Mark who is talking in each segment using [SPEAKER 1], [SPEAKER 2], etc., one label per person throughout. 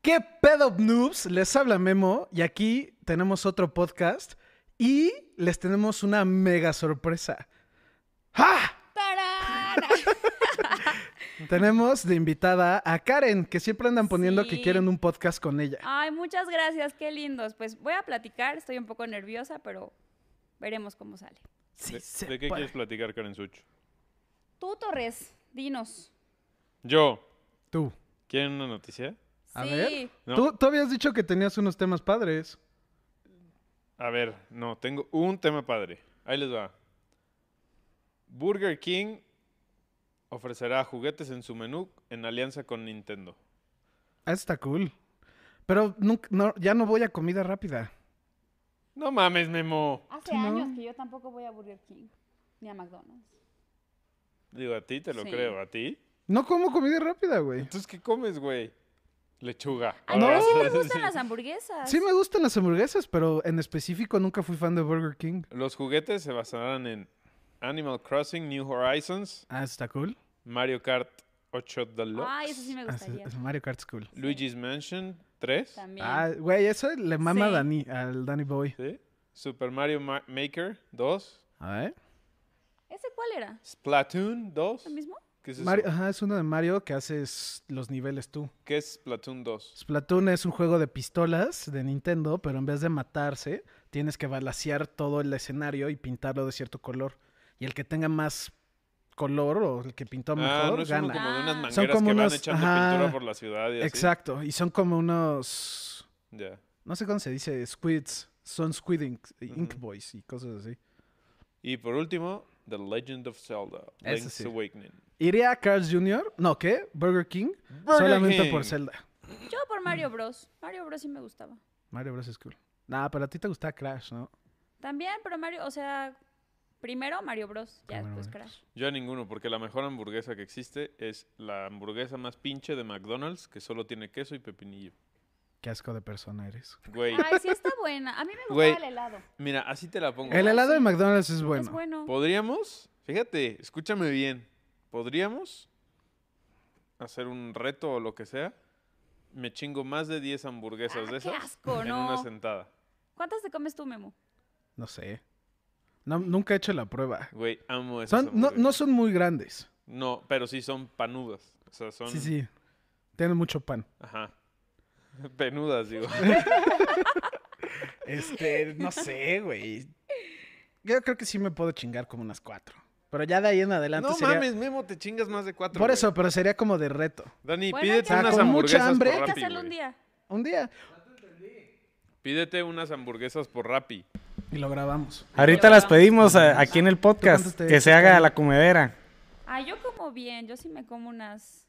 [SPEAKER 1] ¿Qué pedo, noobs? Les habla Memo y aquí tenemos otro podcast y les tenemos una mega sorpresa. ¡Ja!
[SPEAKER 2] ¡Tarán!
[SPEAKER 1] Tenemos de invitada a Karen, que siempre andan poniendo que
[SPEAKER 2] Sí. Ah,
[SPEAKER 1] quieren un podcast con ella.
[SPEAKER 2] Ay, muchas gracias, qué lindos. Pues voy a platicar, estoy un poco nerviosa, pero veremos cómo sale.
[SPEAKER 1] Sí,
[SPEAKER 3] ¿De,
[SPEAKER 1] se
[SPEAKER 3] de qué
[SPEAKER 1] puede.
[SPEAKER 3] quieres platicar, Karen Such?
[SPEAKER 2] Tú, Torres, dinos.
[SPEAKER 3] Yo.
[SPEAKER 1] Tú.
[SPEAKER 3] ¿Quieren una noticia?
[SPEAKER 1] A
[SPEAKER 2] sí.
[SPEAKER 1] ver.
[SPEAKER 3] No.
[SPEAKER 1] Tú, tú habías dicho que tenías unos temas padres.
[SPEAKER 3] A ver, no, tengo un tema padre. Ahí les va. Burger King ofrecerá juguetes en su menú en alianza con Nintendo.
[SPEAKER 1] Ah, está cool. Pero nunca- no, ya no voy a comida rápida.
[SPEAKER 3] No mames, Memo.
[SPEAKER 2] Hace
[SPEAKER 1] Tú no.
[SPEAKER 2] años que yo tampoco voy a Burger King ni a McDonald's.
[SPEAKER 3] Digo, a ti te lo
[SPEAKER 2] Sí.
[SPEAKER 3] creo, a ti.
[SPEAKER 1] No como comida rápida, güey.
[SPEAKER 3] Entonces, ¿qué comes, güey? Lechuga.
[SPEAKER 2] A mí
[SPEAKER 3] Ahora
[SPEAKER 2] Ah, sí me
[SPEAKER 3] vas a
[SPEAKER 2] gustan
[SPEAKER 3] decir.
[SPEAKER 2] las hamburguesas.
[SPEAKER 1] Ah. Sí me gustan las hamburguesas, pero en específico nunca fui fan de Burger King.
[SPEAKER 3] Los juguetes se basarán en Animal Crossing, New Horizons,
[SPEAKER 1] Ah, está cool.
[SPEAKER 3] Mario Kart 8 Deluxe,
[SPEAKER 2] Ay, eso sí me
[SPEAKER 1] Ah, sí,
[SPEAKER 2] gustaría.
[SPEAKER 1] es Mario Kart es cool.
[SPEAKER 3] Luigi's Mansion 3.
[SPEAKER 2] También.
[SPEAKER 1] Ah, güey, eso le mama a
[SPEAKER 2] Sí.
[SPEAKER 1] Dani, al Danny Boy.
[SPEAKER 3] ¿Sí? Super Mario Ma- Maker 2.
[SPEAKER 1] A ver.
[SPEAKER 2] ¿Ese cuál era?
[SPEAKER 3] Splatoon 2.
[SPEAKER 2] ¿Lo mismo?
[SPEAKER 3] ¿Qué es eso?
[SPEAKER 1] Mario, ajá, es uno de Mario que haces los niveles tú.
[SPEAKER 3] ¿Qué es Splatoon 2?
[SPEAKER 1] Splatoon es un juego de pistolas de Nintendo, pero en vez de matarse, tienes que balasear todo el escenario y pintarlo de cierto color. Y el que tenga más color o el que pintó
[SPEAKER 3] Ah,
[SPEAKER 1] mejor
[SPEAKER 3] no es uno
[SPEAKER 1] gana.
[SPEAKER 3] como de unas
[SPEAKER 2] Ah.
[SPEAKER 3] mangueras
[SPEAKER 1] Son como
[SPEAKER 3] que
[SPEAKER 1] unos-
[SPEAKER 3] van echando
[SPEAKER 1] ajá.
[SPEAKER 3] pintura por la ciudad y así.
[SPEAKER 1] Exacto, y son como unos
[SPEAKER 3] Ya.
[SPEAKER 1] no sé cómo se dice, squids, son squid ink, ink
[SPEAKER 3] Ujú.
[SPEAKER 1] boys y cosas así.
[SPEAKER 3] Y por último, The Legend of Zelda,
[SPEAKER 1] Ese
[SPEAKER 3] Link's
[SPEAKER 1] sí.
[SPEAKER 3] Awakening.
[SPEAKER 1] Iría a Carl's Jr., no, ¿qué? Burger King,
[SPEAKER 3] Burger
[SPEAKER 1] solamente por
[SPEAKER 3] King.
[SPEAKER 1] Zelda.
[SPEAKER 2] Yo por Mario Bros. Mario Bros sí me gustaba.
[SPEAKER 1] Mario Bros. es cool. Nah, pero a ti te gustaba Crash, ¿no?
[SPEAKER 2] También, pero Mario, o sea, primero Mario Bros, ya
[SPEAKER 1] Primero
[SPEAKER 2] después
[SPEAKER 1] Mario
[SPEAKER 2] Crash.
[SPEAKER 3] Yo a ninguno, porque la mejor hamburguesa que existe es la hamburguesa más pinche de McDonald's que solo tiene queso y pepinillo.
[SPEAKER 1] Qué asco de persona eres.
[SPEAKER 3] Güey,
[SPEAKER 2] Ay, sí está buena. A mí me
[SPEAKER 3] Güey.
[SPEAKER 2] gustaba el helado.
[SPEAKER 3] mira, así te la pongo.
[SPEAKER 1] El helado de
[SPEAKER 2] sí.
[SPEAKER 1] McDonald's es bueno.
[SPEAKER 2] Es bueno.
[SPEAKER 3] Podríamos, fíjate, escúchame bien, podríamos hacer un reto o lo que sea. Me chingo más de 10 hamburguesas
[SPEAKER 2] Ah,
[SPEAKER 3] de
[SPEAKER 2] qué
[SPEAKER 3] esas
[SPEAKER 2] asco,
[SPEAKER 3] en
[SPEAKER 2] no.
[SPEAKER 3] una sentada.
[SPEAKER 2] ¿Cuántas te comes tú, Memo?
[SPEAKER 1] No sé. No, nunca he hecho la prueba.
[SPEAKER 3] Güey, amo esas
[SPEAKER 1] Son, no,
[SPEAKER 3] hamburguesas.
[SPEAKER 1] no son muy grandes.
[SPEAKER 3] No, pero sí son panudas. O sea, son.
[SPEAKER 1] Sí, sí. Tienen mucho pan.
[SPEAKER 3] Ajá. Penudas, digo.
[SPEAKER 1] Este, no sé, güey. Yo creo que sí me puedo chingar como unas cuatro. Pero ya de ahí en adelante
[SPEAKER 3] no
[SPEAKER 1] sería...
[SPEAKER 3] mames, Memo, te chingas más de cuatro.
[SPEAKER 1] Por
[SPEAKER 3] güey.
[SPEAKER 1] eso, pero sería como de reto.
[SPEAKER 3] Dani,
[SPEAKER 2] Bueno, hay que
[SPEAKER 3] pídete unas
[SPEAKER 1] hacer- Con mucha
[SPEAKER 3] hamburguesas
[SPEAKER 1] hambre.
[SPEAKER 3] por
[SPEAKER 2] Hay que
[SPEAKER 3] Rappi.
[SPEAKER 2] hacerlo un
[SPEAKER 3] güey.
[SPEAKER 2] día.
[SPEAKER 1] Un día.
[SPEAKER 3] Pídete unas hamburguesas por Rappi.
[SPEAKER 1] Y lo grabamos.
[SPEAKER 2] Pero
[SPEAKER 4] Ahorita las
[SPEAKER 2] vamos.
[SPEAKER 4] pedimos a- aquí en el
[SPEAKER 1] ¿Tú
[SPEAKER 4] podcast,
[SPEAKER 1] cuánto te
[SPEAKER 4] que se
[SPEAKER 1] echas,
[SPEAKER 4] haga
[SPEAKER 1] Karen?
[SPEAKER 4] la comedera.
[SPEAKER 2] Ah, yo como bien, yo sí me como unas.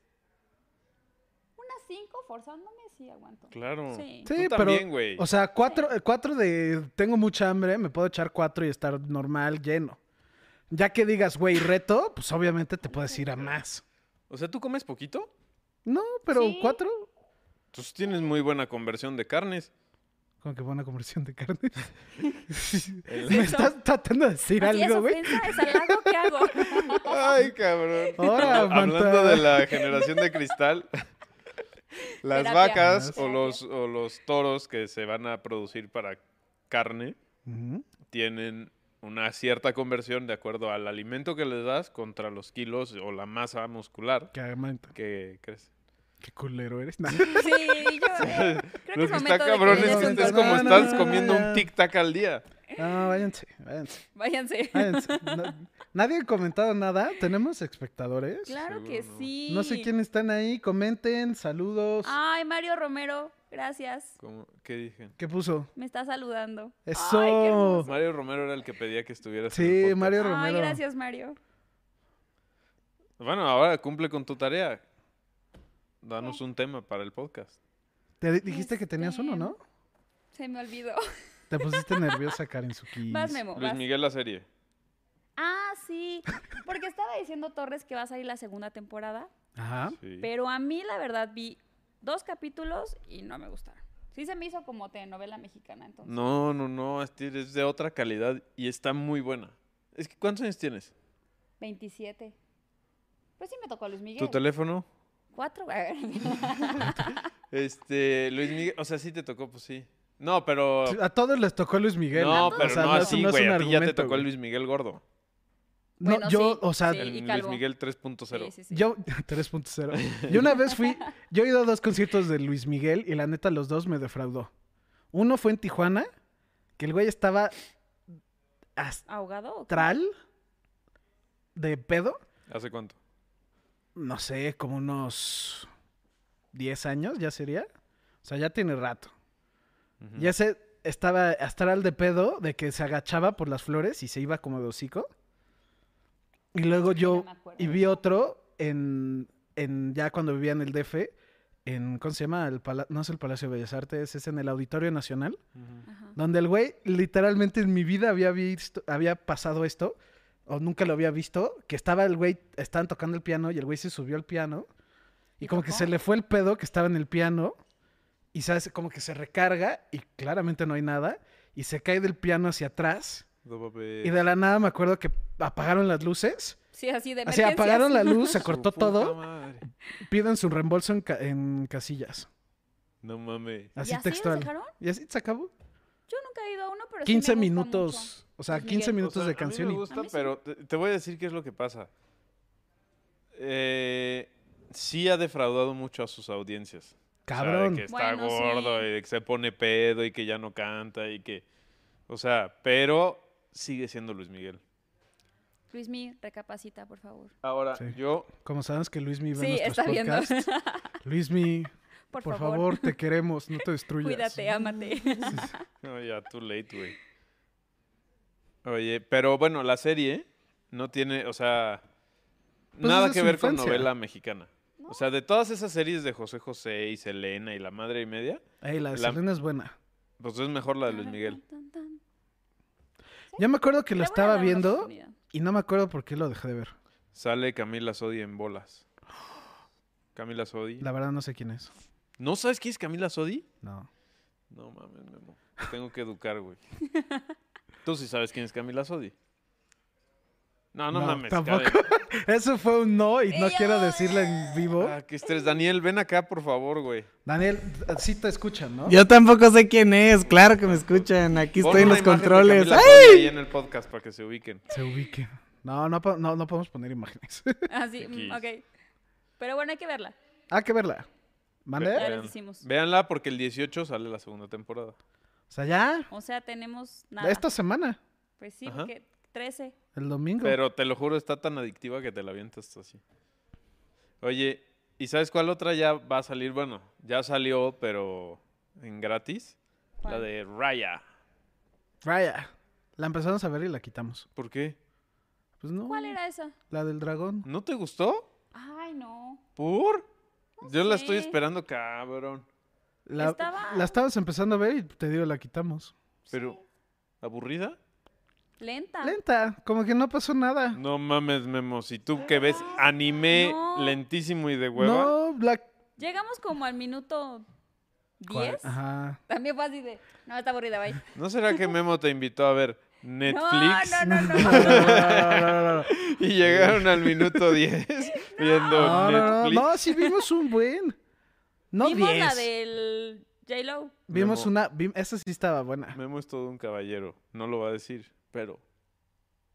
[SPEAKER 2] Unas cinco, forzándome, sí aguanto.
[SPEAKER 3] Claro.
[SPEAKER 2] Sí.
[SPEAKER 3] Tú también, güey.
[SPEAKER 1] O sea, cuatro, eh, cuatro de tengo mucha hambre, me puedo echar cuatro y estar normal, lleno. Ya que digas, güey, reto, pues obviamente te puedes ir a más.
[SPEAKER 3] O sea, ¿tú comes poquito?
[SPEAKER 1] No, pero
[SPEAKER 2] Sí.
[SPEAKER 1] cuatro,
[SPEAKER 3] Tú tienes muy buena conversión de carnes.
[SPEAKER 1] como que buena conversión de carne.
[SPEAKER 3] El-
[SPEAKER 1] me estás tratando de decir
[SPEAKER 2] Así es
[SPEAKER 1] algo, güey.
[SPEAKER 2] ofensa, es halago, ¿qué hago?
[SPEAKER 3] Ay, cabrón.
[SPEAKER 1] Ahora,
[SPEAKER 3] Hablando
[SPEAKER 1] Manta.
[SPEAKER 3] de la generación de cristal, las
[SPEAKER 2] Terapia.
[SPEAKER 3] vacas o
[SPEAKER 2] Terapia.
[SPEAKER 3] los, o los toros que se van a producir para carne
[SPEAKER 1] Ujú.
[SPEAKER 3] tienen una cierta conversión de acuerdo al alimento que les das contra los kilos o la masa muscular
[SPEAKER 1] Qué, amante,
[SPEAKER 3] que crece.
[SPEAKER 1] qué culero eres. Nah.
[SPEAKER 2] Sí, yo eh, creo que
[SPEAKER 3] Lo
[SPEAKER 2] es
[SPEAKER 3] que está
[SPEAKER 2] momento de
[SPEAKER 3] cabrón
[SPEAKER 2] que le
[SPEAKER 3] es que
[SPEAKER 2] des un
[SPEAKER 3] estés
[SPEAKER 1] es
[SPEAKER 2] golpe.
[SPEAKER 1] No,
[SPEAKER 3] como
[SPEAKER 1] no,
[SPEAKER 3] estás
[SPEAKER 1] no,
[SPEAKER 3] comiendo
[SPEAKER 1] ya.
[SPEAKER 3] un tic-tac al día.
[SPEAKER 1] No, váyanse, váyanse.
[SPEAKER 2] Váyanse.
[SPEAKER 1] váyanse. No- nadie ha comentado nada. ¿Tenemos espectadores?
[SPEAKER 2] Claro que
[SPEAKER 3] Seguro no.
[SPEAKER 2] sí. Ah.
[SPEAKER 1] No sé quiénes están ahí. Comenten, saludos.
[SPEAKER 2] Ay, Mario Romero, gracias.
[SPEAKER 3] ¿Cómo? ¿Qué dije?
[SPEAKER 1] ¿Qué puso?
[SPEAKER 2] Me está saludando. Ay,
[SPEAKER 1] Eso.
[SPEAKER 2] qué hermoso.
[SPEAKER 3] Mario Romero era el que pedía que estuvieras en el
[SPEAKER 1] sí,
[SPEAKER 3] podcast.
[SPEAKER 1] Mario Romero.
[SPEAKER 2] Ay, gracias, Mario.
[SPEAKER 3] Bueno, ahora cumple con tu tarea. Danos un tema para el podcast.
[SPEAKER 1] Te di- dijiste que tenías uno,
[SPEAKER 2] Este,
[SPEAKER 1] ¿no?
[SPEAKER 2] Se me olvidó.
[SPEAKER 1] Te pusiste nerviosa, Karen Suki.
[SPEAKER 2] Vas, Memo,
[SPEAKER 3] Luis
[SPEAKER 2] vas.
[SPEAKER 3] Miguel la serie.
[SPEAKER 2] Ah, sí. Porque estaba diciendo Torres que va a salir la segunda temporada,
[SPEAKER 1] Ajá.
[SPEAKER 3] Sí.
[SPEAKER 2] Ah, pero a mí la verdad vi dos capítulos y no me gustaron. Sí se me hizo como telenovela mexicana, entonces.
[SPEAKER 3] No, no, no, este es de otra calidad y está muy buena. Es que ¿cuántos años tienes?
[SPEAKER 2] 27. Pues sí me tocó Luis Miguel.
[SPEAKER 3] ¿Tu teléfono?
[SPEAKER 2] Cuatro. A ver.
[SPEAKER 3] Este, Luis Miguel, o sea, sí te tocó, pues sí. No, pero.
[SPEAKER 1] A todos les tocó Luis ah, Miguel.
[SPEAKER 3] Oh. No,
[SPEAKER 2] A todos.
[SPEAKER 3] pero
[SPEAKER 2] O sea,
[SPEAKER 3] no,
[SPEAKER 2] no es-
[SPEAKER 3] así,
[SPEAKER 1] no es
[SPEAKER 3] güey.
[SPEAKER 1] un
[SPEAKER 3] a ti ya te
[SPEAKER 1] argumento,
[SPEAKER 3] tocó el
[SPEAKER 1] güey.
[SPEAKER 3] Luis Miguel gordo.
[SPEAKER 1] No,
[SPEAKER 2] Bueno,
[SPEAKER 1] yo,
[SPEAKER 2] sí,
[SPEAKER 1] o sea,
[SPEAKER 2] sí. y
[SPEAKER 3] el Luis
[SPEAKER 2] calvo.
[SPEAKER 3] Miguel 3.0.
[SPEAKER 2] Sí, sí, sí.
[SPEAKER 1] yo 3.0. Yo una vez fui, yo he ido a dos conciertos de Luis Miguel y la neta los dos me defraudó. Uno fue en Tijuana, que el güey estaba
[SPEAKER 2] ¿Ahogado? o qué?
[SPEAKER 1] astral de pedo,
[SPEAKER 3] ¿Hace cuánto?
[SPEAKER 1] no sé, como unos 10 años ya sería. O sea, ya tiene rato.
[SPEAKER 3] Ujú.
[SPEAKER 1] Y ese estaba astral de pedo de que se agachaba por las flores y se iba como de hocico. Y luego yo
[SPEAKER 2] me ¿eh? acuerdo
[SPEAKER 1] y
[SPEAKER 2] de
[SPEAKER 1] vi otro en, en ya cuando vivía en el DF, en ¿cómo se llama? El pala- no es el Palacio de Bellas Artes, es en el Auditorio Nacional,
[SPEAKER 3] Ujú.
[SPEAKER 2] Ajá.
[SPEAKER 1] donde el güey literalmente en mi vida había visto había pasado esto o nunca lo había visto, que estaba el güey estaban tocando el piano y el güey se subió al piano y,
[SPEAKER 2] ¿Y
[SPEAKER 1] como que
[SPEAKER 2] tocó?
[SPEAKER 1] se le fue el pedo que estaba en el piano y sabes como que se recarga y claramente no hay nada y se cae del piano hacia atrás
[SPEAKER 3] Do pape.
[SPEAKER 1] y de la nada me acuerdo que apagaron las luces,
[SPEAKER 2] Sí, así de
[SPEAKER 1] o sea, apagaron la
[SPEAKER 2] emergencias.
[SPEAKER 1] luz, se
[SPEAKER 3] Su
[SPEAKER 1] cortó
[SPEAKER 3] puta
[SPEAKER 1] todo
[SPEAKER 3] madre.
[SPEAKER 1] piden su reembolso en, ca- en casillas.
[SPEAKER 3] No mames.
[SPEAKER 2] ¿Y
[SPEAKER 1] Así
[SPEAKER 2] así los
[SPEAKER 1] textual.
[SPEAKER 2] dejaron?
[SPEAKER 1] Y así se acabó.
[SPEAKER 2] Yo nunca he ido a uno, pero
[SPEAKER 1] 15
[SPEAKER 2] sí me gusta
[SPEAKER 1] minutos.
[SPEAKER 2] mucho.
[SPEAKER 1] O sea,
[SPEAKER 2] Luis
[SPEAKER 1] 15
[SPEAKER 2] Miguel.
[SPEAKER 1] minutos
[SPEAKER 3] O sea,
[SPEAKER 1] de canción.
[SPEAKER 3] A
[SPEAKER 1] y-
[SPEAKER 3] mí me gusta,
[SPEAKER 2] A mí sí.
[SPEAKER 3] pero te, te voy a decir qué es lo que pasa. Eh, sí ha defraudado mucho a sus audiencias. O sea, de
[SPEAKER 1] Cabrón.
[SPEAKER 3] que está
[SPEAKER 2] Bueno,
[SPEAKER 3] gordo
[SPEAKER 2] sí.
[SPEAKER 3] y de que se pone pedo y que ya no canta y que... O sea, pero sigue siendo Luis Miguel.
[SPEAKER 2] Luis Mi, recapacita, por favor.
[SPEAKER 3] Ahora,
[SPEAKER 1] Sí.
[SPEAKER 3] yo...
[SPEAKER 1] Como sabes que Luis Mi ve
[SPEAKER 2] Sí,
[SPEAKER 1] nuestros
[SPEAKER 2] está viendo.
[SPEAKER 1] podcasts. Luismi,
[SPEAKER 2] Por,
[SPEAKER 1] por, favor. te queremos, no te destruyas.
[SPEAKER 2] Cuídate, ámate.
[SPEAKER 3] No, ya, too late, güey. Oye, pero bueno, la serie no tiene, o sea...
[SPEAKER 1] Pues
[SPEAKER 3] nada
[SPEAKER 1] es de
[SPEAKER 3] que
[SPEAKER 1] su
[SPEAKER 3] ver con
[SPEAKER 1] infancia.
[SPEAKER 3] novela mexicana. O sea, de todas esas series de José José y Selena y La Madre y Media,
[SPEAKER 1] Ey, la de
[SPEAKER 3] La-
[SPEAKER 1] Selena es buena.
[SPEAKER 3] pues es mejor la de Luis Miguel.
[SPEAKER 2] Tan, tan, tan.
[SPEAKER 1] Yo me acuerdo que
[SPEAKER 2] Le
[SPEAKER 1] lo
[SPEAKER 2] voy a
[SPEAKER 1] estaba
[SPEAKER 2] dar una
[SPEAKER 1] viendo
[SPEAKER 2] oportunidad.
[SPEAKER 1] y no me acuerdo por qué lo dejé de ver.
[SPEAKER 3] Sale Camila Sodi en bolas. Camila Sodi.
[SPEAKER 1] La verdad no sé quién es.
[SPEAKER 3] ¿No sabes quién es Camila Sodi?
[SPEAKER 1] No.
[SPEAKER 3] No mames, Memo. Te tengo que educar, güey. Tú sí sabes quién es Camila Sodi. No, no,
[SPEAKER 1] No,
[SPEAKER 3] mames.
[SPEAKER 1] tampoco.
[SPEAKER 3] Karen.
[SPEAKER 1] Eso fue un no y no
[SPEAKER 2] Ella-
[SPEAKER 1] quiero decirla en vivo.
[SPEAKER 3] Ah, qué estrés. Daniel, ven acá, por favor, güey.
[SPEAKER 1] Daniel, sí te escuchan, ¿no?
[SPEAKER 4] Yo tampoco sé quién es, claro que me escuchan, aquí
[SPEAKER 3] Pon
[SPEAKER 4] estoy en
[SPEAKER 3] una imagen de
[SPEAKER 4] los controles.
[SPEAKER 3] Camila
[SPEAKER 4] ¡Ay!
[SPEAKER 3] Sodi ahí en el podcast para que se ubiquen.
[SPEAKER 1] Se ubique. No, no, po- no, no podemos poner imágenes.
[SPEAKER 2] Ah, sí,
[SPEAKER 3] Aquí.
[SPEAKER 2] mm, ok. Pero bueno, hay que verla.
[SPEAKER 1] Hay que verla. ¿Mande?
[SPEAKER 3] Ve-
[SPEAKER 2] Ya les
[SPEAKER 3] vean-
[SPEAKER 2] hicimos.
[SPEAKER 3] Véanla porque el 18 sale la segunda temporada.
[SPEAKER 1] O sea, ya.
[SPEAKER 2] O sea, tenemos nada.
[SPEAKER 1] Esta semana.
[SPEAKER 2] Pues sí,
[SPEAKER 3] Ajá.
[SPEAKER 2] porque 13.
[SPEAKER 1] El domingo.
[SPEAKER 3] Pero te lo juro, está tan adictiva que te la avientas así. Oye, ¿y sabes cuál otra ya va a salir? Bueno, ya salió, pero en gratis. La
[SPEAKER 2] ¿Cuál?
[SPEAKER 3] de Raya.
[SPEAKER 1] Raya. La empezamos a ver y la quitamos.
[SPEAKER 3] ¿Por qué?
[SPEAKER 1] Pues no.
[SPEAKER 2] ¿Cuál era esa?
[SPEAKER 1] La del dragón.
[SPEAKER 3] ¿No te gustó?
[SPEAKER 2] Ay, no.
[SPEAKER 3] ¿Por? Yo la estoy
[SPEAKER 2] sé.
[SPEAKER 3] esperando, cabrón.
[SPEAKER 1] La,
[SPEAKER 2] Estaba-
[SPEAKER 1] la estabas empezando a ver y te digo, la quitamos.
[SPEAKER 3] Pero, ¿aburrida?
[SPEAKER 2] Lenta.
[SPEAKER 1] Lenta, como que no pasó nada.
[SPEAKER 3] No mames, Memo. Si tú que ves anime
[SPEAKER 2] No.
[SPEAKER 3] lentísimo y de hueva.
[SPEAKER 1] No, la...
[SPEAKER 2] Llegamos como al minuto 10.
[SPEAKER 1] Ajá.
[SPEAKER 2] También fue así de, no, está aburrida, bye.
[SPEAKER 3] ¿No será que Memo te invitó a ver Netflix?
[SPEAKER 2] No, no, no, no.
[SPEAKER 3] Y llegaron al minuto 10 viendo
[SPEAKER 1] Ah, No, no, no,
[SPEAKER 3] Netflix.
[SPEAKER 1] no, sí vimos un buen. No
[SPEAKER 2] Vimos
[SPEAKER 1] 10.
[SPEAKER 2] la del J-Lo.
[SPEAKER 1] Vimos
[SPEAKER 3] Memo.
[SPEAKER 1] una... vi- Esa sí estaba buena.
[SPEAKER 3] Memo es todo un caballero, no lo va a decir, pero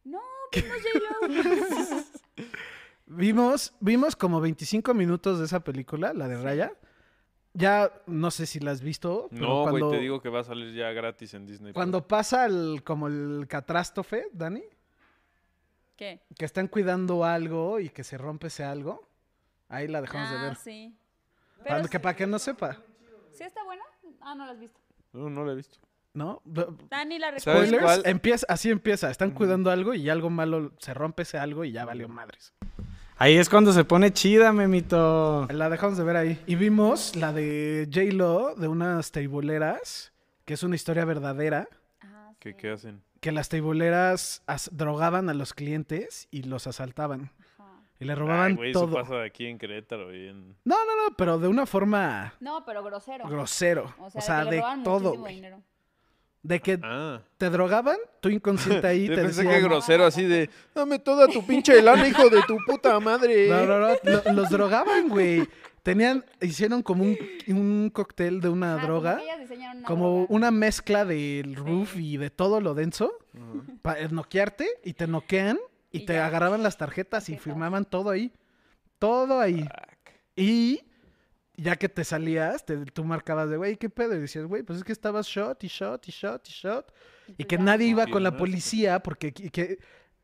[SPEAKER 2] No, vimos J-Lo.
[SPEAKER 1] Vimos, vimos como 25 minutos de esa película, la de Raya. Ya no sé si la has visto. pero
[SPEAKER 3] no, güey,
[SPEAKER 1] cuando-
[SPEAKER 3] te digo que va a salir ya gratis en Disney.
[SPEAKER 1] Cuando pasa el, como el catástrofe, Dani,
[SPEAKER 2] ¿Qué?
[SPEAKER 1] que están cuidando algo y que se rompe ese algo, ahí la dejamos de
[SPEAKER 2] ah,
[SPEAKER 1] ver. Ah,
[SPEAKER 2] sí. Pero
[SPEAKER 1] Para
[SPEAKER 2] sí,
[SPEAKER 1] que, para que no sepa,
[SPEAKER 2] ¿sí está buena? Ah, no la has visto.
[SPEAKER 3] No, no lo he visto.
[SPEAKER 1] ¿no? B-
[SPEAKER 2] Dani la
[SPEAKER 3] ¿Sabes
[SPEAKER 2] recomiendo.
[SPEAKER 1] Spoilers,
[SPEAKER 3] cuál?
[SPEAKER 1] empieza, así empieza. Están cuidando algo y algo malo se rompe ese algo y ya valió madres.
[SPEAKER 4] Ahí es cuando se pone chida, memito.
[SPEAKER 1] La dejamos de ver ahí. Y vimos la de J-Lo, de unas teiboleras, que es una historia verdadera.
[SPEAKER 2] Ah, sí.
[SPEAKER 3] ¿Qué, qué hacen?
[SPEAKER 1] que las teiboleras as- drogaban a los clientes y los asaltaban.
[SPEAKER 2] Ajá.
[SPEAKER 1] Y le
[SPEAKER 3] Ay,
[SPEAKER 1] robaban
[SPEAKER 3] güey, eso
[SPEAKER 1] todo.
[SPEAKER 3] pasa de aquí en Querétaro y en...
[SPEAKER 1] No, no, no, pero de una forma
[SPEAKER 2] No, pero grosero.
[SPEAKER 1] grosero.
[SPEAKER 2] O sea, de, que le
[SPEAKER 1] de
[SPEAKER 2] roban
[SPEAKER 1] todo.
[SPEAKER 2] muchísimo
[SPEAKER 1] güey.
[SPEAKER 2] dinero.
[SPEAKER 1] De que
[SPEAKER 3] Ah,
[SPEAKER 1] te drogaban, tú inconsciente ahí
[SPEAKER 3] yo
[SPEAKER 1] te
[SPEAKER 3] pensé
[SPEAKER 1] decían...
[SPEAKER 3] que grosero así de, dame toda tu pinche lana, hijo de tu puta madre.
[SPEAKER 1] No, no, no, lo- los drogaban, güey. Te- Tenían, hicieron como un, un cóctel de una
[SPEAKER 2] Ah, como
[SPEAKER 1] droga,
[SPEAKER 2] que ellas diseñaron una
[SPEAKER 1] como
[SPEAKER 2] droga.
[SPEAKER 1] una mezcla del roof y de todo lo denso, para noquearte y te noquean y,
[SPEAKER 2] Y
[SPEAKER 1] te
[SPEAKER 2] ya.
[SPEAKER 1] agarraban las tarjetas y
[SPEAKER 2] Tarjetas.
[SPEAKER 1] firmaban todo ahí. Todo ahí. Y ya que te salías, te- tú marcabas de, güey, ¿qué pedo? Y decías, güey, pues es que estabas shot y shot y shot y shot. Y
[SPEAKER 2] pues
[SPEAKER 1] que
[SPEAKER 2] ya.
[SPEAKER 1] nadie iba con la
[SPEAKER 3] Confirmas.
[SPEAKER 1] policía porque que- que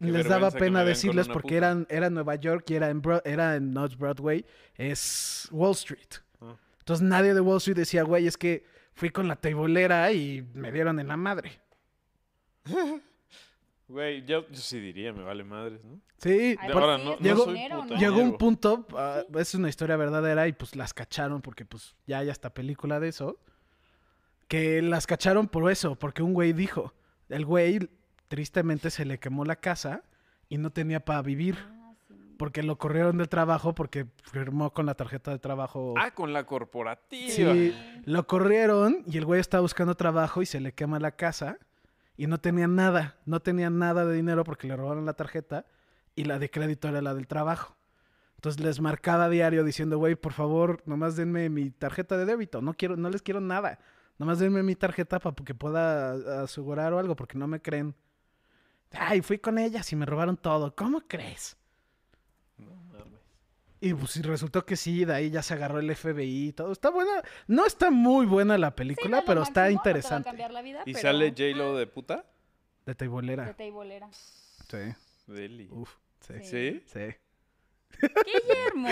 [SPEAKER 1] les
[SPEAKER 3] vergüenza
[SPEAKER 1] daba
[SPEAKER 3] que
[SPEAKER 1] pena
[SPEAKER 3] me vean con
[SPEAKER 1] decirles
[SPEAKER 3] una
[SPEAKER 1] porque
[SPEAKER 3] puta.
[SPEAKER 1] eran, era Nueva York y era en, Bro- era en not Broadway, es Wall Street.
[SPEAKER 3] Ah.
[SPEAKER 1] Entonces nadie de Wall Street decía, güey, es que fui con la teibolera y me dieron en la madre.
[SPEAKER 3] Güey, yo, yo sí diría, me vale madres, ¿no?
[SPEAKER 1] Sí,
[SPEAKER 2] Ay,
[SPEAKER 3] De
[SPEAKER 1] por-
[SPEAKER 3] ahora
[SPEAKER 2] sí,
[SPEAKER 3] no,
[SPEAKER 2] es
[SPEAKER 3] no
[SPEAKER 1] llegó-
[SPEAKER 3] soy
[SPEAKER 2] dinero,
[SPEAKER 3] puto,
[SPEAKER 2] ¿no?
[SPEAKER 1] llegó un
[SPEAKER 3] llego.
[SPEAKER 1] punto, ah, es una historia verdadera y pues las cacharon porque pues ya hay hasta película de eso, que las cacharon por eso, porque un güey dijo, el güey tristemente se le quemó la casa y no tenía para vivir.
[SPEAKER 2] Ah, sí.
[SPEAKER 1] Porque lo corrieron del trabajo porque firmó con la tarjeta de trabajo.
[SPEAKER 3] Ah, con la corporativa.
[SPEAKER 1] sí, lo corrieron y el güey estaba buscando trabajo y se le quema la casa y no tenía nada, no tenía nada de dinero porque le robaron la tarjeta y la de crédito era la del trabajo. Entonces les marcaba diario diciendo, güey, por favor, nomás denme mi tarjeta de débito, no quiero, no les quiero nada, nomás denme mi tarjeta para que pueda asegurar o algo porque no me creen. Ay, fui con ellas y me robaron todo, ¿cómo crees?
[SPEAKER 3] No mames.
[SPEAKER 1] Y pues y resultó que sí, de ahí ya se agarró el FBI y todo. Está buena. No está muy buena la
[SPEAKER 2] Sí,
[SPEAKER 1] película,
[SPEAKER 2] no es lo
[SPEAKER 1] pero está
[SPEAKER 2] máximo, no te va a
[SPEAKER 1] interesante.
[SPEAKER 2] cambiar la vida,
[SPEAKER 3] ¿Y
[SPEAKER 2] pero-
[SPEAKER 3] sale J-Lo de puta?
[SPEAKER 1] De
[SPEAKER 2] De
[SPEAKER 1] teibolera.
[SPEAKER 2] teibolera.
[SPEAKER 1] Sí.
[SPEAKER 3] Deli.
[SPEAKER 1] Uf. Sí.
[SPEAKER 2] Sí.
[SPEAKER 3] ¿Sí?
[SPEAKER 1] Sí.
[SPEAKER 2] ¡Guillermo!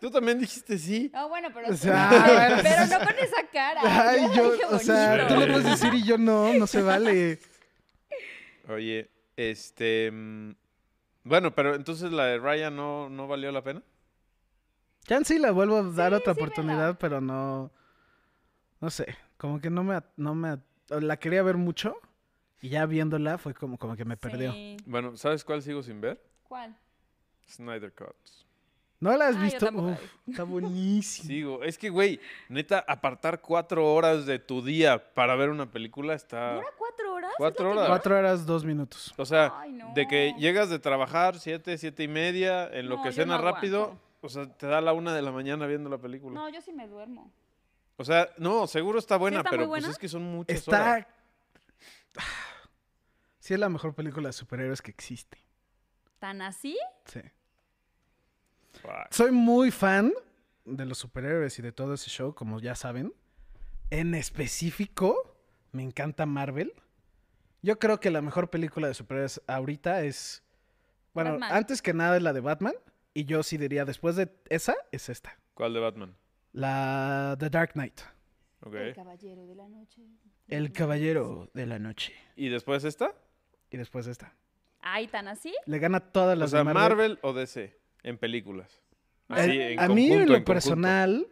[SPEAKER 3] Tú también dijiste sí.
[SPEAKER 2] No, bueno, pero...
[SPEAKER 1] O sea, bueno,
[SPEAKER 2] pero no con esa cara.
[SPEAKER 1] Ay,
[SPEAKER 2] la
[SPEAKER 1] yo,
[SPEAKER 2] dije
[SPEAKER 1] o sea,
[SPEAKER 2] bonito.
[SPEAKER 1] tú lo puedes decir y yo no, no se vale.
[SPEAKER 3] Oye, este... mm, Bueno, pero entonces la de Ryan no, no valió la pena.
[SPEAKER 1] Chance y la vuelvo a dar
[SPEAKER 2] Sí,
[SPEAKER 1] otra
[SPEAKER 2] sí, vela.
[SPEAKER 1] oportunidad, pero no. No sé. Como que no me. at- No me at- la quería ver mucho y ya viéndola fue como, como que me perdió.
[SPEAKER 2] Sí.
[SPEAKER 3] Bueno, ¿sabes cuál sigo sin ver?
[SPEAKER 2] ¿Cuál?
[SPEAKER 3] Snyder Cut.
[SPEAKER 1] ¿No la has
[SPEAKER 2] Ah, yo
[SPEAKER 1] visto?
[SPEAKER 2] tampoco la
[SPEAKER 1] Uf, está buenísimo.
[SPEAKER 3] Sigo. Es que, güey, neta, apartar cuatro horas de tu día para ver una película está...
[SPEAKER 2] ¿Dura cuatro horas? ¿Es
[SPEAKER 3] Cuatro
[SPEAKER 2] la que
[SPEAKER 3] horas.
[SPEAKER 2] dura?
[SPEAKER 1] Cuatro horas, dos minutos.
[SPEAKER 3] O sea,
[SPEAKER 2] Ay, no.
[SPEAKER 3] de que llegas de trabajar siete, siete y media, en lo
[SPEAKER 2] No,
[SPEAKER 3] que
[SPEAKER 2] yo no
[SPEAKER 3] cena rápido,
[SPEAKER 2] aguanto.
[SPEAKER 3] o sea, te da la una de la mañana viendo la película.
[SPEAKER 2] No, yo sí me duermo.
[SPEAKER 3] O sea, no, seguro está buena,
[SPEAKER 2] está muy
[SPEAKER 3] pero
[SPEAKER 2] buena?
[SPEAKER 3] pues es que son muchas horas.
[SPEAKER 1] Está. Ah, Sí, es la mejor película de superhéroes que existe.
[SPEAKER 2] ¿Tan así?
[SPEAKER 1] Sí.
[SPEAKER 3] Fuck.
[SPEAKER 1] Soy muy fan de los superhéroes y de todo ese show, como ya saben. En específico, me encanta Marvel. Yo creo que la mejor película de superhéroes ahorita es. Bueno,
[SPEAKER 2] Batman.
[SPEAKER 1] antes que nada es la de Batman. Y yo sí diría, después de esa, es esta.
[SPEAKER 3] ¿Cuál de Batman?
[SPEAKER 1] La The Dark Knight.
[SPEAKER 3] Ok.
[SPEAKER 2] El caballero de la noche.
[SPEAKER 1] El Caballero de la Noche.
[SPEAKER 3] ¿Y después esta?
[SPEAKER 1] Y después esta.
[SPEAKER 2] Ay, ¿tan así?
[SPEAKER 1] Le gana todas
[SPEAKER 3] O
[SPEAKER 1] las de
[SPEAKER 3] sea, Marvel.
[SPEAKER 1] Marvel.
[SPEAKER 3] o DC en películas.
[SPEAKER 1] A-
[SPEAKER 3] Así, en
[SPEAKER 1] a mí, en
[SPEAKER 3] conjunto,
[SPEAKER 1] lo
[SPEAKER 3] conjunto.
[SPEAKER 1] personal,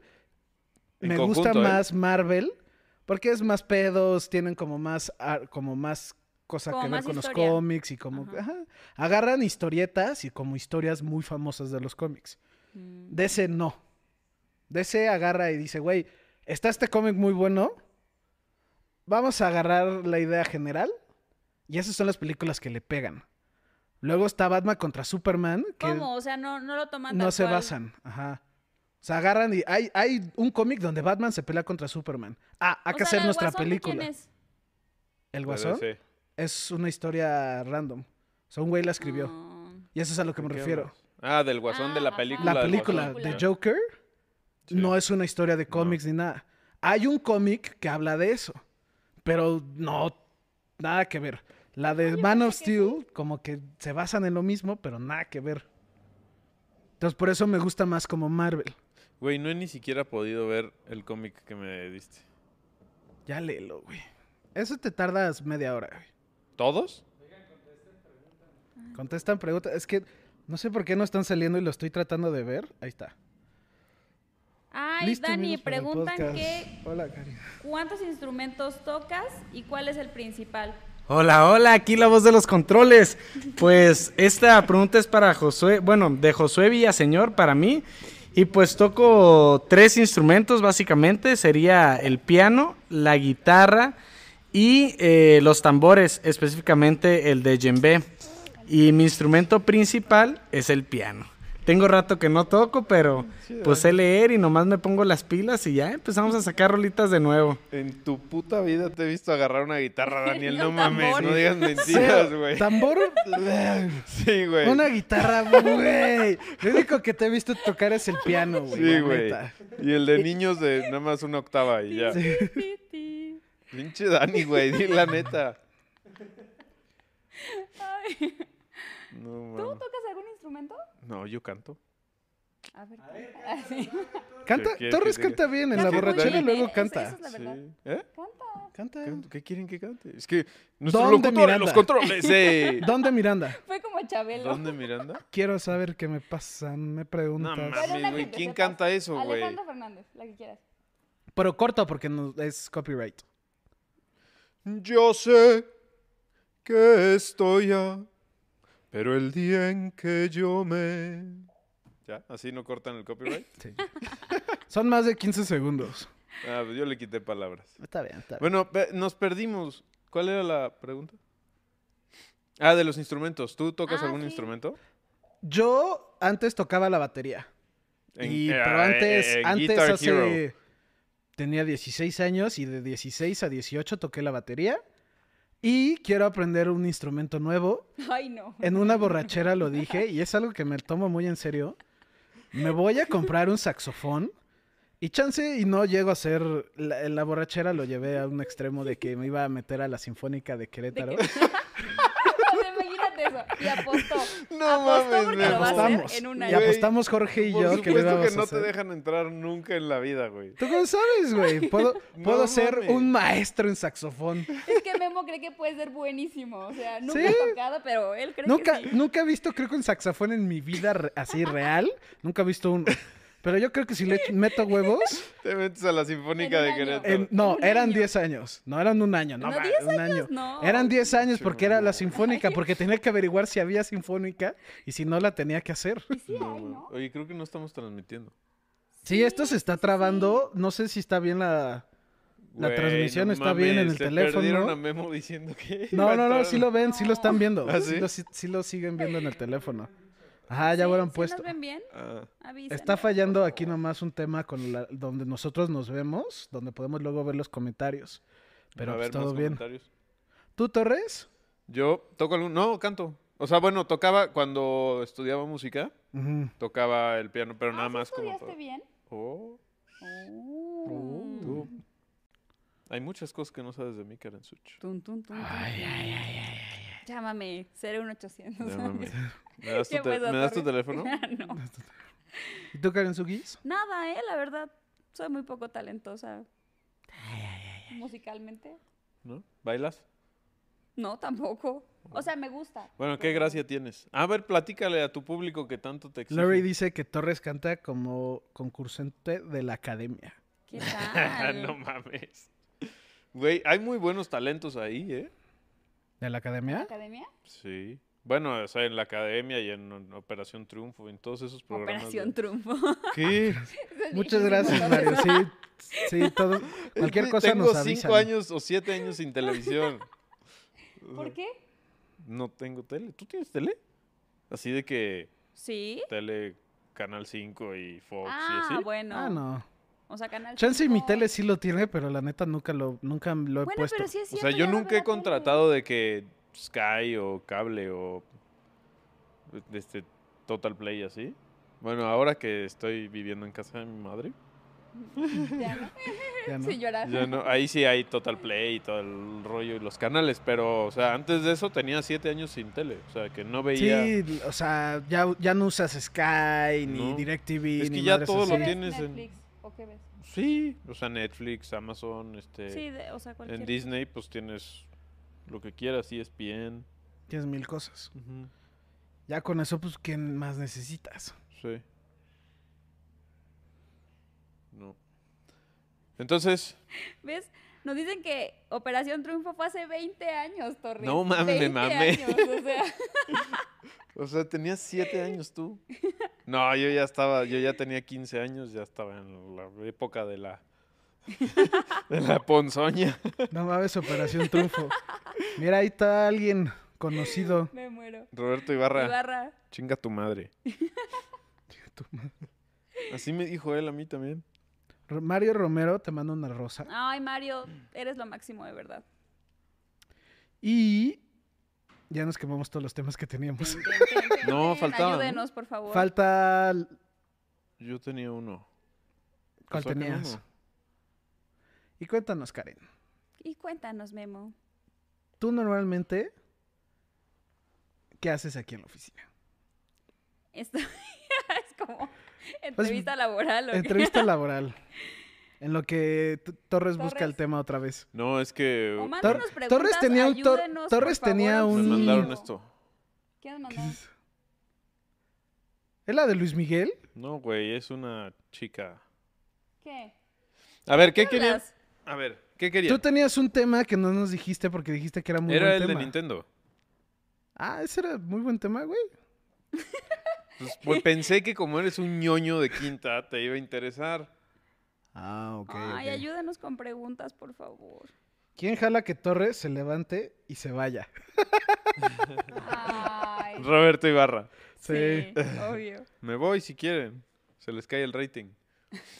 [SPEAKER 3] En
[SPEAKER 1] me gusta
[SPEAKER 3] conjunto, ¿eh?
[SPEAKER 1] más Marvel porque es más pedos, tienen como más, ar- como más cosa
[SPEAKER 2] Como
[SPEAKER 1] que ver
[SPEAKER 2] más
[SPEAKER 1] con
[SPEAKER 2] historia.
[SPEAKER 1] los cómics y como
[SPEAKER 2] Ajá.
[SPEAKER 1] ajá, agarran historietas y como historias muy famosas de los cómics.
[SPEAKER 2] Mm.
[SPEAKER 1] DC no. DC agarra y dice, güey, está este cómic muy bueno. Vamos a agarrar la idea general. Y esas son las películas que le pegan. Luego está Batman contra Superman. Que
[SPEAKER 2] ¿Cómo? O sea, no, no lo toman
[SPEAKER 1] no
[SPEAKER 2] tal
[SPEAKER 1] se
[SPEAKER 2] cual.
[SPEAKER 1] basan, ajá. O sea, agarran y hay, hay un cómic donde Batman se pelea contra Superman. Ah, hay
[SPEAKER 2] O
[SPEAKER 1] que
[SPEAKER 2] sea,
[SPEAKER 1] hacer
[SPEAKER 2] ¿la del
[SPEAKER 1] nuestra
[SPEAKER 2] Guasón de quién
[SPEAKER 1] película.
[SPEAKER 2] es?
[SPEAKER 1] El
[SPEAKER 3] De
[SPEAKER 1] Guasón
[SPEAKER 3] DC.
[SPEAKER 1] es una historia random. O sea, un güey la escribió.
[SPEAKER 2] Ah.
[SPEAKER 1] Y eso es a lo que
[SPEAKER 3] ¿De
[SPEAKER 1] me
[SPEAKER 3] qué
[SPEAKER 1] refiero.
[SPEAKER 3] hablas? Ah, del Guasón de
[SPEAKER 2] Ah,
[SPEAKER 3] la
[SPEAKER 2] ajá.
[SPEAKER 3] película.
[SPEAKER 1] La
[SPEAKER 3] del
[SPEAKER 1] película
[SPEAKER 3] Guasón.
[SPEAKER 1] de
[SPEAKER 2] película.
[SPEAKER 3] Ya.
[SPEAKER 1] Joker
[SPEAKER 3] Sí.
[SPEAKER 1] no es una historia de cómics ni nada. Hay un cómic que habla de eso, pero no, nada que ver. La de
[SPEAKER 2] Ah, yo
[SPEAKER 1] Man of
[SPEAKER 2] pensé que
[SPEAKER 1] Steel, como que se basan en lo mismo, pero nada que ver. Entonces, por eso me gusta más como Marvel.
[SPEAKER 3] Güey, no he ni siquiera podido ver el cómic que me diste.
[SPEAKER 1] Ya léelo, güey. Eso te tardas media hora, güey.
[SPEAKER 3] ¿Todos?
[SPEAKER 1] Contestan preguntas. Es que no sé por qué no están saliendo y lo estoy tratando de ver. Ahí está.
[SPEAKER 2] Ay,
[SPEAKER 1] Listo,
[SPEAKER 2] Dani,
[SPEAKER 1] amigos, para el
[SPEAKER 2] preguntan
[SPEAKER 1] podcast.
[SPEAKER 2] que
[SPEAKER 1] Hola, Cari.
[SPEAKER 2] cuántos instrumentos tocas y cuál es el principal.
[SPEAKER 4] Hola, hola, aquí la voz de los controles. Pues esta pregunta es para Josué, bueno, de Josué Villaseñor para mí. Y pues toco tres instrumentos básicamente, sería el piano, la guitarra y eh, los tambores, específicamente el de djembe. Y mi instrumento principal es el piano. Tengo rato que no toco, pero
[SPEAKER 3] Chido.
[SPEAKER 4] pues sé leer y nomás me pongo las pilas y ya empezamos a sacar rolitas de nuevo.
[SPEAKER 3] En tu puta vida te he visto agarrar una guitarra, Daniel.
[SPEAKER 2] Ni
[SPEAKER 3] No
[SPEAKER 2] un
[SPEAKER 3] mames,
[SPEAKER 2] tambor.
[SPEAKER 3] no digas mentiras, güey.
[SPEAKER 1] Tambor,
[SPEAKER 3] Sí, güey.
[SPEAKER 1] una guitarra, güey. Lo único que te he visto tocar es el piano, güey.
[SPEAKER 3] Sí,
[SPEAKER 1] la
[SPEAKER 3] güey.
[SPEAKER 1] neta.
[SPEAKER 3] Y el de niños de nada más una octava y ya.
[SPEAKER 1] Sí.
[SPEAKER 2] Ti, ti.
[SPEAKER 3] Pinche Dani, güey, di la neta.
[SPEAKER 2] Ay.
[SPEAKER 3] No,
[SPEAKER 2] ¿Tú
[SPEAKER 3] mano.
[SPEAKER 2] tocas algún instrumento?
[SPEAKER 3] No, yo canto.
[SPEAKER 2] A ver. Ah, Así.
[SPEAKER 1] Canta,
[SPEAKER 3] ¿Qué quieres
[SPEAKER 1] Torres
[SPEAKER 3] que diga?
[SPEAKER 1] canta bien, en la
[SPEAKER 3] Canta muy
[SPEAKER 1] borrachera
[SPEAKER 2] bien,
[SPEAKER 1] luego
[SPEAKER 2] ¿eh? Eso-
[SPEAKER 1] canta.
[SPEAKER 2] eso es la verdad.
[SPEAKER 3] Sí. ¿Eh?
[SPEAKER 2] Canta.
[SPEAKER 1] Canta.
[SPEAKER 3] ¿Qué- ¿Qué quieren que cante? Es que nuestro
[SPEAKER 1] Don de
[SPEAKER 3] locutor en
[SPEAKER 1] Miranda.
[SPEAKER 3] los controles. eh.
[SPEAKER 1] ¿Dónde Miranda?
[SPEAKER 2] Fue como Chabelo.
[SPEAKER 3] ¿Don de Miranda?
[SPEAKER 1] Quiero saber qué me pasa, me
[SPEAKER 3] No
[SPEAKER 1] preguntas.
[SPEAKER 2] Pero
[SPEAKER 3] mames,
[SPEAKER 2] la que
[SPEAKER 3] güey.
[SPEAKER 2] te
[SPEAKER 3] ¿Quién
[SPEAKER 2] sepas.
[SPEAKER 3] canta eso, güey?
[SPEAKER 2] Alejandro Fernández, la que quieras.
[SPEAKER 1] Pero corta porque no, es copyright.
[SPEAKER 3] Yo sé que estoy ya, pero el día en que yo me... ¿Ya? ¿Así no cortan el copyright?
[SPEAKER 1] Son más de 15 segundos.
[SPEAKER 3] Ah, pues yo le quité palabras.
[SPEAKER 1] Está bien, está bien.
[SPEAKER 3] Bueno, pe- nos perdimos. ¿Cuál era la pregunta? Ah, de los instrumentos. ¿Tú tocas
[SPEAKER 2] Ah,
[SPEAKER 3] algún
[SPEAKER 2] sí.
[SPEAKER 3] instrumento?
[SPEAKER 1] Yo antes tocaba la batería. y,
[SPEAKER 3] eh,
[SPEAKER 1] pero antes,
[SPEAKER 3] eh, en
[SPEAKER 1] antes
[SPEAKER 3] Guitar
[SPEAKER 1] hace...
[SPEAKER 3] Hero.
[SPEAKER 1] Tenía 16 años y de 16 a 18 toqué la batería. Y quiero aprender un instrumento nuevo.
[SPEAKER 2] Ay, no.
[SPEAKER 1] En una borrachera lo dije y es algo que me tomo muy en serio. Me voy a comprar un saxofón y chance y no llego a ser... La, en la borrachera lo llevé a un extremo de que me iba a meter a la Sinfónica de Querétaro.
[SPEAKER 2] O sea, imagínate eso. Y apostó.
[SPEAKER 3] No
[SPEAKER 2] apostó
[SPEAKER 3] mames,
[SPEAKER 2] porque
[SPEAKER 3] me
[SPEAKER 2] lo va a
[SPEAKER 1] apostamos.
[SPEAKER 2] hacer en un
[SPEAKER 1] Y
[SPEAKER 2] año.
[SPEAKER 3] Güey,
[SPEAKER 1] apostamos Jorge y
[SPEAKER 3] Por
[SPEAKER 1] yo que lo
[SPEAKER 3] supuesto
[SPEAKER 1] íbamos
[SPEAKER 3] que,
[SPEAKER 1] a
[SPEAKER 3] no
[SPEAKER 1] hacer.
[SPEAKER 3] te dejan entrar nunca en la vida, güey.
[SPEAKER 1] ¿Tú cómo sabes, güey? Puedo,
[SPEAKER 3] No
[SPEAKER 1] puedo ser
[SPEAKER 3] mames.
[SPEAKER 1] un maestro en saxofón.
[SPEAKER 2] Es que Memo cree que puede ser buenísimo. O sea, nunca
[SPEAKER 1] Sí.
[SPEAKER 2] ha tocado, pero él cree
[SPEAKER 1] Nunca,
[SPEAKER 2] que sí.
[SPEAKER 1] nunca he visto, creo que un saxofón en mi vida re- así real. Nunca he visto uno. Pero yo creo que si le echo- meto huevos.
[SPEAKER 3] Te metes a la Sinfónica
[SPEAKER 2] En un
[SPEAKER 3] de
[SPEAKER 2] año.
[SPEAKER 3] Querétaro.
[SPEAKER 1] en- no,
[SPEAKER 2] Un
[SPEAKER 1] eran
[SPEAKER 2] año.
[SPEAKER 1] 10 años. No eran un año. No,
[SPEAKER 2] No,
[SPEAKER 1] va,
[SPEAKER 2] 10
[SPEAKER 1] un año.
[SPEAKER 2] no.
[SPEAKER 1] Eran 10 años
[SPEAKER 3] Pinche
[SPEAKER 1] porque era
[SPEAKER 3] mamá.
[SPEAKER 1] la sinfónica, porque tenía que averiguar si había sinfónica y si no la tenía que hacer.
[SPEAKER 2] Y sí
[SPEAKER 3] No,
[SPEAKER 2] hay,
[SPEAKER 3] man.
[SPEAKER 2] ¿no?
[SPEAKER 3] Oye, creo que no estamos transmitiendo.
[SPEAKER 1] Sí, esto se está trabando. No sé si está bien la. La
[SPEAKER 3] Güey,
[SPEAKER 1] transmisión
[SPEAKER 3] no
[SPEAKER 1] está bien en
[SPEAKER 3] mames,
[SPEAKER 1] el
[SPEAKER 3] te
[SPEAKER 1] teléfono.
[SPEAKER 3] perdieron a Memo diciendo que. iba
[SPEAKER 1] No,
[SPEAKER 3] a
[SPEAKER 1] no, no,
[SPEAKER 3] entrar.
[SPEAKER 1] sí lo ven, sí lo están viendo.
[SPEAKER 3] ¿Ah,
[SPEAKER 1] sí?
[SPEAKER 3] sí?
[SPEAKER 1] lo, sí- sí lo siguen viendo en el teléfono. Ajá, Ah, ya fueron
[SPEAKER 2] ¿Sí?
[SPEAKER 1] puestos.
[SPEAKER 2] ¿Sí nos ven bien?
[SPEAKER 3] Ah,
[SPEAKER 2] Avisen.
[SPEAKER 1] Está fallando aquí nomás un tema con la- donde nosotros nos vemos, donde podemos luego ver los comentarios. Pero
[SPEAKER 3] a
[SPEAKER 1] pues,
[SPEAKER 3] ver, más
[SPEAKER 1] todo bien.
[SPEAKER 3] comentarios.
[SPEAKER 1] ¿Tú, Torres?
[SPEAKER 3] Yo toco algún. No, canto. O sea, bueno, tocaba cuando estudiaba música,
[SPEAKER 2] Mm.
[SPEAKER 1] Ujú.
[SPEAKER 3] tocaba el piano, pero nada
[SPEAKER 2] Ah, ¿sí
[SPEAKER 3] más como.
[SPEAKER 2] estudiaste
[SPEAKER 3] para-
[SPEAKER 2] bien?
[SPEAKER 3] Oh,
[SPEAKER 2] Oh.
[SPEAKER 3] tú. Hay muchas cosas que no sabes de mí, Karen Such.
[SPEAKER 2] Tun, tun, tun, tun. Llámame, 01800.
[SPEAKER 3] Llámame. ¿Me das tu,
[SPEAKER 2] ¿Qué
[SPEAKER 3] te-
[SPEAKER 2] pasó,
[SPEAKER 3] ¿me das tu
[SPEAKER 2] Torres?
[SPEAKER 3] teléfono?
[SPEAKER 2] Ah, no.
[SPEAKER 1] ¿Y tú, Karen Sugis?
[SPEAKER 2] Nada, eh, la verdad. Soy muy poco talentosa. Musicalmente.
[SPEAKER 3] ¿No? ¿Bailas?
[SPEAKER 2] No, tampoco. O sea, me gusta.
[SPEAKER 3] Bueno, qué gracia tienes. A ver, platícale a tu público que tanto te exige.
[SPEAKER 1] Larry dice que Torres canta como concursante de la academia.
[SPEAKER 2] ¿Qué
[SPEAKER 1] "Ah,
[SPEAKER 2] tal?
[SPEAKER 3] no mames. Güey, hay muy buenos talentos ahí, ¿eh?
[SPEAKER 1] ¿De la academia?
[SPEAKER 2] ¿Academia?
[SPEAKER 3] Sí. Bueno, o sea, en la academia y en, en Operación Triunfo, en todos esos programas.
[SPEAKER 2] Operación
[SPEAKER 3] de-
[SPEAKER 2] Triunfo.
[SPEAKER 3] ¿Qué?
[SPEAKER 1] Muchas Ah, gracias, Mario. Sí, sí, todo. Cualquier
[SPEAKER 3] Sí,
[SPEAKER 1] cosa
[SPEAKER 3] tengo
[SPEAKER 1] nos avisan.
[SPEAKER 3] cinco años o siete años sin televisión.
[SPEAKER 2] ¿Por qué?
[SPEAKER 3] No tengo tele. ¿Tú tienes tele? Así de que
[SPEAKER 2] Sí.
[SPEAKER 3] tele, Canal 5 y Fox y
[SPEAKER 2] Ah,
[SPEAKER 3] así.
[SPEAKER 2] bueno.
[SPEAKER 1] Ah, no.
[SPEAKER 2] O sea, canal.
[SPEAKER 1] Chance y mi
[SPEAKER 2] cinco.
[SPEAKER 1] tele sí lo tiene, pero la neta nunca lo, nunca lo he
[SPEAKER 2] Bueno,
[SPEAKER 1] puesto.
[SPEAKER 2] pero sí es
[SPEAKER 3] O
[SPEAKER 2] cierto,
[SPEAKER 3] sea,
[SPEAKER 2] ya
[SPEAKER 3] yo
[SPEAKER 2] no veo
[SPEAKER 3] nunca
[SPEAKER 2] la
[SPEAKER 3] he
[SPEAKER 2] tele.
[SPEAKER 3] contratado de que Sky o cable o este Total Play así. Bueno, ahora que estoy viviendo en casa de mi madre,
[SPEAKER 2] Ya no.
[SPEAKER 1] Ya no.
[SPEAKER 2] Sin llorar.
[SPEAKER 3] ya no- ahí sí hay Total Play y todo el rollo y los canales, pero o sea, antes de eso tenía siete años sin tele, o sea, que no veía.
[SPEAKER 1] Sí, o sea, ya, ya no usas Sky, ni
[SPEAKER 3] No.
[SPEAKER 1] DirecTV,
[SPEAKER 3] Es
[SPEAKER 1] ni
[SPEAKER 3] que ya
[SPEAKER 1] madres
[SPEAKER 3] todo
[SPEAKER 2] ¿Qué
[SPEAKER 3] lo
[SPEAKER 1] así.
[SPEAKER 2] ves?
[SPEAKER 3] tienes en-
[SPEAKER 2] Netflix, ¿O qué ves?
[SPEAKER 3] Sí, o sea, Netflix, Amazon, este
[SPEAKER 2] Sí, de- o sea, cualquier.
[SPEAKER 3] en Disney pues tienes lo que quieras, E ESPN.
[SPEAKER 1] Tienes mil cosas.
[SPEAKER 3] bien
[SPEAKER 1] Ya con eso, pues, ¿qué más necesitas?
[SPEAKER 3] Sí. No. Entonces,
[SPEAKER 2] ¿Ves? Nos dicen que Operación Triunfo fue hace 20 años, Torres.
[SPEAKER 3] No mames, me
[SPEAKER 2] 20
[SPEAKER 3] mamé.
[SPEAKER 2] años, o sea,
[SPEAKER 3] o sea, tenías siete años tú. No, yo ya estaba, yo ya tenía 15 años, ya estaba en la época de la de la ponzoña.
[SPEAKER 1] No mames, Operación Triunfo. Mira, ahí está alguien conocido.
[SPEAKER 2] me muero.
[SPEAKER 3] Roberto Ibarra,
[SPEAKER 2] Ibarra.
[SPEAKER 3] chinga tu madre.
[SPEAKER 1] tu madre.
[SPEAKER 3] Así me dijo él a mí también.
[SPEAKER 1] Ro- Mario Romero te manda una rosa.
[SPEAKER 2] Ay, Mario, eres lo máximo, de verdad.
[SPEAKER 1] Y ya nos quemamos todos los temas que teníamos.
[SPEAKER 2] Tin, tin, tin, tin,
[SPEAKER 3] No,
[SPEAKER 2] tin.
[SPEAKER 3] faltaban, ¿no?
[SPEAKER 2] Ayúdenos, por favor.
[SPEAKER 1] Falta. l-
[SPEAKER 3] Yo tenía uno.
[SPEAKER 1] ¿Cuál
[SPEAKER 3] Sacan
[SPEAKER 1] tenías?
[SPEAKER 3] uno.
[SPEAKER 1] Y cuéntanos, Karen.
[SPEAKER 2] y cuéntanos, Memo.
[SPEAKER 1] Tú normalmente. ¿Qué haces aquí en la oficina?
[SPEAKER 2] Esto es como entrevista laboral. ¿o qué?
[SPEAKER 1] Pues, Entrevista laboral. En lo que T- Torres busca el
[SPEAKER 2] Torres.
[SPEAKER 1] tema otra vez.
[SPEAKER 3] No, es que
[SPEAKER 2] O
[SPEAKER 3] uh,
[SPEAKER 1] Tor-
[SPEAKER 2] mándanos preguntas,
[SPEAKER 1] Torres tenía un tor-
[SPEAKER 2] ayúdenos,
[SPEAKER 1] Torres
[SPEAKER 2] por favor,
[SPEAKER 1] tenía
[SPEAKER 2] auxilio.
[SPEAKER 3] me
[SPEAKER 1] un-
[SPEAKER 3] mandaron esto.
[SPEAKER 2] ¿Qué nos
[SPEAKER 1] ¿Qué
[SPEAKER 2] mandaron?
[SPEAKER 1] es eso? ¿Es la de Luis Miguel?
[SPEAKER 3] No, güey, es una chica.
[SPEAKER 2] ¿Qué?
[SPEAKER 3] A ver, ¿qué querían?
[SPEAKER 2] Hablas.
[SPEAKER 3] A ver, ¿qué querían?
[SPEAKER 1] Tú tenías un tema que no nos dijiste porque dijiste que era muy
[SPEAKER 3] Era
[SPEAKER 1] buen
[SPEAKER 3] el
[SPEAKER 1] tema.
[SPEAKER 3] de Nintendo.
[SPEAKER 1] Ah, ese era muy buen tema, güey.
[SPEAKER 3] Pues, pues, pensé que como eres un ñoño de quinta, te iba a interesar.
[SPEAKER 1] Ah, ok.
[SPEAKER 2] Ay,
[SPEAKER 1] ok.
[SPEAKER 2] ayúdenos con preguntas, por favor.
[SPEAKER 1] ¿Quién jala que Torres se levante y se vaya?
[SPEAKER 2] Ay,
[SPEAKER 3] Roberto Ibarra.
[SPEAKER 2] sí, obvio.
[SPEAKER 3] Me voy si quieren. Se les cae el rating.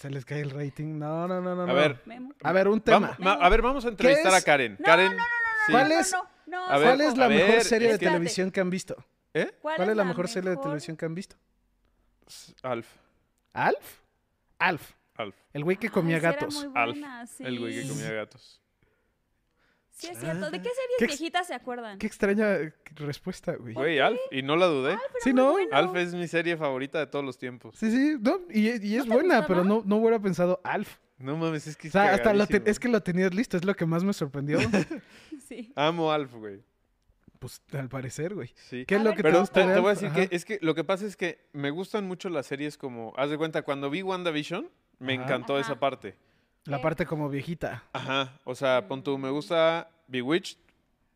[SPEAKER 1] Se les cae el rating. No, no, no, no.
[SPEAKER 3] A
[SPEAKER 1] no.
[SPEAKER 3] ver,
[SPEAKER 2] Memo.
[SPEAKER 1] A ver, un
[SPEAKER 3] vamos,
[SPEAKER 1] tema.
[SPEAKER 3] ma- a ver, vamos a entrevistar
[SPEAKER 1] es?
[SPEAKER 3] a Karen.
[SPEAKER 2] No,
[SPEAKER 3] Karen,
[SPEAKER 2] no, no,
[SPEAKER 3] sí.
[SPEAKER 1] ¿Cuál
[SPEAKER 2] No,
[SPEAKER 1] es?
[SPEAKER 2] Ah, no, no,
[SPEAKER 3] A ver,
[SPEAKER 1] ¿Cuál es la
[SPEAKER 3] a ver,
[SPEAKER 1] mejor serie de
[SPEAKER 2] espérate.
[SPEAKER 1] televisión que han visto?
[SPEAKER 3] ¿Eh?
[SPEAKER 1] ¿Cuál es la mejor serie de televisión que han visto?
[SPEAKER 3] Alf.
[SPEAKER 1] ¿Alf? Alf.
[SPEAKER 3] Alf.
[SPEAKER 1] El güey que comía gatos.
[SPEAKER 3] Alf, El güey que comía gatos.
[SPEAKER 2] Sí, es cierto. ¿De qué series
[SPEAKER 1] ¿Qué ex-
[SPEAKER 2] viejitas se acuerdan?
[SPEAKER 1] Qué extraña eh, respuesta, güey.
[SPEAKER 3] Güey, Alf. Y no la dudé.
[SPEAKER 1] Sí, ¿no?
[SPEAKER 3] Alf es mi serie favorita de todos los tiempos.
[SPEAKER 1] Sí, sí. no, y, y es
[SPEAKER 2] ¿No te
[SPEAKER 1] buena,
[SPEAKER 2] gustaba?
[SPEAKER 1] pero no, no hubiera pensado Alf.
[SPEAKER 3] No mames, es que
[SPEAKER 1] O
[SPEAKER 3] es,
[SPEAKER 1] sea, hasta lo te-
[SPEAKER 3] cagadísimo.
[SPEAKER 1] es que lo tenías listo, es lo que más me sorprendió.
[SPEAKER 2] Sí.
[SPEAKER 3] Amo Alf, güey.
[SPEAKER 1] pues al parecer, güey.
[SPEAKER 3] Sí.
[SPEAKER 1] ¿Qué es
[SPEAKER 2] A
[SPEAKER 1] lo
[SPEAKER 2] ver,
[SPEAKER 1] que te
[SPEAKER 3] Pero
[SPEAKER 1] gusta
[SPEAKER 3] te,
[SPEAKER 1] de
[SPEAKER 3] te voy a
[SPEAKER 1] Alf?
[SPEAKER 3] decir
[SPEAKER 1] Ajá.
[SPEAKER 3] que es que lo que pasa es que me gustan mucho las series como, haz de cuenta, cuando vi WandaVision, me
[SPEAKER 1] Ajá.
[SPEAKER 3] encantó
[SPEAKER 2] Ajá.
[SPEAKER 3] esa parte.
[SPEAKER 1] La parte como viejita.
[SPEAKER 3] Ajá, o sea, pon tú, me gusta Bewitched,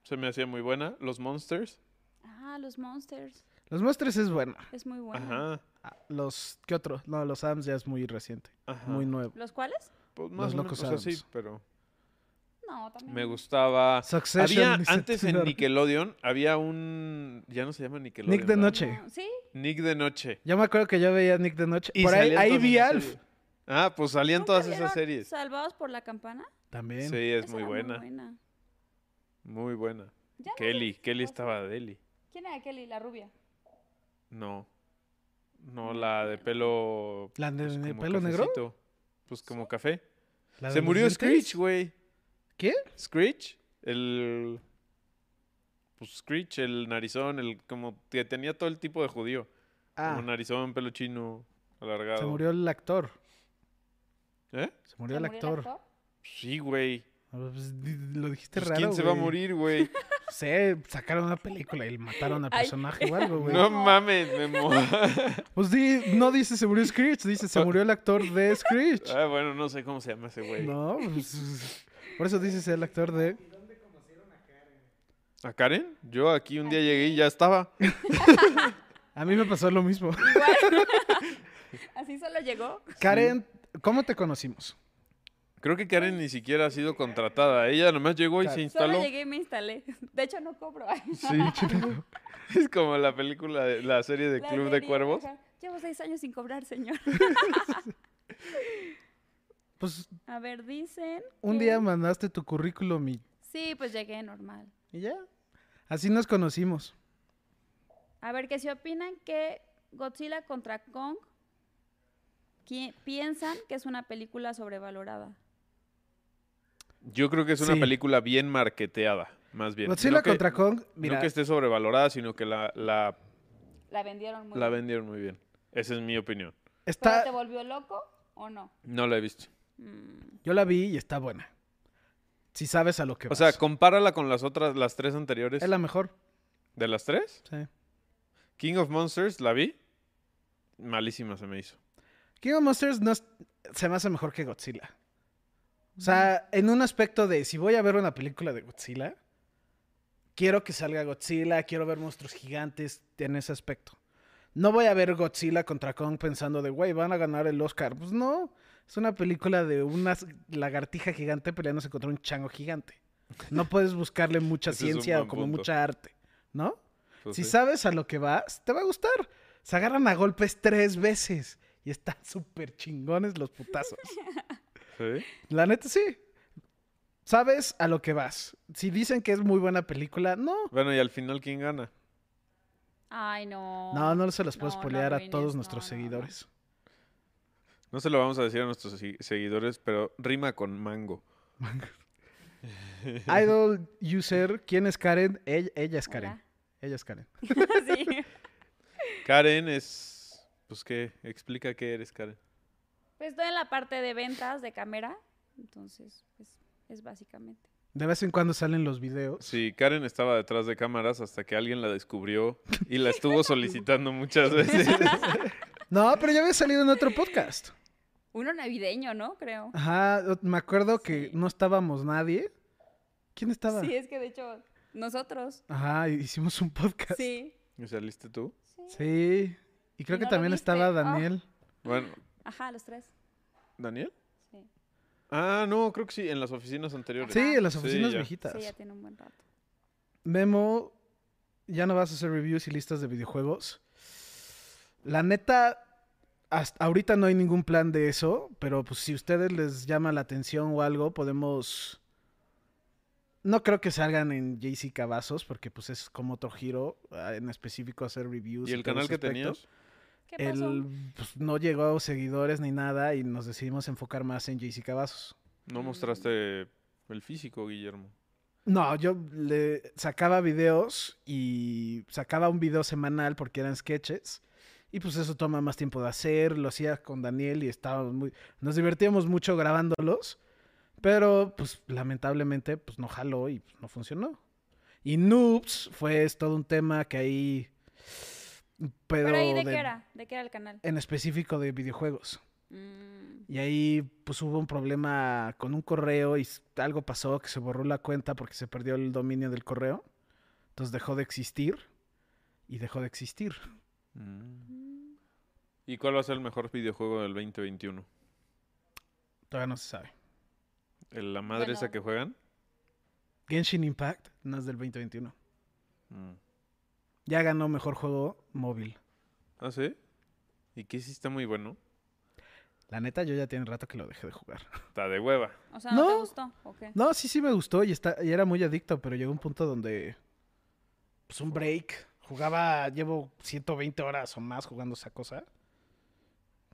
[SPEAKER 3] se me hacía muy buena, Los Monsters,
[SPEAKER 2] Ah, los Monsters.
[SPEAKER 1] Los monstruos es buena.
[SPEAKER 2] Es muy bueno.
[SPEAKER 3] ajá,
[SPEAKER 1] Ah, Los, ¿qué otro? No, los Adams ya es muy reciente,
[SPEAKER 3] ajá.
[SPEAKER 1] muy nuevo.
[SPEAKER 2] ¿Los cuales?
[SPEAKER 3] Pues, más
[SPEAKER 1] Los
[SPEAKER 3] o menos,
[SPEAKER 1] Locos
[SPEAKER 3] o sea, sí,
[SPEAKER 1] Adams.
[SPEAKER 3] pero
[SPEAKER 2] No, también.
[SPEAKER 3] me gustaba...
[SPEAKER 1] Succession.
[SPEAKER 3] Ah, había,
[SPEAKER 1] dice
[SPEAKER 3] antes en
[SPEAKER 1] Tudor.
[SPEAKER 3] Nickelodeon, había un... ya no se llama Nickelodeon.
[SPEAKER 1] Nick de
[SPEAKER 3] ¿verdad?
[SPEAKER 1] Noche.
[SPEAKER 2] No, sí,
[SPEAKER 3] Nick de Noche.
[SPEAKER 1] Yo me acuerdo que yo veía Nick de Noche.
[SPEAKER 3] Y
[SPEAKER 1] Por ahí,
[SPEAKER 3] salían
[SPEAKER 1] ahí
[SPEAKER 3] todas
[SPEAKER 1] vi
[SPEAKER 3] esas
[SPEAKER 1] Alf.
[SPEAKER 3] series. Ah, pues salían
[SPEAKER 2] ¿Nunca
[SPEAKER 3] todas
[SPEAKER 2] vieron
[SPEAKER 3] esas series.
[SPEAKER 2] Salvados por la campana.
[SPEAKER 1] También.
[SPEAKER 3] Sí, es
[SPEAKER 2] Esa
[SPEAKER 3] muy
[SPEAKER 2] era
[SPEAKER 3] buena, muy buena.
[SPEAKER 2] Ya no
[SPEAKER 3] Kelly,
[SPEAKER 2] sé,
[SPEAKER 3] Kelly
[SPEAKER 2] o sea,
[SPEAKER 3] estaba Deli.
[SPEAKER 2] ¿Quién era Kelly? La rubia.
[SPEAKER 3] No. No, la de pelo.
[SPEAKER 1] ¿La de, de
[SPEAKER 3] Pues como
[SPEAKER 1] pelo negro?
[SPEAKER 3] cafecito. Pues como café.
[SPEAKER 1] ¿La de
[SPEAKER 3] Se
[SPEAKER 1] los
[SPEAKER 3] murió
[SPEAKER 1] lentes?
[SPEAKER 3] Screech, güey.
[SPEAKER 1] ¿Qué?
[SPEAKER 3] Screech, el. Pues Screech, el narizón, el. Como que tenía todo el tipo de judío.
[SPEAKER 1] Ah,
[SPEAKER 3] Como narizón, pelo chino, alargado.
[SPEAKER 1] se murió el actor.
[SPEAKER 3] ¿Eh? Pues
[SPEAKER 1] Se murió
[SPEAKER 2] ¿Se
[SPEAKER 1] el actor.
[SPEAKER 3] Sí, güey.
[SPEAKER 1] Ah, pues, di- lo dijiste
[SPEAKER 3] Pues,
[SPEAKER 1] raro.
[SPEAKER 3] ¿Quién se va a
[SPEAKER 1] güey.
[SPEAKER 3] morir, güey?
[SPEAKER 1] Se sacaron una película y mataron al
[SPEAKER 2] Ay.
[SPEAKER 1] personaje o algo, güey.
[SPEAKER 3] no mames, me mo-
[SPEAKER 1] Pues di- no dice se murió Screech, dice se murió el actor de Screech.
[SPEAKER 3] Ah, bueno, no sé cómo se llama ese güey.
[SPEAKER 1] No, pues, por eso dices el actor de.
[SPEAKER 3] ¿A Karen? Yo aquí un día llegué y ya estaba.
[SPEAKER 1] A mí me pasó lo mismo.
[SPEAKER 2] Así solo llegó.
[SPEAKER 1] Karen, ¿cómo te conocimos?
[SPEAKER 3] Creo que Karen ni siquiera ha sido contratada. Ella nomás llegó y se instaló.
[SPEAKER 2] Solo llegué y me instalé. De hecho, no cobro.
[SPEAKER 3] Sí. es como la película, de- la serie de
[SPEAKER 2] La
[SPEAKER 3] Club de
[SPEAKER 2] serie,
[SPEAKER 3] Cuervos.
[SPEAKER 2] ajá. Llevo seis años sin cobrar, señor.
[SPEAKER 1] Pues
[SPEAKER 2] A ver, dicen.
[SPEAKER 1] un
[SPEAKER 2] que-
[SPEAKER 1] día mandaste tu currículum y,
[SPEAKER 2] Sí, pues llegué normal.
[SPEAKER 1] y ya. Así nos conocimos.
[SPEAKER 2] A ver, que si opinan que Godzilla contra Kong qui- piensan que es una película sobrevalorada.
[SPEAKER 3] Yo creo que es una
[SPEAKER 1] Sí.
[SPEAKER 3] película bien marketeada, más bien.
[SPEAKER 1] Godzilla
[SPEAKER 3] No que-
[SPEAKER 1] contra Kong,
[SPEAKER 3] No
[SPEAKER 1] mira,
[SPEAKER 3] que esté sobrevalorada, sino que la, la,
[SPEAKER 2] La vendieron muy
[SPEAKER 3] la
[SPEAKER 2] bien.
[SPEAKER 3] vendieron muy bien. Esa es mi opinión.
[SPEAKER 2] ¿Pero
[SPEAKER 1] está.
[SPEAKER 2] te volvió loco o no?
[SPEAKER 3] No la he visto.
[SPEAKER 2] Mm,
[SPEAKER 1] Yo la vi y está buena. Si sabes a lo que
[SPEAKER 3] O
[SPEAKER 1] vas.
[SPEAKER 3] sea, compárala con las otras, las tres anteriores.
[SPEAKER 1] es la mejor.
[SPEAKER 3] ¿De las tres?
[SPEAKER 1] Sí.
[SPEAKER 3] King of Monsters, la vi. Malísima se me hizo.
[SPEAKER 1] King of Monsters no es- se me hace mejor que Godzilla. O sea, en un aspecto de si voy a ver una película de Godzilla, quiero que salga Godzilla, quiero ver monstruos gigantes en ese aspecto. No voy a ver Godzilla contra Kong pensando de, güey, van a ganar el Oscar. Pues no, es una película de una s- lagartija gigante peleándose contra un chango gigante. No puedes buscarle mucha
[SPEAKER 3] Ese es un
[SPEAKER 1] ciencia o
[SPEAKER 3] buen
[SPEAKER 1] como
[SPEAKER 3] punto.
[SPEAKER 1] mucha arte, ¿no?
[SPEAKER 3] Pues
[SPEAKER 1] si
[SPEAKER 3] sí.
[SPEAKER 1] sabes a lo que vas, te va a gustar. Se agarran a golpes tres veces y están súper chingones los putazos.
[SPEAKER 3] ¿Sí?
[SPEAKER 1] La neta sí. Sabes a lo que vas. Si dicen que es muy buena película, no.
[SPEAKER 3] Bueno, y al final, ¿quién gana?
[SPEAKER 2] Ay, no.
[SPEAKER 1] No, no se los puedo
[SPEAKER 2] No, no
[SPEAKER 1] spoilear a
[SPEAKER 2] arruines,
[SPEAKER 1] todos
[SPEAKER 2] no,
[SPEAKER 1] nuestros
[SPEAKER 2] no, no.
[SPEAKER 1] seguidores.
[SPEAKER 3] No se lo vamos a decir a nuestros segui- seguidores, pero rima con mango.
[SPEAKER 1] Idol user, ¿quién es Karen? Ell- Ella, es
[SPEAKER 2] Hola.
[SPEAKER 1] Karen. Ella es Karen.
[SPEAKER 2] Sí.
[SPEAKER 3] Karen es. Pues qué, explica qué eres, Karen.
[SPEAKER 2] Pues estoy en la parte de ventas de cámara, entonces pues es básicamente.
[SPEAKER 1] De vez en cuando salen los videos.
[SPEAKER 3] Sí, Karen estaba detrás de cámaras hasta que alguien la descubrió y la estuvo solicitando muchas veces.
[SPEAKER 1] No, pero ya había salido en otro podcast.
[SPEAKER 2] Uno navideño, ¿no? Creo.
[SPEAKER 1] Ajá, o- me acuerdo que
[SPEAKER 2] Sí.
[SPEAKER 1] no estábamos nadie. ¿Quién estaba?
[SPEAKER 2] Sí, es que de hecho nosotros.
[SPEAKER 1] Ajá, hicimos un podcast. Sí.
[SPEAKER 2] Sí.
[SPEAKER 3] ¿Y saliste tú?
[SPEAKER 1] Y creo
[SPEAKER 2] Y
[SPEAKER 1] que
[SPEAKER 2] no lo
[SPEAKER 1] también estaba
[SPEAKER 2] viste. Ah.
[SPEAKER 1] Daniel.
[SPEAKER 3] Bueno,
[SPEAKER 2] Ajá, los tres.
[SPEAKER 3] ¿Daniel?
[SPEAKER 2] Sí.
[SPEAKER 3] Ah, no, creo que sí, en las oficinas anteriores.
[SPEAKER 1] Sí, en las oficinas
[SPEAKER 3] ya.
[SPEAKER 1] viejitas.
[SPEAKER 2] Sí, ya tiene un buen rato.
[SPEAKER 1] Memo, ya no vas a hacer reviews y listas de videojuegos. La neta, hasta ahorita no hay ningún plan de eso, pero pues si ustedes les llama la atención o algo, podemos... No creo que salgan en JC Cavazos, porque pues es como otro giro ah, en específico hacer reviews.
[SPEAKER 3] ¿Y el
[SPEAKER 1] todos
[SPEAKER 3] canal
[SPEAKER 1] esos
[SPEAKER 3] que
[SPEAKER 1] aspectos.
[SPEAKER 3] tenías?
[SPEAKER 2] ¿Qué pasó?
[SPEAKER 1] El, pues, no llegó a seguidores ni nada y nos decidimos enfocar más en JC Cavazos.
[SPEAKER 3] No mostraste el físico, Guillermo.
[SPEAKER 1] No, yo le sacaba videos y sacaba un video semanal porque eran sketches. Y pues eso toma más tiempo de hacer, lo hacía con Daniel y estábamos muy... Nos divertíamos mucho grabándolos, pero pues lamentablemente pues no jaló y pues, no funcionó. Y Noobs fue es todo un tema que ahí... Pero,
[SPEAKER 2] ¿Pero ahí de,
[SPEAKER 1] de-
[SPEAKER 2] qué era? ¿De qué era el canal?
[SPEAKER 1] En específico de videojuegos.
[SPEAKER 2] Mm,
[SPEAKER 1] Y ahí pues hubo un problema con un correo y s- algo pasó que se borró la cuenta porque se perdió el dominio del correo. Entonces dejó de existir y dejó de existir.
[SPEAKER 2] mm.
[SPEAKER 3] ¿Y cuál va a ser el mejor videojuego del 2021?
[SPEAKER 1] Todavía no se sabe.
[SPEAKER 3] ¿El- ¿La madre
[SPEAKER 2] Bueno.
[SPEAKER 3] esa que juegan?
[SPEAKER 1] Genshin Impact no es del 2021.
[SPEAKER 3] Mm.
[SPEAKER 1] Ya ganó mejor juego móvil.
[SPEAKER 3] ¿Ah, sí? ¿Y qué sí está muy bueno?
[SPEAKER 1] La neta, yo ya tiene rato que lo dejé de jugar.
[SPEAKER 3] Está de hueva.
[SPEAKER 2] O sea, ¿no, te
[SPEAKER 1] No.
[SPEAKER 2] gustó? ¿O qué?
[SPEAKER 1] No, sí, sí me gustó y, está, y era muy adicto, pero llegó un punto donde... Pues un break. Jugaba, llevo 120 horas o más jugando esa cosa.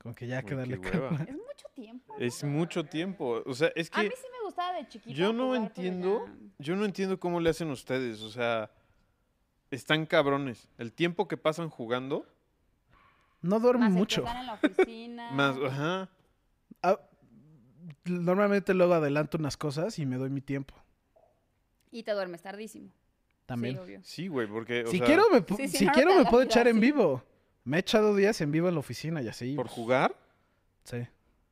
[SPEAKER 1] Como que ya
[SPEAKER 3] Uy,
[SPEAKER 1] que darle
[SPEAKER 3] qué hueva.
[SPEAKER 1] calma.
[SPEAKER 2] Es mucho tiempo. ¿no?
[SPEAKER 3] Es mucho tiempo. O sea, es
[SPEAKER 2] A
[SPEAKER 3] que
[SPEAKER 2] mí sí me gustaba de chiquita.
[SPEAKER 3] yo no
[SPEAKER 2] jugar, pero
[SPEAKER 3] entiendo,
[SPEAKER 2] ya-
[SPEAKER 3] yo no entiendo cómo le hacen ustedes. O sea, están cabrones. El tiempo que pasan jugando,
[SPEAKER 1] No duermo
[SPEAKER 2] Más el que
[SPEAKER 1] mucho.
[SPEAKER 2] están en la oficina.
[SPEAKER 3] más, ajá.
[SPEAKER 1] Ah, normalmente luego adelanto unas cosas y me doy mi tiempo
[SPEAKER 2] Y te duermes tardísimo.
[SPEAKER 1] también.
[SPEAKER 2] Sí, obvio.
[SPEAKER 3] Sí, güey, porque o
[SPEAKER 1] si
[SPEAKER 3] sea,
[SPEAKER 1] quiero me, pu-
[SPEAKER 2] Sí, sí,
[SPEAKER 1] si
[SPEAKER 2] no,
[SPEAKER 1] quiero
[SPEAKER 2] te
[SPEAKER 1] me
[SPEAKER 2] la
[SPEAKER 1] puedo
[SPEAKER 2] vida,
[SPEAKER 1] echar en
[SPEAKER 2] sí.
[SPEAKER 1] vivo. Me he echado días en vivo en la oficina y así.
[SPEAKER 3] por
[SPEAKER 1] pues,
[SPEAKER 3] jugar,
[SPEAKER 1] sí.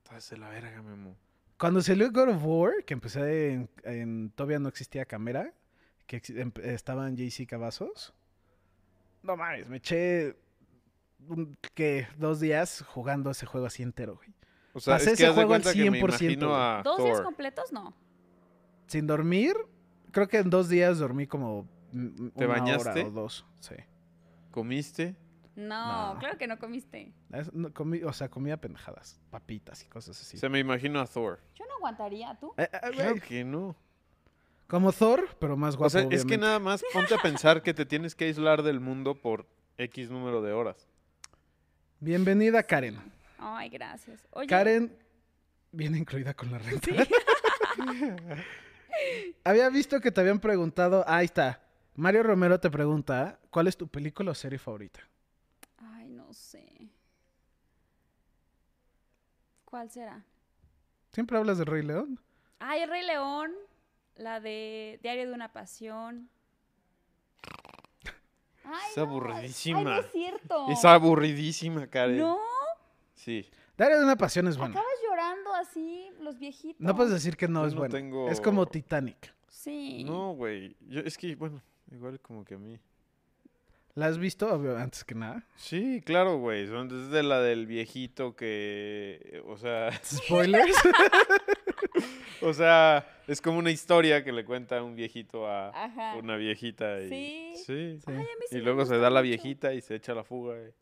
[SPEAKER 3] estás de la verga, Memo.
[SPEAKER 1] Cuando salió God of War, que empecé en, en- todavía no existía cámara, que ex- em- estaban JC Cavazos. No mames, me eché un- que dos días jugando ese juego así entero, güey.
[SPEAKER 3] O sea,
[SPEAKER 1] Pasé
[SPEAKER 3] es que
[SPEAKER 1] ese
[SPEAKER 3] haz de
[SPEAKER 1] juego al
[SPEAKER 3] cuenta que me
[SPEAKER 1] 100%,
[SPEAKER 3] imagino
[SPEAKER 1] güey.
[SPEAKER 3] a
[SPEAKER 2] ¿Dos días
[SPEAKER 3] Ah, Thor.
[SPEAKER 2] completos? No.
[SPEAKER 1] Sin dormir, creo que en dos días dormí como mm,
[SPEAKER 3] ¿Te
[SPEAKER 1] una
[SPEAKER 3] bañaste?
[SPEAKER 1] hora o dos. Sí.
[SPEAKER 3] ¿Comiste?
[SPEAKER 2] No,
[SPEAKER 1] No.
[SPEAKER 2] claro que no comiste.
[SPEAKER 1] Es- no, comí- o sea, comía pendejadas, papitas y cosas así.
[SPEAKER 3] Se me imagino a Thor.
[SPEAKER 2] Yo no aguantaría, ¿tú?
[SPEAKER 1] Eh, eh,
[SPEAKER 3] Claro
[SPEAKER 1] güey,
[SPEAKER 3] que no.
[SPEAKER 1] Como Thor, pero más guapo.
[SPEAKER 3] o sea, es que
[SPEAKER 1] obviamente.
[SPEAKER 3] nada más ponte a pensar que te tienes que aislar del mundo por X número de horas.
[SPEAKER 1] Bienvenida, Karen.
[SPEAKER 2] Ay, gracias. Oye,
[SPEAKER 1] Karen viene incluida con la renta. Había visto que te habían preguntado. ah, Ahí está. Mario Romero te pregunta: ¿Cuál es tu película o serie favorita?
[SPEAKER 2] Ay, no sé. ¿Cuál será?
[SPEAKER 1] Siempre hablas de Rey León.
[SPEAKER 2] Ay, El Rey León. La de Diario de una Pasión. Ay,
[SPEAKER 3] Es
[SPEAKER 2] no, Ay, no
[SPEAKER 3] aburridísima.
[SPEAKER 2] es cierto.
[SPEAKER 3] Es aburridísima, Karen.
[SPEAKER 2] No,
[SPEAKER 3] Sí.
[SPEAKER 1] Daria de una pasión es buena.
[SPEAKER 2] acabas llorando así, los viejitos.
[SPEAKER 1] No puedes decir que no
[SPEAKER 3] Yo
[SPEAKER 1] es
[SPEAKER 3] no
[SPEAKER 1] buena.
[SPEAKER 3] tengo-
[SPEAKER 1] Es como Titanic.
[SPEAKER 2] Sí.
[SPEAKER 3] No, güey. Yo- Es que, bueno, igual como que a mí.
[SPEAKER 1] ¿La has visto? Obvio, antes que nada.
[SPEAKER 3] Sí, claro, güey. Son desde la del viejito que. O sea.
[SPEAKER 1] Spoilers.
[SPEAKER 3] O sea, es como una historia que le cuenta un viejito a
[SPEAKER 2] Ajá.
[SPEAKER 3] una viejita. Y,
[SPEAKER 2] Ah, Sí.
[SPEAKER 3] Sí.
[SPEAKER 2] Ay, a mí sí
[SPEAKER 3] Y
[SPEAKER 2] me
[SPEAKER 3] luego se
[SPEAKER 2] gusta
[SPEAKER 3] da la
[SPEAKER 2] mucho.
[SPEAKER 3] viejita y se echa la fuga. y-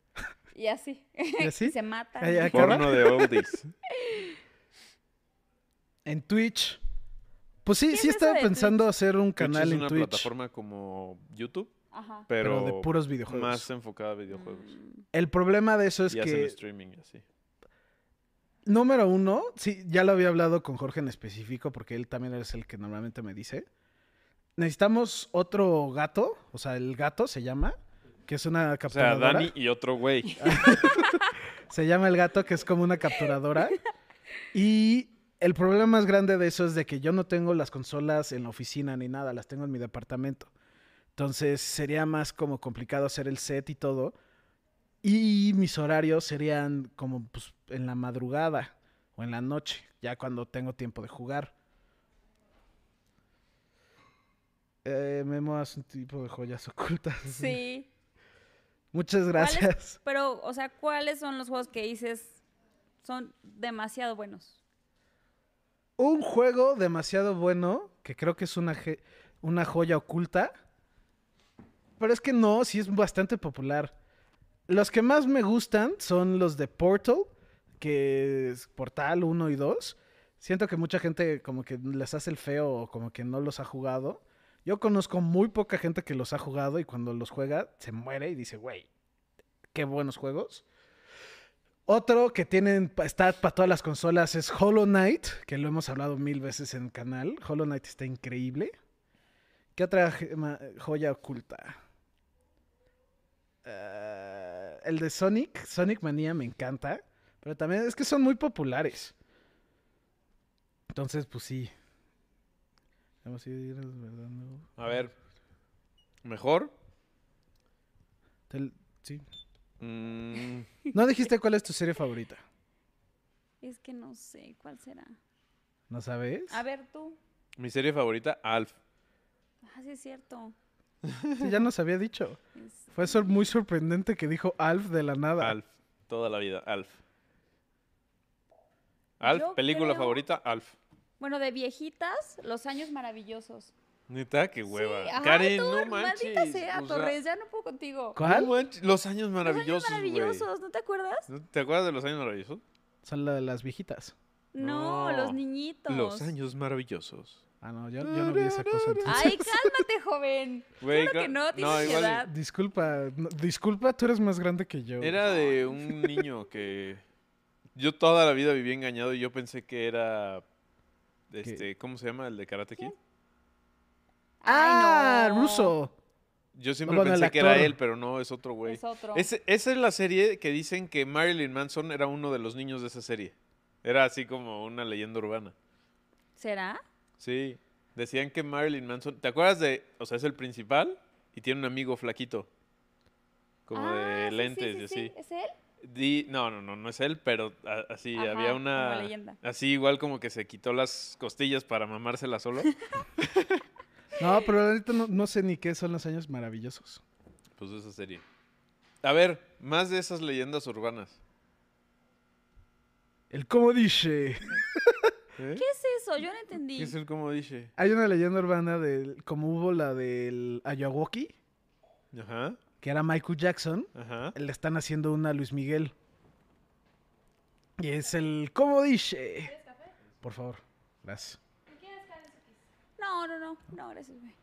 [SPEAKER 2] Y así.
[SPEAKER 1] ¿Y así?
[SPEAKER 2] se matan.
[SPEAKER 1] Ahí acaba.
[SPEAKER 3] Porno de oldies.
[SPEAKER 1] En Twitch. Pues sí,
[SPEAKER 2] ¿Qué
[SPEAKER 1] sí
[SPEAKER 2] es eso
[SPEAKER 1] estaba
[SPEAKER 2] de
[SPEAKER 1] pensando hacer un
[SPEAKER 3] Twitch
[SPEAKER 1] canal
[SPEAKER 3] es
[SPEAKER 1] en
[SPEAKER 3] una
[SPEAKER 1] Twitch.
[SPEAKER 3] plataforma como YouTube,
[SPEAKER 2] Ajá.
[SPEAKER 1] Pero
[SPEAKER 3] pero,
[SPEAKER 1] de puros videojuegos.
[SPEAKER 3] más enfocada a videojuegos.
[SPEAKER 2] Mm,
[SPEAKER 1] El problema de eso es
[SPEAKER 3] y hacen
[SPEAKER 1] que,
[SPEAKER 3] streaming y así.
[SPEAKER 1] número uno, sí, ya lo había hablado con Jorge en específico, porque él también es el que normalmente me dice. Necesitamos otro gato, o sea, el gato se llama, que es una
[SPEAKER 3] O sea,
[SPEAKER 1] capturadora.
[SPEAKER 3] Dani y otro güey.
[SPEAKER 1] Se llama el gato, que es como una capturadora. Y el problema más grande de eso es de que yo no tengo las consolas en la oficina ni nada, las tengo en mi departamento. Entonces sería más como complicado hacer el set y todo. Y mis horarios serían como pues, en la madrugada o en la noche, ya cuando tengo tiempo de jugar. Eh, Memo es un tipo de joyas ocultas.
[SPEAKER 2] Sí.
[SPEAKER 1] Muchas gracias.
[SPEAKER 2] Pero, o sea, ¿cuáles son los juegos que dices son demasiado buenos?
[SPEAKER 1] un juego demasiado bueno, que creo que es una, ge- una joya oculta. Pero es que no, sí es bastante popular. Los que más me gustan son los de Portal, que es Portal 1 y 2. Siento que mucha gente como que les hace el feo o como que no los ha jugado. Yo conozco muy poca gente que los ha jugado y cuando los juega se muere y dice, güey, qué buenos juegos. Otro que tienen, pa- está para todas las consolas es Hollow Knight, que lo hemos hablado mil veces en el canal. Hollow Knight está increíble. ¿Qué otra gema- joya oculta? Eh, el de Sonic, Sonic Manía me encanta, pero también es que son muy populares. Entonces, pues sí. Vamos a ir desverdando.
[SPEAKER 3] A ver, mejor.
[SPEAKER 1] Tel- sí.
[SPEAKER 3] Mm,
[SPEAKER 1] No dijiste cuál es tu serie favorita,
[SPEAKER 2] Es que no sé cuál será.
[SPEAKER 1] ¿no sabes?
[SPEAKER 2] A ver, tú.
[SPEAKER 3] mi serie favorita, Alf.
[SPEAKER 2] Ah, sí, es cierto.
[SPEAKER 1] Sí, ya nos había dicho.
[SPEAKER 2] Es-
[SPEAKER 1] Fue sor- muy sorprendente que dijo Alf de la nada.
[SPEAKER 3] Alf. Toda la vida, Alf. Alf,
[SPEAKER 2] Yo
[SPEAKER 3] película
[SPEAKER 2] creo-
[SPEAKER 3] favorita, Alf.
[SPEAKER 2] Bueno, de viejitas, Los Años Maravillosos.
[SPEAKER 3] Neta, qué hueva.
[SPEAKER 2] Sí, ajá,
[SPEAKER 3] Karen,
[SPEAKER 2] tú,
[SPEAKER 3] no
[SPEAKER 2] Maldita
[SPEAKER 3] manches.
[SPEAKER 2] sea,
[SPEAKER 3] o sea,
[SPEAKER 2] Torres, ya no puedo contigo.
[SPEAKER 1] ¿Cuál?
[SPEAKER 3] no manches, Los
[SPEAKER 2] Los
[SPEAKER 3] años
[SPEAKER 2] Años
[SPEAKER 3] maravillosos. güey.
[SPEAKER 2] Maravillosos, ¿no te acuerdas?
[SPEAKER 3] ¿No ¿Te acuerdas de los años maravillosos?
[SPEAKER 1] Son la de las viejitas.
[SPEAKER 2] No,
[SPEAKER 3] No.
[SPEAKER 2] Los Niñitos.
[SPEAKER 3] Los años maravillosos.
[SPEAKER 1] Ah, no, yo, yo no vi esa cosa. entonces.
[SPEAKER 2] Ay, cálmate, joven.
[SPEAKER 3] Güey,
[SPEAKER 2] claro que
[SPEAKER 3] ca-
[SPEAKER 2] no,
[SPEAKER 3] no,
[SPEAKER 2] tienes
[SPEAKER 3] igual
[SPEAKER 2] edad.
[SPEAKER 1] Disculpa, no, disculpa, tú eres más grande que yo.
[SPEAKER 3] Era de un niño que yo toda la vida viví engañado y yo pensé que era este, ¿cómo se llama? el de Karate Kid.
[SPEAKER 1] Ah,
[SPEAKER 2] Ay, no.
[SPEAKER 1] ruso.
[SPEAKER 3] Yo siempre
[SPEAKER 1] Bueno, el
[SPEAKER 3] pensé que era
[SPEAKER 1] actor.
[SPEAKER 3] él, pero no, es otro güey.
[SPEAKER 2] Es otro.
[SPEAKER 3] Ese- esa es la serie que dicen que Marilyn Manson era uno de los niños de esa serie. Era así como una leyenda urbana.
[SPEAKER 2] ¿Será?
[SPEAKER 3] Sí, decían que Marilyn Manson, ¿te acuerdas de, o sea, es el principal y tiene un amigo flaquito como
[SPEAKER 2] Ah, sí,
[SPEAKER 3] de
[SPEAKER 2] sí,
[SPEAKER 3] lentes
[SPEAKER 2] sí,
[SPEAKER 3] y así.
[SPEAKER 2] sí, ¿Es él?
[SPEAKER 3] Di- no, no, no, no es él, pero a- así
[SPEAKER 2] Ajá,
[SPEAKER 3] había
[SPEAKER 2] como
[SPEAKER 3] una
[SPEAKER 2] leyenda.
[SPEAKER 3] así igual como que se quitó las costillas para mamársela solo.
[SPEAKER 1] No, pero ahorita no, no sé ni qué son los años maravillosos.
[SPEAKER 3] pues esa serie. A ver, más de esas leyendas urbanas.
[SPEAKER 1] El cómo dice.
[SPEAKER 2] ¿Qué es eso? Yo no entendí.
[SPEAKER 3] ¿Eh? ¿Qué es el cómo dice?
[SPEAKER 1] Hay una leyenda urbana del como hubo la del Ayahuaki,
[SPEAKER 3] Ajá,
[SPEAKER 1] que era Michael Jackson.
[SPEAKER 3] ajá.
[SPEAKER 1] Le están haciendo una a Luis Miguel. Y es el cómo dice. Por favor, gracias.
[SPEAKER 2] No, no, no. No, gracias, güey.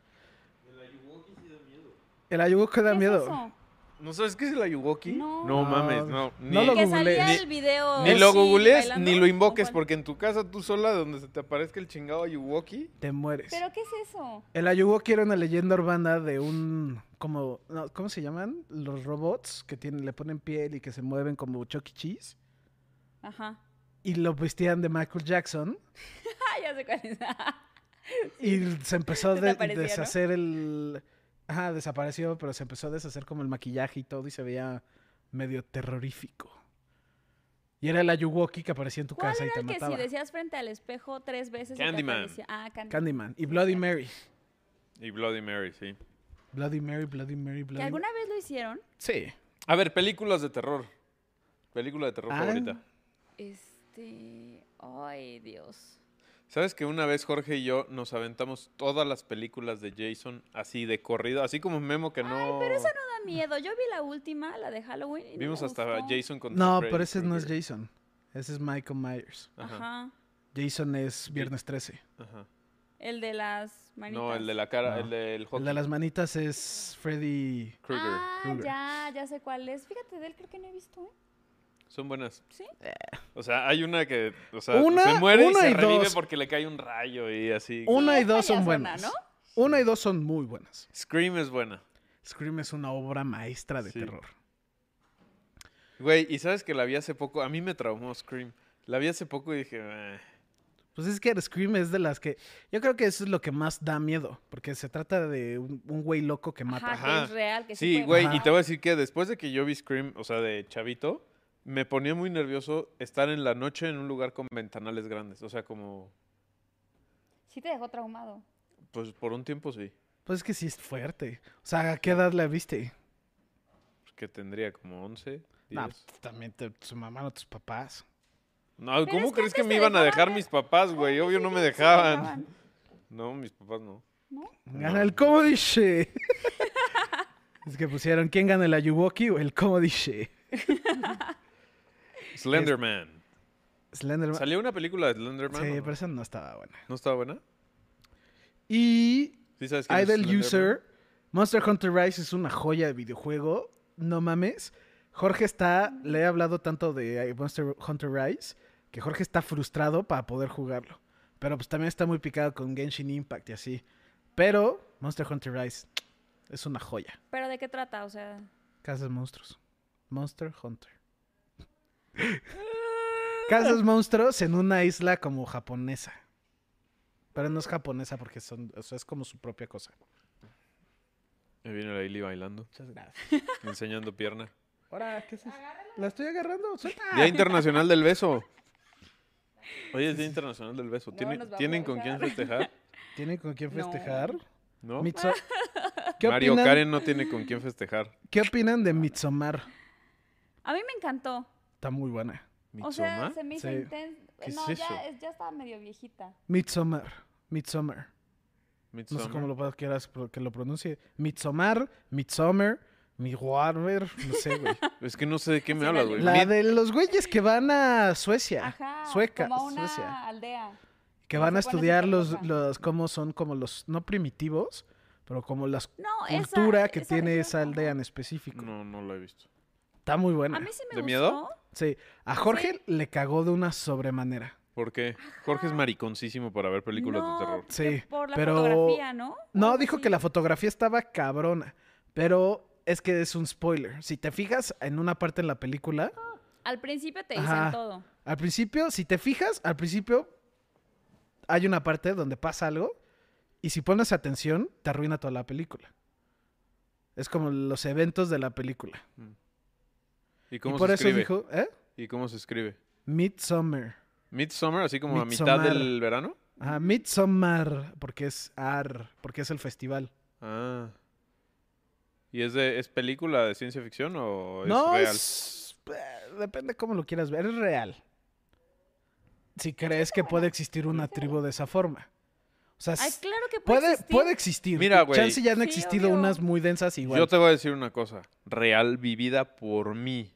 [SPEAKER 1] El Ayahuaki da
[SPEAKER 2] ¿Qué es
[SPEAKER 1] miedo.
[SPEAKER 2] eso?
[SPEAKER 3] ¿No sabes qué es el ayuwoki?
[SPEAKER 2] No.
[SPEAKER 3] mames, no. Ni,
[SPEAKER 1] No lo
[SPEAKER 2] Que
[SPEAKER 1] googleé.
[SPEAKER 2] salía
[SPEAKER 1] Ni-
[SPEAKER 2] el video.
[SPEAKER 3] ni lo
[SPEAKER 2] así,
[SPEAKER 3] googlees
[SPEAKER 2] bailando,
[SPEAKER 3] ni lo
[SPEAKER 2] ¿o
[SPEAKER 3] invoques
[SPEAKER 2] cuál?
[SPEAKER 3] porque en tu casa tú sola donde se te aparezca el chingado ayuwoki.
[SPEAKER 1] Te mueres.
[SPEAKER 2] ¿Pero qué es eso?
[SPEAKER 1] El Ayuwoki era una leyenda urbana de un como no, ¿cómo se llaman? Los robots que tienen, le ponen piel y que se mueven como Chuck E. Cheese
[SPEAKER 2] Ajá.
[SPEAKER 1] y lo vestían de Michael Jackson
[SPEAKER 2] Ah, ya sé cuál es.
[SPEAKER 1] y se empezó a de-
[SPEAKER 2] Desaparecía, ¿no?
[SPEAKER 1] deshacer el ajá, desapareció, pero se empezó a deshacer como el maquillaje y todo y se veía medio terrorífico. Y era el Ayuwoki que aparecía en tu
[SPEAKER 2] ¿Cuál
[SPEAKER 1] casa y
[SPEAKER 2] era
[SPEAKER 1] te
[SPEAKER 2] el que si
[SPEAKER 1] mataba.
[SPEAKER 2] decías frente al espejo tres veces? se te
[SPEAKER 3] Candyman.
[SPEAKER 2] aparecía? Ah, Candyman.
[SPEAKER 1] Candyman y Bloody Mary.
[SPEAKER 3] Y Bloody Mary, sí.
[SPEAKER 1] Bloody Mary, Bloody Mary, Bloody
[SPEAKER 2] ¿Que alguna vez lo hicieron?
[SPEAKER 1] Sí.
[SPEAKER 3] A ver, películas de terror. Película de terror
[SPEAKER 1] Ah.
[SPEAKER 3] favorita.
[SPEAKER 2] Este. Ay, Dios.
[SPEAKER 3] ¿Sabes que una vez Jorge y yo nos aventamos todas las películas de Jason así de corrido? Así como Memo que no...
[SPEAKER 2] Pero esa no da miedo. Yo vi la última, la de Halloween. y no
[SPEAKER 3] Vimos
[SPEAKER 2] me
[SPEAKER 3] hasta
[SPEAKER 2] gustó.
[SPEAKER 3] Jason contra
[SPEAKER 1] No,
[SPEAKER 3] Freddy
[SPEAKER 1] pero ese no es
[SPEAKER 3] Krueger.
[SPEAKER 1] Jason. Ese es Michael Myers.
[SPEAKER 3] Ajá,
[SPEAKER 2] Ajá.
[SPEAKER 1] Jason es Viernes 13.
[SPEAKER 3] ajá.
[SPEAKER 2] El de las manitas.
[SPEAKER 3] No, el de la cara,
[SPEAKER 1] No.
[SPEAKER 3] el del
[SPEAKER 1] El
[SPEAKER 3] hockey.
[SPEAKER 1] de las manitas es Freddy.
[SPEAKER 3] Krueger.
[SPEAKER 2] Ah,
[SPEAKER 1] Krueger.
[SPEAKER 2] ya, ya sé cuál es. Fíjate, de él creo que no he visto, ¿eh?
[SPEAKER 3] Son buenas.
[SPEAKER 2] Sí.
[SPEAKER 3] O sea, hay una que, o sea,
[SPEAKER 1] Una,
[SPEAKER 3] se muere y
[SPEAKER 1] una
[SPEAKER 3] se
[SPEAKER 1] y
[SPEAKER 3] revive
[SPEAKER 1] dos.
[SPEAKER 3] porque le cae un rayo y así.
[SPEAKER 1] Una y
[SPEAKER 2] es
[SPEAKER 1] dos son
[SPEAKER 2] payasona,
[SPEAKER 1] buenas.
[SPEAKER 2] ¿no?
[SPEAKER 1] Una y dos son muy buenas.
[SPEAKER 3] Scream es buena.
[SPEAKER 1] Scream es una obra maestra de
[SPEAKER 3] Sí.
[SPEAKER 1] terror.
[SPEAKER 3] Güey, y sabes que la vi hace poco, a mí me traumó Scream. La vi hace poco y dije, "Eh".
[SPEAKER 1] Pues es que Scream es de las que. Yo creo que eso es lo que más da miedo. Porque se trata de un un güey loco que mata.
[SPEAKER 2] Ajá,
[SPEAKER 3] Ajá.
[SPEAKER 2] que es real, que sí
[SPEAKER 3] sí,
[SPEAKER 2] puede
[SPEAKER 3] güey, y
[SPEAKER 2] pasar.
[SPEAKER 3] te voy a decir que después de que yo vi Scream, o sea, de chavito, me ponía muy nervioso estar en la noche en un lugar con ventanales grandes, o sea, como
[SPEAKER 2] Sí te dejó traumado.
[SPEAKER 3] pues por un tiempo sí,
[SPEAKER 1] Pues es que sí es fuerte. O sea, ¿a qué edad la viste?
[SPEAKER 3] que tendría como 11,
[SPEAKER 1] Nah,
[SPEAKER 3] 10.
[SPEAKER 1] pues, también te- su mamá o tus papás.
[SPEAKER 3] No,
[SPEAKER 2] Pero
[SPEAKER 3] ¿cómo
[SPEAKER 2] es que
[SPEAKER 3] crees que
[SPEAKER 2] antes te
[SPEAKER 3] me iban a
[SPEAKER 2] dejaban
[SPEAKER 3] dejar
[SPEAKER 2] ver-
[SPEAKER 3] mis papás, güey? Obvio no me dejaban. No, mis papás no.
[SPEAKER 1] Gana el Comedy Show. es que pusieron, ¿quién gana el Ayuwoki o el Comedy Show?
[SPEAKER 3] Slenderman.
[SPEAKER 1] Slenderman.
[SPEAKER 3] ¿Salió una película de
[SPEAKER 1] Sí,
[SPEAKER 3] Slenderman? o no?
[SPEAKER 1] pero esa no estaba buena.
[SPEAKER 3] ¿No estaba buena?
[SPEAKER 1] Y
[SPEAKER 3] ¿Sí sabes quién es
[SPEAKER 1] Idle
[SPEAKER 3] Slenderman?
[SPEAKER 1] User, Monster Hunter Rise es una joya de videojuego. No mames. Jorge está, le he hablado tanto de eh, Monster Hunter Rise que Jorge está frustrado para poder jugarlo. Pero pues también está muy picado con Genshin Impact y así. Pero Monster Hunter Rise es una joya.
[SPEAKER 2] ¿Pero de qué trata? O sea...
[SPEAKER 1] Casas monstruos. Monster Hunter. Casas monstruos en una isla como japonesa. Pero no es japonesa porque son, o sea, es como su propia cosa.
[SPEAKER 3] Me viene la Ili bailando,
[SPEAKER 1] Muchas gracias.
[SPEAKER 3] enseñando pierna.
[SPEAKER 1] Ahora, ¿qué es eso? ¿La estoy agarrando? Suelta.
[SPEAKER 3] Día Internacional del Beso. Oye, es Día Internacional del Beso.
[SPEAKER 2] No,
[SPEAKER 3] ¿Tienen,
[SPEAKER 2] nos va a
[SPEAKER 3] ¿tienen con quién
[SPEAKER 2] colgar.
[SPEAKER 3] festejar?
[SPEAKER 1] ¿Tiene con quién
[SPEAKER 2] No.
[SPEAKER 1] festejar?
[SPEAKER 3] ¿No?
[SPEAKER 1] Mitso- ¿Qué,
[SPEAKER 3] Mario
[SPEAKER 1] opinan,
[SPEAKER 3] Karen no tiene con quién festejar.
[SPEAKER 1] ¿Qué opinan de Midsommar?
[SPEAKER 2] A mí me encantó.
[SPEAKER 1] Está muy buena.
[SPEAKER 2] O sea,
[SPEAKER 3] ¿Mitsoma?
[SPEAKER 2] se me hizo
[SPEAKER 1] Sí.
[SPEAKER 2] intenso.
[SPEAKER 3] ¿Qué
[SPEAKER 2] No,
[SPEAKER 3] es
[SPEAKER 2] ya,
[SPEAKER 3] eso?
[SPEAKER 2] es- ya estaba medio viejita.
[SPEAKER 1] Midsommar. Midsommar. No sé
[SPEAKER 3] Midsommar.
[SPEAKER 1] cómo lo puedo- quieras pro- que lo pronuncie. Midsommar, Midsommar, Midwarmer, no sé, güey.
[SPEAKER 3] Es que no sé de qué me
[SPEAKER 2] Sí,
[SPEAKER 3] hablas,
[SPEAKER 2] la-
[SPEAKER 3] güey.
[SPEAKER 1] La
[SPEAKER 3] Mid-
[SPEAKER 1] de los güeyes que van a Suecia.
[SPEAKER 2] Ajá.
[SPEAKER 1] Sueca,
[SPEAKER 2] Como a una
[SPEAKER 1] Suecia.
[SPEAKER 2] aldea.
[SPEAKER 1] Que
[SPEAKER 2] No
[SPEAKER 1] van a
[SPEAKER 2] se pone
[SPEAKER 1] estudiar
[SPEAKER 2] súper
[SPEAKER 1] los,
[SPEAKER 2] loca.
[SPEAKER 1] los, cómo son como los, no primitivos, pero como la
[SPEAKER 2] No, esa-
[SPEAKER 1] cultura que
[SPEAKER 2] esa
[SPEAKER 1] tiene
[SPEAKER 2] región,
[SPEAKER 1] esa
[SPEAKER 2] ajá.
[SPEAKER 1] aldea en específico.
[SPEAKER 3] No, no lo he visto.
[SPEAKER 1] Está muy buena.
[SPEAKER 2] A mí sí me
[SPEAKER 3] ¿De
[SPEAKER 2] gustó.
[SPEAKER 3] miedo?
[SPEAKER 1] Sí, a Jorge le cagó de una sobremanera.
[SPEAKER 3] ¿Por qué? Jorge es mariconcísimo para ver películas
[SPEAKER 2] Ah. No,
[SPEAKER 3] de terror.
[SPEAKER 1] Sí,
[SPEAKER 2] Por la
[SPEAKER 1] pero-
[SPEAKER 2] fotografía, ¿no?
[SPEAKER 1] No,
[SPEAKER 2] Algo
[SPEAKER 1] dijo
[SPEAKER 2] así.
[SPEAKER 1] que la fotografía estaba cabrona, pero es que es un spoiler. Si te fijas en una parte de la película,
[SPEAKER 2] Al principio te dicen
[SPEAKER 1] Ajá.
[SPEAKER 2] todo.
[SPEAKER 1] al principio, si te fijas, al principio hay una parte donde pasa algo y si pones atención, te arruina toda la película. Es como los eventos de la película.
[SPEAKER 3] ¿Y
[SPEAKER 1] Y
[SPEAKER 3] cómo
[SPEAKER 1] por
[SPEAKER 3] se
[SPEAKER 1] eso
[SPEAKER 3] escribe?
[SPEAKER 1] dijo, ¿eh?
[SPEAKER 3] ¿Y cómo se escribe?
[SPEAKER 1] Midsummer.
[SPEAKER 3] Midsummer, así como a
[SPEAKER 1] Midsommar.
[SPEAKER 3] mitad del verano.
[SPEAKER 1] Ah, Midsummer, porque es ar, porque es el festival.
[SPEAKER 3] Ah. ¿Y es de es película de ciencia ficción o es
[SPEAKER 1] no,
[SPEAKER 3] real?
[SPEAKER 1] es- eh, depende cómo lo quieras ver, es real. Si crees que puede existir una tribu de esa forma. O sea,
[SPEAKER 2] Ay,
[SPEAKER 1] s-
[SPEAKER 2] claro que puede,
[SPEAKER 1] puede,
[SPEAKER 2] existir.
[SPEAKER 1] puede existir.
[SPEAKER 3] Mira, güey.
[SPEAKER 1] Chance ya han
[SPEAKER 2] Sí,
[SPEAKER 1] existido
[SPEAKER 2] obvio.
[SPEAKER 1] unas muy densas igual.
[SPEAKER 3] Yo te voy a decir una cosa, real vivida por mí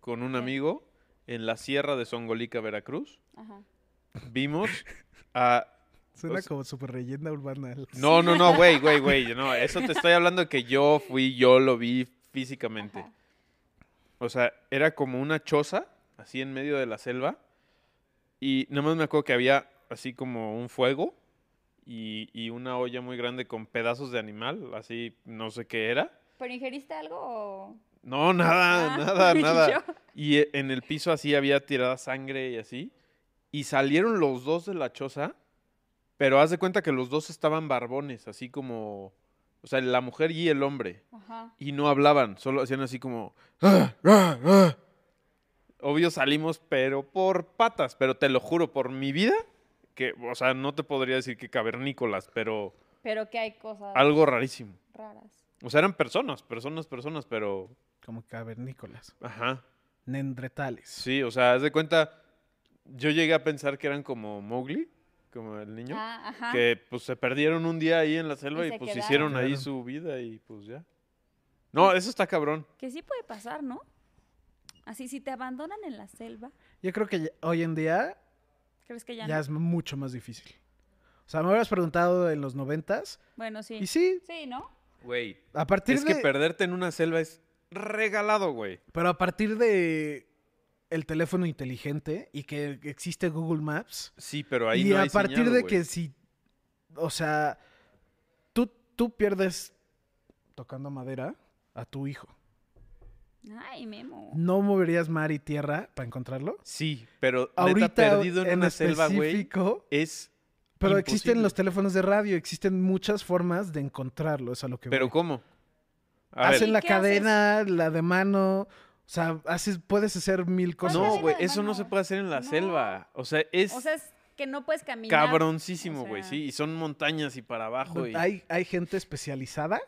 [SPEAKER 3] con un
[SPEAKER 2] ¿Qué?
[SPEAKER 3] amigo en la sierra de Songolica, Veracruz.
[SPEAKER 2] Ajá.
[SPEAKER 3] Vimos a
[SPEAKER 1] Suena
[SPEAKER 3] o sea-
[SPEAKER 1] como super leyenda urbana.
[SPEAKER 3] No, no, no, güey, güey, güey, no, eso te estoy hablando de que yo fui, yo lo vi físicamente.
[SPEAKER 2] Ajá.
[SPEAKER 3] O sea, era como una choza, así en medio de la selva. Y nada más me acuerdo que había así como un fuego y, y una olla muy grande con pedazos de animal, así no sé qué era.
[SPEAKER 2] ¿Pero ingeriste algo o...?
[SPEAKER 3] No, nada,
[SPEAKER 2] Ah,
[SPEAKER 3] nada,
[SPEAKER 2] y
[SPEAKER 3] nada.
[SPEAKER 2] yo,
[SPEAKER 3] Y eh, en el piso así había tirada sangre y así. Y salieron los dos de la choza, pero haz de cuenta que los dos estaban barbones, así como... O sea, la mujer y el hombre.
[SPEAKER 2] Ajá.
[SPEAKER 3] Y no hablaban, solo hacían así como... "Ah, ah, ah". Obvio salimos, pero por patas, pero te lo juro, por mi vida, que, o sea, no te podría decir que cavernícolas, pero
[SPEAKER 2] Pero que hay cosas
[SPEAKER 3] algo rarísimo.
[SPEAKER 2] raras.
[SPEAKER 3] O sea, eran personas, personas, personas, pero...
[SPEAKER 1] Como cavernícolas.
[SPEAKER 3] Ajá.
[SPEAKER 1] Nendretales.
[SPEAKER 3] Sí, o sea, haz de cuenta, yo llegué a pensar que eran como Mowgli, como el niño,
[SPEAKER 2] Ah, ajá.
[SPEAKER 3] que pues se perdieron un día ahí en la selva
[SPEAKER 2] Y
[SPEAKER 3] y,
[SPEAKER 2] se
[SPEAKER 3] pues
[SPEAKER 2] quedaron.
[SPEAKER 3] hicieron ahí
[SPEAKER 4] Claro.
[SPEAKER 3] su vida y pues ya. No, eso está cabrón.
[SPEAKER 2] Que sí puede pasar, ¿no? Así, si te abandonan en la selva,
[SPEAKER 1] Yo creo que ya- hoy en día
[SPEAKER 2] ¿crees que ya,
[SPEAKER 1] ya,
[SPEAKER 2] no?
[SPEAKER 1] es mucho más difícil. O sea, me hubieras preguntado en los noventas.
[SPEAKER 2] Bueno, sí.
[SPEAKER 1] Y sí,
[SPEAKER 2] Sí, ¿no?
[SPEAKER 3] Güey.
[SPEAKER 1] a partir
[SPEAKER 3] Es
[SPEAKER 1] de...
[SPEAKER 3] que perderte en una selva es regalado, güey.
[SPEAKER 1] Pero a partir de el teléfono inteligente y que existe Google Maps.
[SPEAKER 3] Sí, pero ahí
[SPEAKER 1] y
[SPEAKER 3] no
[SPEAKER 1] a
[SPEAKER 3] hay
[SPEAKER 1] partir
[SPEAKER 3] señal,
[SPEAKER 1] de
[SPEAKER 3] güey.
[SPEAKER 1] que si, o sea, tú, tú pierdes tocando madera a tu hijo.
[SPEAKER 2] Ay, Memo.
[SPEAKER 1] ¿No moverías mar y tierra para encontrarlo?
[SPEAKER 3] Sí, pero
[SPEAKER 1] Ahorita
[SPEAKER 3] neta perdido en,
[SPEAKER 1] en
[SPEAKER 3] una selva, güey,
[SPEAKER 1] específico,
[SPEAKER 3] es
[SPEAKER 1] pero existen
[SPEAKER 3] imposible.
[SPEAKER 1] los teléfonos de radio, existen muchas formas de encontrarlo, es a lo que
[SPEAKER 3] Pero
[SPEAKER 1] voy.
[SPEAKER 3] ¿cómo? A ver,
[SPEAKER 1] Hacen la
[SPEAKER 2] ¿Y qué haces?
[SPEAKER 1] cadena, la de mano, o sea, haces, puedes hacer mil cosas.
[SPEAKER 2] ¿Cuál
[SPEAKER 3] no,
[SPEAKER 2] cadena
[SPEAKER 3] güey,
[SPEAKER 2] de
[SPEAKER 3] eso no
[SPEAKER 2] mano?
[SPEAKER 3] se puede hacer en la
[SPEAKER 2] No.
[SPEAKER 3] selva. O sea, es
[SPEAKER 2] O sea, es que no puedes caminar.
[SPEAKER 3] cabroncísimo,
[SPEAKER 2] O
[SPEAKER 3] güey,
[SPEAKER 2] sea-
[SPEAKER 3] sí. Y son montañas y para abajo. y-
[SPEAKER 1] Hay, hay gente especializada.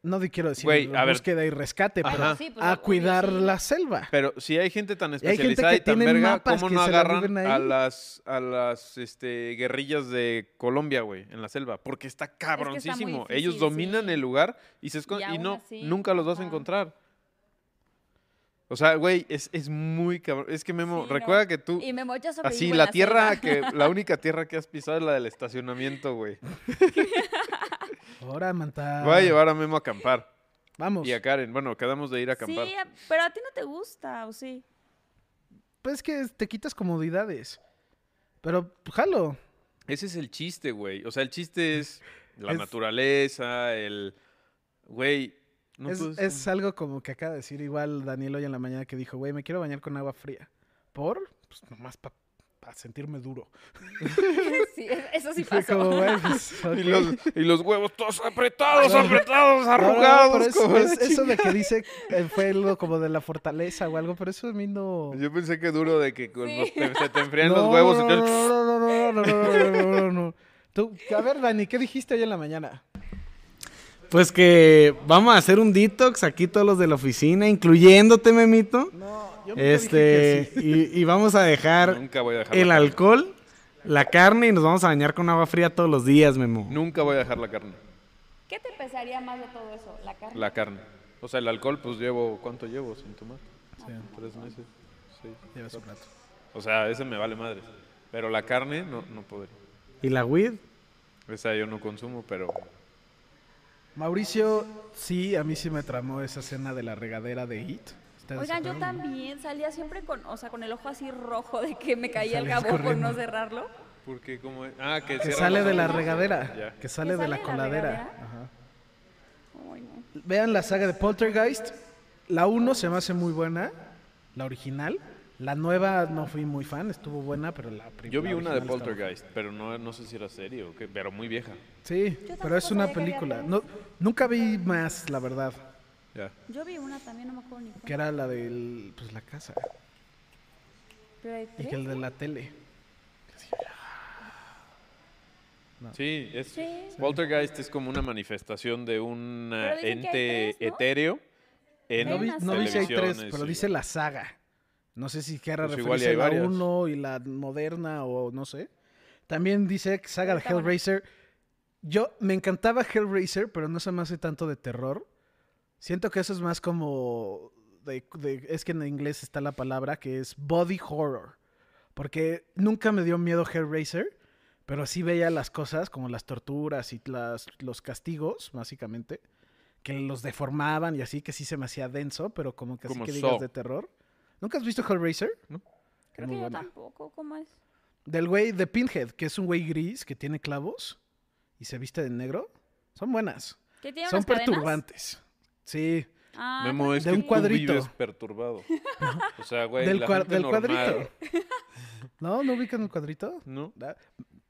[SPEAKER 1] No de- quiero decir
[SPEAKER 3] Güey, a ver.
[SPEAKER 1] búsqueda y rescate, pero
[SPEAKER 3] Ajá.
[SPEAKER 2] Sí, pues,
[SPEAKER 1] a
[SPEAKER 2] obvio,
[SPEAKER 1] cuidar
[SPEAKER 2] sí.
[SPEAKER 1] la selva.
[SPEAKER 3] Pero si hay gente tan
[SPEAKER 1] gente
[SPEAKER 3] especializada y,
[SPEAKER 1] que
[SPEAKER 3] tan
[SPEAKER 1] tiene
[SPEAKER 3] verga,
[SPEAKER 1] mapas
[SPEAKER 3] ¿cómo
[SPEAKER 1] que
[SPEAKER 3] no
[SPEAKER 1] se la viven
[SPEAKER 3] agarran a
[SPEAKER 1] ahí?
[SPEAKER 3] las, a las este, guerrillas de Colombia, güey, en la selva? Porque está
[SPEAKER 2] muy
[SPEAKER 3] cabroncísimo.
[SPEAKER 2] difícil,
[SPEAKER 3] Ellos dominan
[SPEAKER 2] sí.
[SPEAKER 3] el lugar y se esconden.
[SPEAKER 2] Y
[SPEAKER 3] Y,
[SPEAKER 2] aún
[SPEAKER 3] no,
[SPEAKER 2] así,
[SPEAKER 3] nunca los vas a
[SPEAKER 2] ajá.
[SPEAKER 3] encontrar. O sea, güey, es, es muy cabrón. Es que Memo,
[SPEAKER 2] Sí, no.
[SPEAKER 3] recuerda que tú.
[SPEAKER 2] Y Memo ya sobrevivo
[SPEAKER 3] Así,
[SPEAKER 2] en
[SPEAKER 3] la tierra
[SPEAKER 2] selva.
[SPEAKER 3] que. La única tierra que has pisado es la del estacionamiento, güey.
[SPEAKER 1] Ahora, Manta.
[SPEAKER 3] Voy a llevar a Memo a acampar.
[SPEAKER 1] Ah. Vamos.
[SPEAKER 3] Y a Karen. Bueno, quedamos de ir a acampar.
[SPEAKER 2] Sí, a- pero a ti no te gusta, ¿o sí?
[SPEAKER 1] Pues es que te quitas comodidades. Pero, jalo.
[SPEAKER 3] Ese es el chiste, güey. O sea, el chiste es la
[SPEAKER 1] Es-
[SPEAKER 3] naturaleza, el. Güey. no
[SPEAKER 1] es,
[SPEAKER 3] puedes-
[SPEAKER 1] es algo como que acaba de decir igual Daniel hoy en la mañana que dijo, güey, me quiero bañar con agua fría. ¿Por? Pues nomás para sentirme duro.
[SPEAKER 2] sí, es- eso sí
[SPEAKER 1] Y fue
[SPEAKER 2] pasó.
[SPEAKER 1] como, "Güey, pues,
[SPEAKER 3] Y
[SPEAKER 1] ok".
[SPEAKER 3] los, y los huevos todos apretados,
[SPEAKER 1] No, no. No,
[SPEAKER 3] apretados,
[SPEAKER 1] no,
[SPEAKER 3] arrugados.
[SPEAKER 1] pero es-
[SPEAKER 3] como la
[SPEAKER 1] es- eso de que dice eh, fue algo como de la fortaleza o algo, pero eso a mí no.
[SPEAKER 3] chingada. Yo pensé que duro de que cuando
[SPEAKER 2] Sí.
[SPEAKER 3] te- se te enfrían
[SPEAKER 1] No,
[SPEAKER 3] los huevos. y
[SPEAKER 1] No,
[SPEAKER 3] te-
[SPEAKER 1] no, no, no, no, no, no, no, no, no, no. Tú, a ver, Dani, ¿qué dijiste hoy en la mañana?
[SPEAKER 4] Pues que vamos a hacer un detox aquí todos los de la oficina, incluyéndote, Memito.
[SPEAKER 1] No, yo
[SPEAKER 4] Este, y, y vamos a dejar
[SPEAKER 3] Nunca voy a dejar
[SPEAKER 4] el
[SPEAKER 3] la carne.
[SPEAKER 4] alcohol, la carne y nos vamos a bañar con agua fría todos los días, Memo.
[SPEAKER 3] Nunca voy a dejar la carne.
[SPEAKER 2] ¿Qué te pesaría más de todo eso? ¿La carne?
[SPEAKER 3] La carne. O sea, el alcohol, pues llevo. ¿Cuánto llevo sin tomar? Tres meses. Sí.
[SPEAKER 1] Llevas un rato.
[SPEAKER 3] O sea, ese me vale madre. Pero la carne no, no podría.
[SPEAKER 4] ¿Y la weed?
[SPEAKER 3] Esa yo no consumo, pero.
[SPEAKER 1] Mauricio, sí, a mí sí me tramó esa escena de la regadera de It. ¿Ustedes
[SPEAKER 2] Oigan, yo
[SPEAKER 1] supieron?
[SPEAKER 2] también salía siempre con, o sea, con el ojo así rojo de que me caía el
[SPEAKER 1] Salías
[SPEAKER 2] jabón por
[SPEAKER 1] corriendo.
[SPEAKER 2] no cerrarlo.
[SPEAKER 3] Porque como. es- Ah, que,
[SPEAKER 1] Que
[SPEAKER 3] cierra
[SPEAKER 1] sale
[SPEAKER 3] los
[SPEAKER 1] de la
[SPEAKER 3] ojos.
[SPEAKER 1] regadera,
[SPEAKER 3] Ya.
[SPEAKER 1] que sale de
[SPEAKER 2] ¿Que sale
[SPEAKER 1] la
[SPEAKER 2] de la
[SPEAKER 1] coladera.
[SPEAKER 2] regadera?
[SPEAKER 1] Ajá.
[SPEAKER 2] Ay, no.
[SPEAKER 1] Vean la saga de Poltergeist. La 1 se me hace muy buena, la original. La nueva no fui muy fan, estuvo buena, pero la primera.
[SPEAKER 3] Yo vi una de Poltergeist, pero no, no sé si era serie o qué, pero muy vieja.
[SPEAKER 1] Sí, pero es
[SPEAKER 2] tampoco
[SPEAKER 1] una
[SPEAKER 2] sabía que había
[SPEAKER 1] película.
[SPEAKER 2] tres.
[SPEAKER 1] No, nunca vi más, la verdad,
[SPEAKER 3] Ya.
[SPEAKER 2] Yo vi una también, no me acuerdo ni
[SPEAKER 1] que
[SPEAKER 2] cuál.
[SPEAKER 1] era la de pues, la casa
[SPEAKER 2] ¿Pero hay
[SPEAKER 1] y
[SPEAKER 2] tres?
[SPEAKER 1] que el de la tele.
[SPEAKER 3] Sí, es,
[SPEAKER 2] Sí.
[SPEAKER 3] Poltergeist es como una manifestación de un
[SPEAKER 2] Pero
[SPEAKER 3] eh,
[SPEAKER 2] dicen que hay
[SPEAKER 3] ente
[SPEAKER 2] tres, ¿no?
[SPEAKER 3] etéreo en
[SPEAKER 1] Eh, No vi,
[SPEAKER 2] Hay
[SPEAKER 1] no vi si hay tres,
[SPEAKER 3] televisiones
[SPEAKER 1] pero
[SPEAKER 3] y-
[SPEAKER 1] dice la saga. No sé si quiera
[SPEAKER 3] Pues igual y
[SPEAKER 1] referirse
[SPEAKER 3] hay
[SPEAKER 1] a la
[SPEAKER 3] varias.
[SPEAKER 1] 1 y la moderna o no sé. También dice que saga de
[SPEAKER 2] Está buena.
[SPEAKER 1] Hellraiser. Yo me encantaba Hellraiser, pero no se me hace tanto de terror. Siento que eso es más como de- de- es que en inglés está la palabra que es body horror. Porque nunca me dio miedo Hellraiser, pero sí veía las cosas como las torturas y las, los castigos, básicamente, que los deformaban y así, que sí se me hacía denso, pero como que así
[SPEAKER 3] Como
[SPEAKER 1] que
[SPEAKER 3] Saw.
[SPEAKER 1] digas de terror. ¿Nunca has visto Hellraiser?
[SPEAKER 3] No.
[SPEAKER 2] Creo
[SPEAKER 1] Muy
[SPEAKER 2] que
[SPEAKER 1] buena.
[SPEAKER 2] yo tampoco, ¿cómo es?
[SPEAKER 1] Del güey de Pinhead, que es un güey gris que tiene clavos y se viste de negro. Son buenas.
[SPEAKER 2] ¿Que tiene
[SPEAKER 1] Son
[SPEAKER 2] unas cadenas?
[SPEAKER 1] perturbantes. Sí.
[SPEAKER 2] Ah,
[SPEAKER 3] Memo,
[SPEAKER 2] creo
[SPEAKER 3] es
[SPEAKER 1] de
[SPEAKER 3] que
[SPEAKER 1] un
[SPEAKER 3] tú
[SPEAKER 1] cuadrito.
[SPEAKER 3] vives perturbado. O sea, güey,
[SPEAKER 1] del
[SPEAKER 3] la
[SPEAKER 1] cua-
[SPEAKER 3] gente
[SPEAKER 1] del
[SPEAKER 3] normal,
[SPEAKER 1] cuadrito. ¿No? ¿No ubican el cuadrito?
[SPEAKER 3] ¿no?
[SPEAKER 1] Da-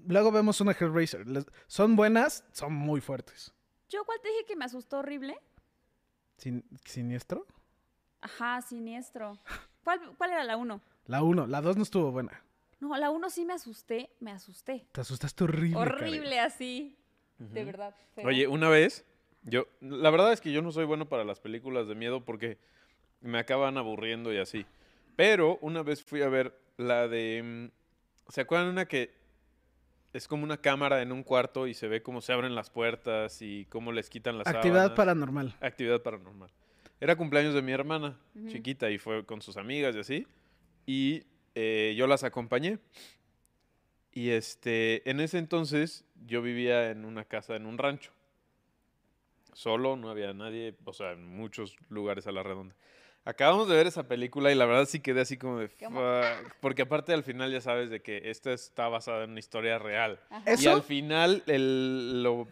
[SPEAKER 1] Luego vemos una Hellraiser. Les- Son buenas, son muy fuertes.
[SPEAKER 2] ¿Yo cuál te dije que me asustó horrible?
[SPEAKER 1] Sin- ¿Siniestro?
[SPEAKER 2] Ajá, siniestro. ¿Cuál, cuál era la uno?
[SPEAKER 1] La 1, la 2 no estuvo buena.
[SPEAKER 2] No, la uno sí me asusté, me asusté.
[SPEAKER 1] Te asustaste horrible. Karen.
[SPEAKER 2] Horrible así. De verdad. feo.
[SPEAKER 3] Oye, una vez, yo, la verdad es que yo no soy bueno para las películas de miedo porque me acaban aburriendo y así. Pero una vez fui a ver la de, mm, ¿se acuerdan una que es como una cámara en un cuarto y se ve cómo se abren las puertas y cómo les quitan las
[SPEAKER 1] Actividad
[SPEAKER 3] sábanas.
[SPEAKER 1] paranormal.
[SPEAKER 3] Actividad paranormal. Era cumpleaños de mi hermana,
[SPEAKER 2] Ujú.
[SPEAKER 3] chiquita, y fue con sus amigas y así. Y eh, yo las acompañé. Y este, en ese entonces yo vivía en una casa, en un rancho. Solo, no había nadie, o sea, en muchos lugares a la redonda. Acabamos de ver esa película y la verdad sí quedé así como de...
[SPEAKER 2] Como,
[SPEAKER 3] "Fuck", Porque aparte al final ya sabes de que esta está basada en una historia real.
[SPEAKER 2] Ajá.
[SPEAKER 3] Y al
[SPEAKER 1] Eso
[SPEAKER 3] final el, lo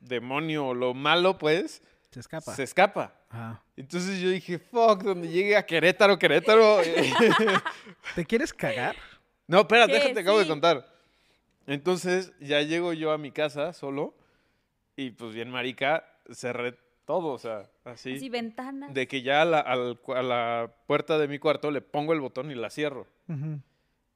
[SPEAKER 3] demonio o lo malo pues
[SPEAKER 1] se escapa. Ah.
[SPEAKER 3] se escapa.
[SPEAKER 1] Ajá.
[SPEAKER 3] Entonces yo dije, fuck, donde llegue a Querétaro, Querétaro.
[SPEAKER 1] ¿Te quieres cagar?
[SPEAKER 3] no, espera,
[SPEAKER 2] Sí,
[SPEAKER 3] déjate, acabo de
[SPEAKER 2] sí.
[SPEAKER 3] contar. Entonces ya llego yo a mi casa solo y pues bien marica, cerré todo, o sea, así.
[SPEAKER 2] Así, ventanas.
[SPEAKER 3] de que ya a la, al cu- a la puerta de mi cuarto le pongo el botón y la cierro.
[SPEAKER 1] Ujú.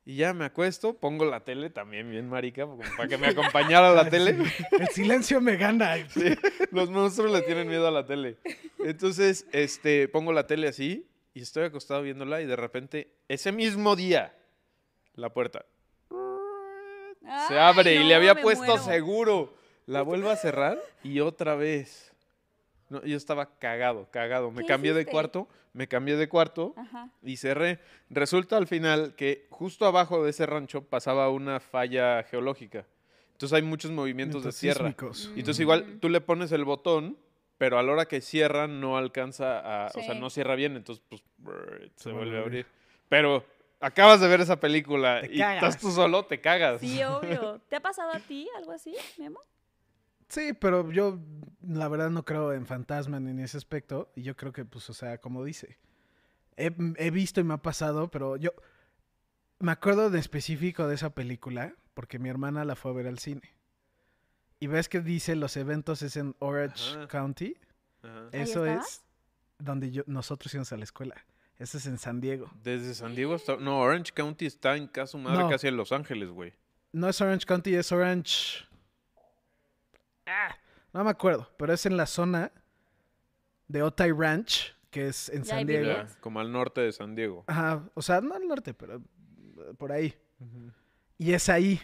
[SPEAKER 3] Y ya me acuesto, pongo la tele también bien marica, como para que me acompañara la tele.
[SPEAKER 1] El silencio me gana.
[SPEAKER 3] Sí, los monstruos le tienen miedo a la tele. Entonces, este, pongo la tele así y estoy acostado viéndola y de repente, ese mismo día, la puerta se
[SPEAKER 2] Ay,
[SPEAKER 3] abre y
[SPEAKER 2] no,
[SPEAKER 3] le había
[SPEAKER 2] me
[SPEAKER 3] puesto
[SPEAKER 2] muero.
[SPEAKER 3] seguro. La vuelvo a cerrar y otra vez. No, yo estaba cagado, cagado. Me
[SPEAKER 2] ¿Qué
[SPEAKER 3] cambié de
[SPEAKER 2] hiciste? Ah.
[SPEAKER 3] cuarto, me cambié de cuarto
[SPEAKER 2] Ajá.
[SPEAKER 3] y cerré. Resulta al final que justo abajo de ese rancho pasaba una falla geológica. Entonces hay muchos movimientos de tierra.
[SPEAKER 1] sísmicos.
[SPEAKER 3] Y entonces
[SPEAKER 2] Mm.
[SPEAKER 3] igual tú le pones el botón, pero a la hora que cierra no alcanza a... O sea,
[SPEAKER 2] Sí.
[SPEAKER 3] no cierra bien, entonces pues brr, se,
[SPEAKER 1] Se
[SPEAKER 3] vuelve
[SPEAKER 1] vuelve
[SPEAKER 3] a
[SPEAKER 1] a
[SPEAKER 3] abrir. Pero acabas de ver esa película
[SPEAKER 1] Te
[SPEAKER 3] y estás
[SPEAKER 1] cagas.
[SPEAKER 3] tú solo, te cagas.
[SPEAKER 2] Sí, obvio. ¿Te ha pasado a ti algo así, Memo?
[SPEAKER 1] Sí, pero yo la verdad no creo en fantasmas ni en ese aspecto. Y yo creo que, pues, o sea, como dice. He, he visto y me ha pasado, pero yo me acuerdo de específico de esa película porque mi hermana la fue a ver al cine. Y ves que dice los eventos es en Orange
[SPEAKER 3] Ajá.
[SPEAKER 1] County.
[SPEAKER 3] Ajá.
[SPEAKER 2] ¿Ahí
[SPEAKER 1] Eso es
[SPEAKER 2] estabas?
[SPEAKER 1] donde yo, nosotros íbamos a la escuela. Eso es en San Diego.
[SPEAKER 3] Desde San Diego hasta... No, Orange County está en casa madre
[SPEAKER 1] No.
[SPEAKER 3] casi en Los Ángeles, güey.
[SPEAKER 1] No es Orange County, es Orange. Ah, no me acuerdo, pero es en la zona de Otay Ranch, que es en
[SPEAKER 2] Ya
[SPEAKER 1] San
[SPEAKER 2] ahí
[SPEAKER 1] Diego.
[SPEAKER 3] Ya,
[SPEAKER 2] vivías.
[SPEAKER 3] como al norte de San Diego.
[SPEAKER 1] Ajá, o sea, no al norte, pero eh, por ahí. Y es ahí.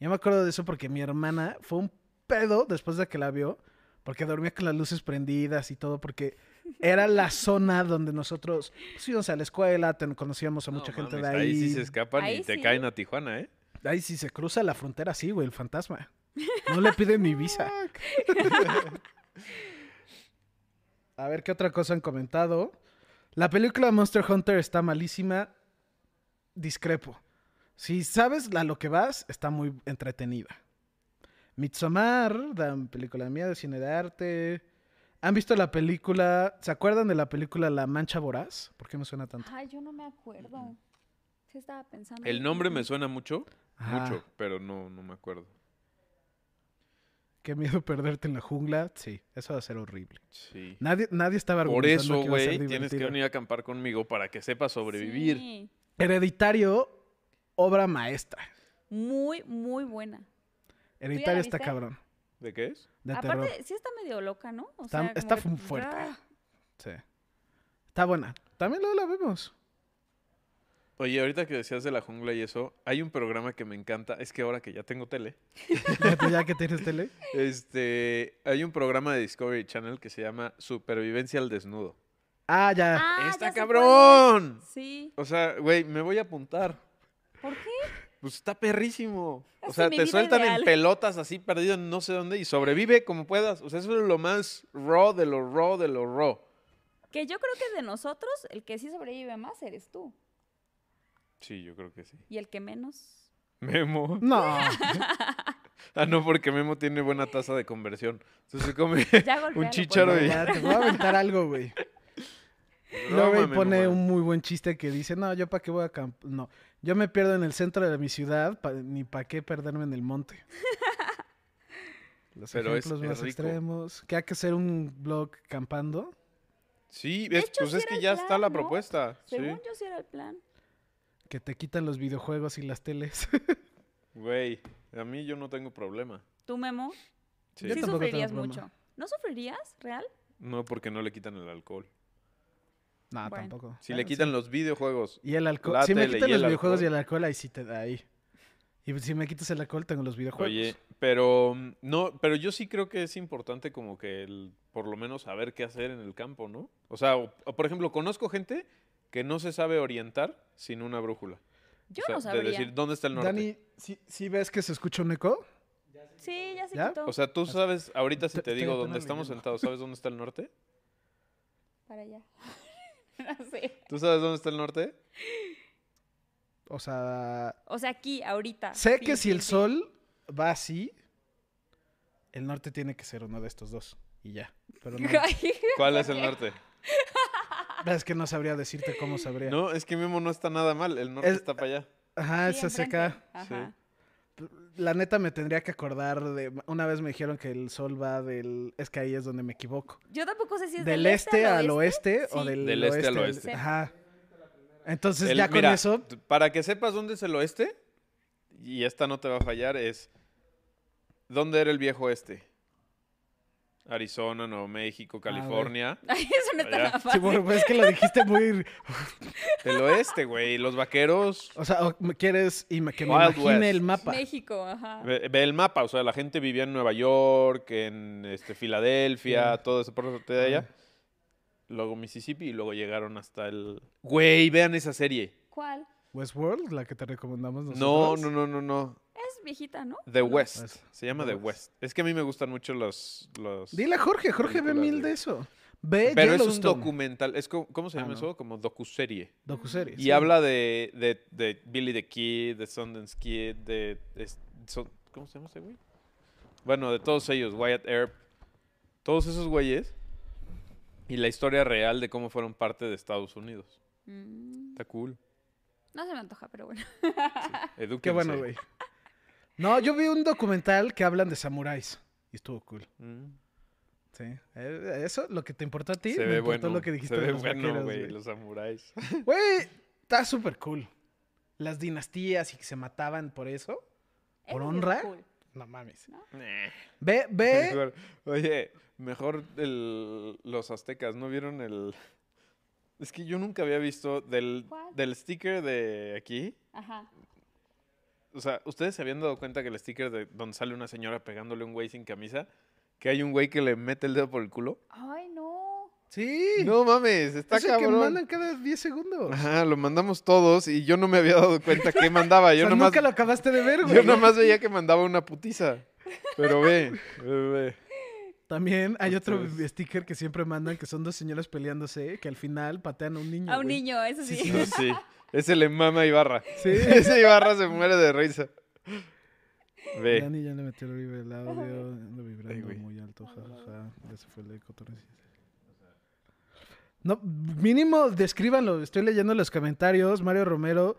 [SPEAKER 1] Yo me acuerdo de eso porque mi hermana fue un pedo después de que la vio, porque dormía con las luces prendidas y todo, porque era la zona donde nosotros pues, íbamos a la escuela, ten- conocíamos a
[SPEAKER 3] No
[SPEAKER 1] mucha gente de
[SPEAKER 3] mames,
[SPEAKER 1] ahí.
[SPEAKER 3] Ahí sí se escapan y
[SPEAKER 2] Ahí
[SPEAKER 3] te
[SPEAKER 2] sí.
[SPEAKER 3] caen a Tijuana, ¿eh?
[SPEAKER 1] Ay, si se cruza la frontera, sí, güey, el fantasma. No le piden ni visa. A ver, ¿qué otra cosa han comentado? La película Monster Hunter está malísima. Discrepo. Si sabes a lo que vas, está muy entretenida. Midsommar, la película mía de cine de arte. ¿Han visto la película? ¿Se acuerdan de la película La Mancha Voraz? ¿Por qué me suena tanto?
[SPEAKER 2] Ay, yo no me acuerdo. Sí estaba pensando.
[SPEAKER 3] Mm. El
[SPEAKER 2] en-
[SPEAKER 3] nombre me suena mucho,
[SPEAKER 1] Ajá.
[SPEAKER 3] mucho, pero no, no me acuerdo.
[SPEAKER 1] Qué miedo perderte en la jungla. Sí, eso va a ser horrible.
[SPEAKER 3] Sí.
[SPEAKER 1] Nadie, nadie estaba
[SPEAKER 3] Por
[SPEAKER 1] argumentando
[SPEAKER 3] eso,
[SPEAKER 1] que iba a ser
[SPEAKER 3] güey, tienes que
[SPEAKER 1] divertido.
[SPEAKER 3] venir a acampar conmigo para que sepas sobrevivir.
[SPEAKER 2] Sí.
[SPEAKER 1] Hereditario, obra maestra.
[SPEAKER 2] Muy, muy buena.
[SPEAKER 1] Hereditario está
[SPEAKER 2] viste?
[SPEAKER 1] cabrón.
[SPEAKER 3] ¿De qué es?
[SPEAKER 1] De
[SPEAKER 2] Aparte,
[SPEAKER 1] terror.
[SPEAKER 2] sí está medio loca, ¿no? O
[SPEAKER 1] Está-
[SPEAKER 2] como
[SPEAKER 1] está
[SPEAKER 2] que-
[SPEAKER 1] fu- fuerte.
[SPEAKER 2] ¡Ah!
[SPEAKER 1] Sí. Está buena. También luego la vemos.
[SPEAKER 3] Oye, ahorita que decías de la jungla y eso, hay un programa que me encanta. Es que ahora que ya tengo tele,
[SPEAKER 1] Ya te- ya que tienes tele.
[SPEAKER 3] este, hay un programa de Discovery Channel que se llama Supervivencia al Desnudo.
[SPEAKER 1] Ah, ya.
[SPEAKER 2] Ah, ya
[SPEAKER 3] ¡Está
[SPEAKER 2] sé cuál
[SPEAKER 3] cabrón!
[SPEAKER 2] es. Sí.
[SPEAKER 3] O sea, güey, me voy a apuntar.
[SPEAKER 2] ¿Por qué?
[SPEAKER 3] Pues está perrísimo. O
[SPEAKER 2] Es
[SPEAKER 3] sea,
[SPEAKER 2] mi
[SPEAKER 3] te
[SPEAKER 2] vida
[SPEAKER 3] sueltan en
[SPEAKER 2] ideal.
[SPEAKER 3] pelotas así perdido en no sé dónde y sobrevive como puedas. O sea, eso es lo más raw de lo raw de lo raw.
[SPEAKER 2] Que yo creo que de nosotros, el que sí sobrevive más eres tú.
[SPEAKER 3] Sí, yo creo que sí.
[SPEAKER 2] Y el que menos.
[SPEAKER 3] Memo.
[SPEAKER 1] No.
[SPEAKER 3] Ah, no, porque Memo tiene buena tasa de conversión. Entonces se come
[SPEAKER 2] Ya golpea,
[SPEAKER 3] un
[SPEAKER 2] lo
[SPEAKER 3] chicharo
[SPEAKER 2] puedes
[SPEAKER 3] y...
[SPEAKER 1] Ya, te voy a aventar algo, güey.
[SPEAKER 3] No,
[SPEAKER 1] Luego ahí
[SPEAKER 3] mame,
[SPEAKER 1] pone
[SPEAKER 3] no,
[SPEAKER 1] un
[SPEAKER 3] mame.
[SPEAKER 1] muy buen chiste que dice, no, yo para qué voy a camp- No, yo me pierdo en el centro de mi ciudad, pa- ni para qué perderme en el monte. Los
[SPEAKER 3] Pero es-
[SPEAKER 1] ejemplos
[SPEAKER 3] es
[SPEAKER 1] más
[SPEAKER 3] rico.
[SPEAKER 1] extremos. Que hay que hacer un blog campando.
[SPEAKER 3] Sí,
[SPEAKER 2] De
[SPEAKER 3] es-
[SPEAKER 2] hecho,
[SPEAKER 3] pues
[SPEAKER 2] sí
[SPEAKER 3] es
[SPEAKER 2] era
[SPEAKER 3] que
[SPEAKER 2] el
[SPEAKER 3] ya está
[SPEAKER 2] plan,
[SPEAKER 3] la
[SPEAKER 2] ¿no?
[SPEAKER 3] propuesta.
[SPEAKER 2] Según
[SPEAKER 3] sí.
[SPEAKER 2] yo sí era el plan.
[SPEAKER 1] Que te quitan los videojuegos y las teles.
[SPEAKER 3] Güey, a mí yo no tengo problema.
[SPEAKER 2] ¿Tú, Memo?
[SPEAKER 3] Sí.
[SPEAKER 1] Yo
[SPEAKER 2] sí
[SPEAKER 1] tampoco tengo
[SPEAKER 2] sufrirías
[SPEAKER 1] problema.
[SPEAKER 2] mucho. ¿No sufrirías, real?
[SPEAKER 3] No, porque no le quitan el alcohol.
[SPEAKER 1] No,
[SPEAKER 2] Bueno.
[SPEAKER 1] tampoco.
[SPEAKER 3] Si
[SPEAKER 1] Bueno,
[SPEAKER 3] le
[SPEAKER 1] sí.
[SPEAKER 3] quitan los videojuegos.
[SPEAKER 1] Y el alcohol.
[SPEAKER 3] la
[SPEAKER 1] Si me
[SPEAKER 3] tele
[SPEAKER 1] quitan
[SPEAKER 3] y
[SPEAKER 1] los
[SPEAKER 3] el
[SPEAKER 1] videojuegos y
[SPEAKER 3] alcohol.
[SPEAKER 1] el alcohol, ahí sí te da ahí. Y si me quitas el alcohol, tengo los videojuegos.
[SPEAKER 3] Oye, pero mm, no, pero yo sí creo que es importante como que el, por lo menos saber qué hacer en el campo, ¿no? O sea, o- o por ejemplo, conozco gente que no se sabe orientar sin una brújula.
[SPEAKER 2] Yo
[SPEAKER 3] O sea,
[SPEAKER 2] no sabría.
[SPEAKER 3] De decir, ¿dónde está el norte?
[SPEAKER 1] Dani, ¿sí, sí ves que se escucha un eco?
[SPEAKER 2] Sí, ya se
[SPEAKER 1] ¿Ya?
[SPEAKER 2] quitó.
[SPEAKER 3] O sea, tú sabes, ahorita si
[SPEAKER 1] Te-
[SPEAKER 3] te
[SPEAKER 1] estoy
[SPEAKER 3] digo
[SPEAKER 1] apenas
[SPEAKER 3] dónde estamos
[SPEAKER 1] leyendo.
[SPEAKER 3] sentados, ¿sabes dónde está el norte?
[SPEAKER 2] Para allá. no sé.
[SPEAKER 3] ¿Tú sabes dónde está el norte?
[SPEAKER 1] O sea,
[SPEAKER 3] Ah,
[SPEAKER 2] O sea, aquí, ahorita.
[SPEAKER 1] sé
[SPEAKER 2] Sí,
[SPEAKER 1] que si
[SPEAKER 2] sí,
[SPEAKER 1] el
[SPEAKER 2] sí.
[SPEAKER 1] sol va así, el norte tiene que ser uno de estos dos. Y ya. Pero no,
[SPEAKER 2] Ay,
[SPEAKER 3] ¿Cuál es el norte?
[SPEAKER 1] es que no sabría decirte cómo sabría.
[SPEAKER 3] No, es que Memo no está nada mal, el norte
[SPEAKER 1] Es-
[SPEAKER 3] está para allá.
[SPEAKER 1] Ajá,
[SPEAKER 2] sí,
[SPEAKER 1] Ah, es hacia
[SPEAKER 2] enfrente.
[SPEAKER 1] acá.
[SPEAKER 2] Ajá.
[SPEAKER 1] La neta me tendría que acordar de... Una vez me dijeron que el sol va del... Es que ahí es donde me equivoco.
[SPEAKER 2] Yo tampoco sé si es
[SPEAKER 1] del este al oeste, o
[SPEAKER 2] Sí.
[SPEAKER 1] del,
[SPEAKER 3] Del este al
[SPEAKER 1] oeste.
[SPEAKER 2] Sí.
[SPEAKER 3] oeste.
[SPEAKER 1] Ajá. Entonces
[SPEAKER 3] El-
[SPEAKER 1] ya con
[SPEAKER 3] mira,
[SPEAKER 1] eso...
[SPEAKER 3] t- Para que sepas dónde es el oeste, y esta no te va a fallar, es ¿dónde era el viejo oeste? Arizona, Nuevo México, California.
[SPEAKER 2] Ay, eso no está
[SPEAKER 3] Allá.
[SPEAKER 2] nada
[SPEAKER 1] Sí,
[SPEAKER 2] fácil.
[SPEAKER 1] bueno, pues es que lo dijiste muy...
[SPEAKER 3] El oeste, güey. Los vaqueros.
[SPEAKER 1] O sea, o me quieres y me- que me
[SPEAKER 3] Wild
[SPEAKER 1] imagine
[SPEAKER 3] West.
[SPEAKER 1] el mapa.
[SPEAKER 2] México, ajá.
[SPEAKER 3] Ve, ve el mapa, o sea, la gente vivía en Nueva York, en este, Filadelfia, todo eso por parte de allá. Luego Mississippi y luego llegaron hasta el. Güey, vean esa serie.
[SPEAKER 2] ¿Cuál?
[SPEAKER 1] Westworld, la que te recomendamos
[SPEAKER 3] No,
[SPEAKER 1] nosotros.
[SPEAKER 3] no, no, no, no.
[SPEAKER 2] Es viejita, ¿no?
[SPEAKER 3] The West.
[SPEAKER 1] West.
[SPEAKER 3] Se llama
[SPEAKER 1] The
[SPEAKER 3] The West. Es que a mí me gustan mucho los. los...
[SPEAKER 1] Dile a Jorge, Jorge ve
[SPEAKER 3] Película
[SPEAKER 1] mil
[SPEAKER 3] de-
[SPEAKER 1] de eso. Ve
[SPEAKER 3] Pero es un
[SPEAKER 1] Yellowstone.
[SPEAKER 3] documental. Es co- ¿Cómo se
[SPEAKER 1] Ah,
[SPEAKER 3] llama
[SPEAKER 1] no.
[SPEAKER 3] eso? Como docuserie.
[SPEAKER 1] Docuserie,
[SPEAKER 3] Y
[SPEAKER 1] sí.
[SPEAKER 3] habla de, de, de Billy the Kid, de Sundance Kid, de... es- son- ¿Cómo se llama ese güey? Bueno, de todos ellos, Wyatt Earp, todos esos güeyes. Y la historia real de cómo fueron parte de Estados Unidos.
[SPEAKER 2] Mm,
[SPEAKER 3] Está cool.
[SPEAKER 2] No se me antoja, pero bueno.
[SPEAKER 3] Edúquense.
[SPEAKER 1] Qué bueno, güey. No, yo vi un documental que hablan de samuráis. Y estuvo cool.
[SPEAKER 3] Mm.
[SPEAKER 1] Sí. Eh, Eso, lo que te importó a ti,
[SPEAKER 3] Se
[SPEAKER 1] me
[SPEAKER 3] ve
[SPEAKER 1] importó
[SPEAKER 3] bueno.
[SPEAKER 1] lo que dijiste
[SPEAKER 3] se
[SPEAKER 1] de
[SPEAKER 3] ve
[SPEAKER 1] los
[SPEAKER 3] bueno,
[SPEAKER 1] vaqueros,
[SPEAKER 3] güey,
[SPEAKER 1] güey.
[SPEAKER 3] los samuráis.
[SPEAKER 1] Güey, está súper cool. Las dinastías y que se mataban por eso.
[SPEAKER 2] Eso
[SPEAKER 1] ¿Por
[SPEAKER 2] sí es
[SPEAKER 1] honra?
[SPEAKER 2] cool.
[SPEAKER 1] No mames. Ve, ve.
[SPEAKER 3] Mejor- oye, mejor el- los aztecas, ¿no vieron el...? Es que yo nunca había visto del,
[SPEAKER 2] ¿Cuál?
[SPEAKER 3] del sticker de aquí,
[SPEAKER 2] Ajá.
[SPEAKER 3] O sea, ¿ustedes se habían dado cuenta que el sticker de donde sale una señora pegándole a un güey sin camisa? Que hay un güey que le mete el dedo por el culo.
[SPEAKER 2] Ay, no.
[SPEAKER 1] Sí.
[SPEAKER 3] No mames, está
[SPEAKER 1] es el que
[SPEAKER 3] cabrón.
[SPEAKER 1] mandan cada 10 segundos.
[SPEAKER 3] Ajá, lo mandamos todos y yo no me había dado cuenta que
[SPEAKER 1] O
[SPEAKER 3] mandaba.
[SPEAKER 1] sea,
[SPEAKER 3] Yo nomás,
[SPEAKER 1] nunca lo acabaste de ver, güey.
[SPEAKER 3] yo nomás veía que mandaba una putiza. Pero ve, ve, ve.
[SPEAKER 1] También hay otro
[SPEAKER 3] Ustedes.
[SPEAKER 1] sticker que siempre mandan que son dos señoras peleándose que al final patean a un niño.
[SPEAKER 2] A un
[SPEAKER 1] güey.
[SPEAKER 2] niño, eso sí.
[SPEAKER 3] No, sí, ese le mama a Ibarra.
[SPEAKER 1] Sí.
[SPEAKER 3] Ese Ibarra se muere de risa. Ve.
[SPEAKER 1] Dani ya le metió el vibra- el audio, ando vibrando
[SPEAKER 3] güey.
[SPEAKER 1] muy alto, jajaja. Ya se fue el eco, Torres. No, mínimo, descríbanlo. Estoy leyendo los comentarios. Mario Romero,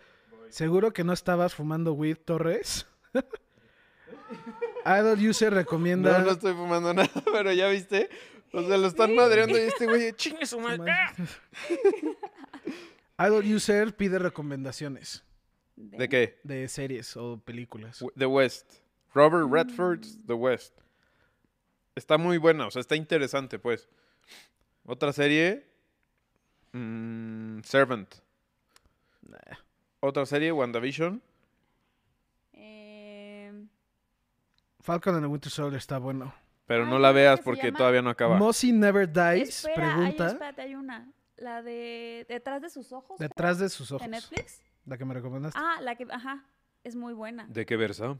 [SPEAKER 1] seguro que no estabas fumando weed, Torres. Adult User recomienda.
[SPEAKER 3] No, no estoy fumando nada, pero ya viste. O sea, lo están madreando y este güey, chingue su madre.
[SPEAKER 1] Adult User pide recomendaciones
[SPEAKER 3] ¿De qué?
[SPEAKER 1] de series o películas.
[SPEAKER 3] W- The West. Robert Redford's The West. Está muy buena, o sea, está interesante, pues. Otra serie. mm, Servant. Otra serie, WandaVision.
[SPEAKER 2] Eh,
[SPEAKER 1] Falcon and the Winter Soldier está bueno.
[SPEAKER 3] Pero
[SPEAKER 2] Ay,
[SPEAKER 3] no la
[SPEAKER 2] Ah, ¿cómo es que
[SPEAKER 3] veas
[SPEAKER 2] se
[SPEAKER 3] porque
[SPEAKER 2] llama?
[SPEAKER 3] todavía no acaba.
[SPEAKER 1] Mossy Never Dies
[SPEAKER 2] espera, hay-
[SPEAKER 1] pregunta
[SPEAKER 2] espérate, hay una. La de Detrás de sus ojos. creo,
[SPEAKER 1] detrás de sus
[SPEAKER 2] De
[SPEAKER 1] ojos.
[SPEAKER 2] Netflix.
[SPEAKER 1] La que me recomendaste.
[SPEAKER 2] Ah, la que. Ajá. Es muy buena.
[SPEAKER 3] ¿De qué versa?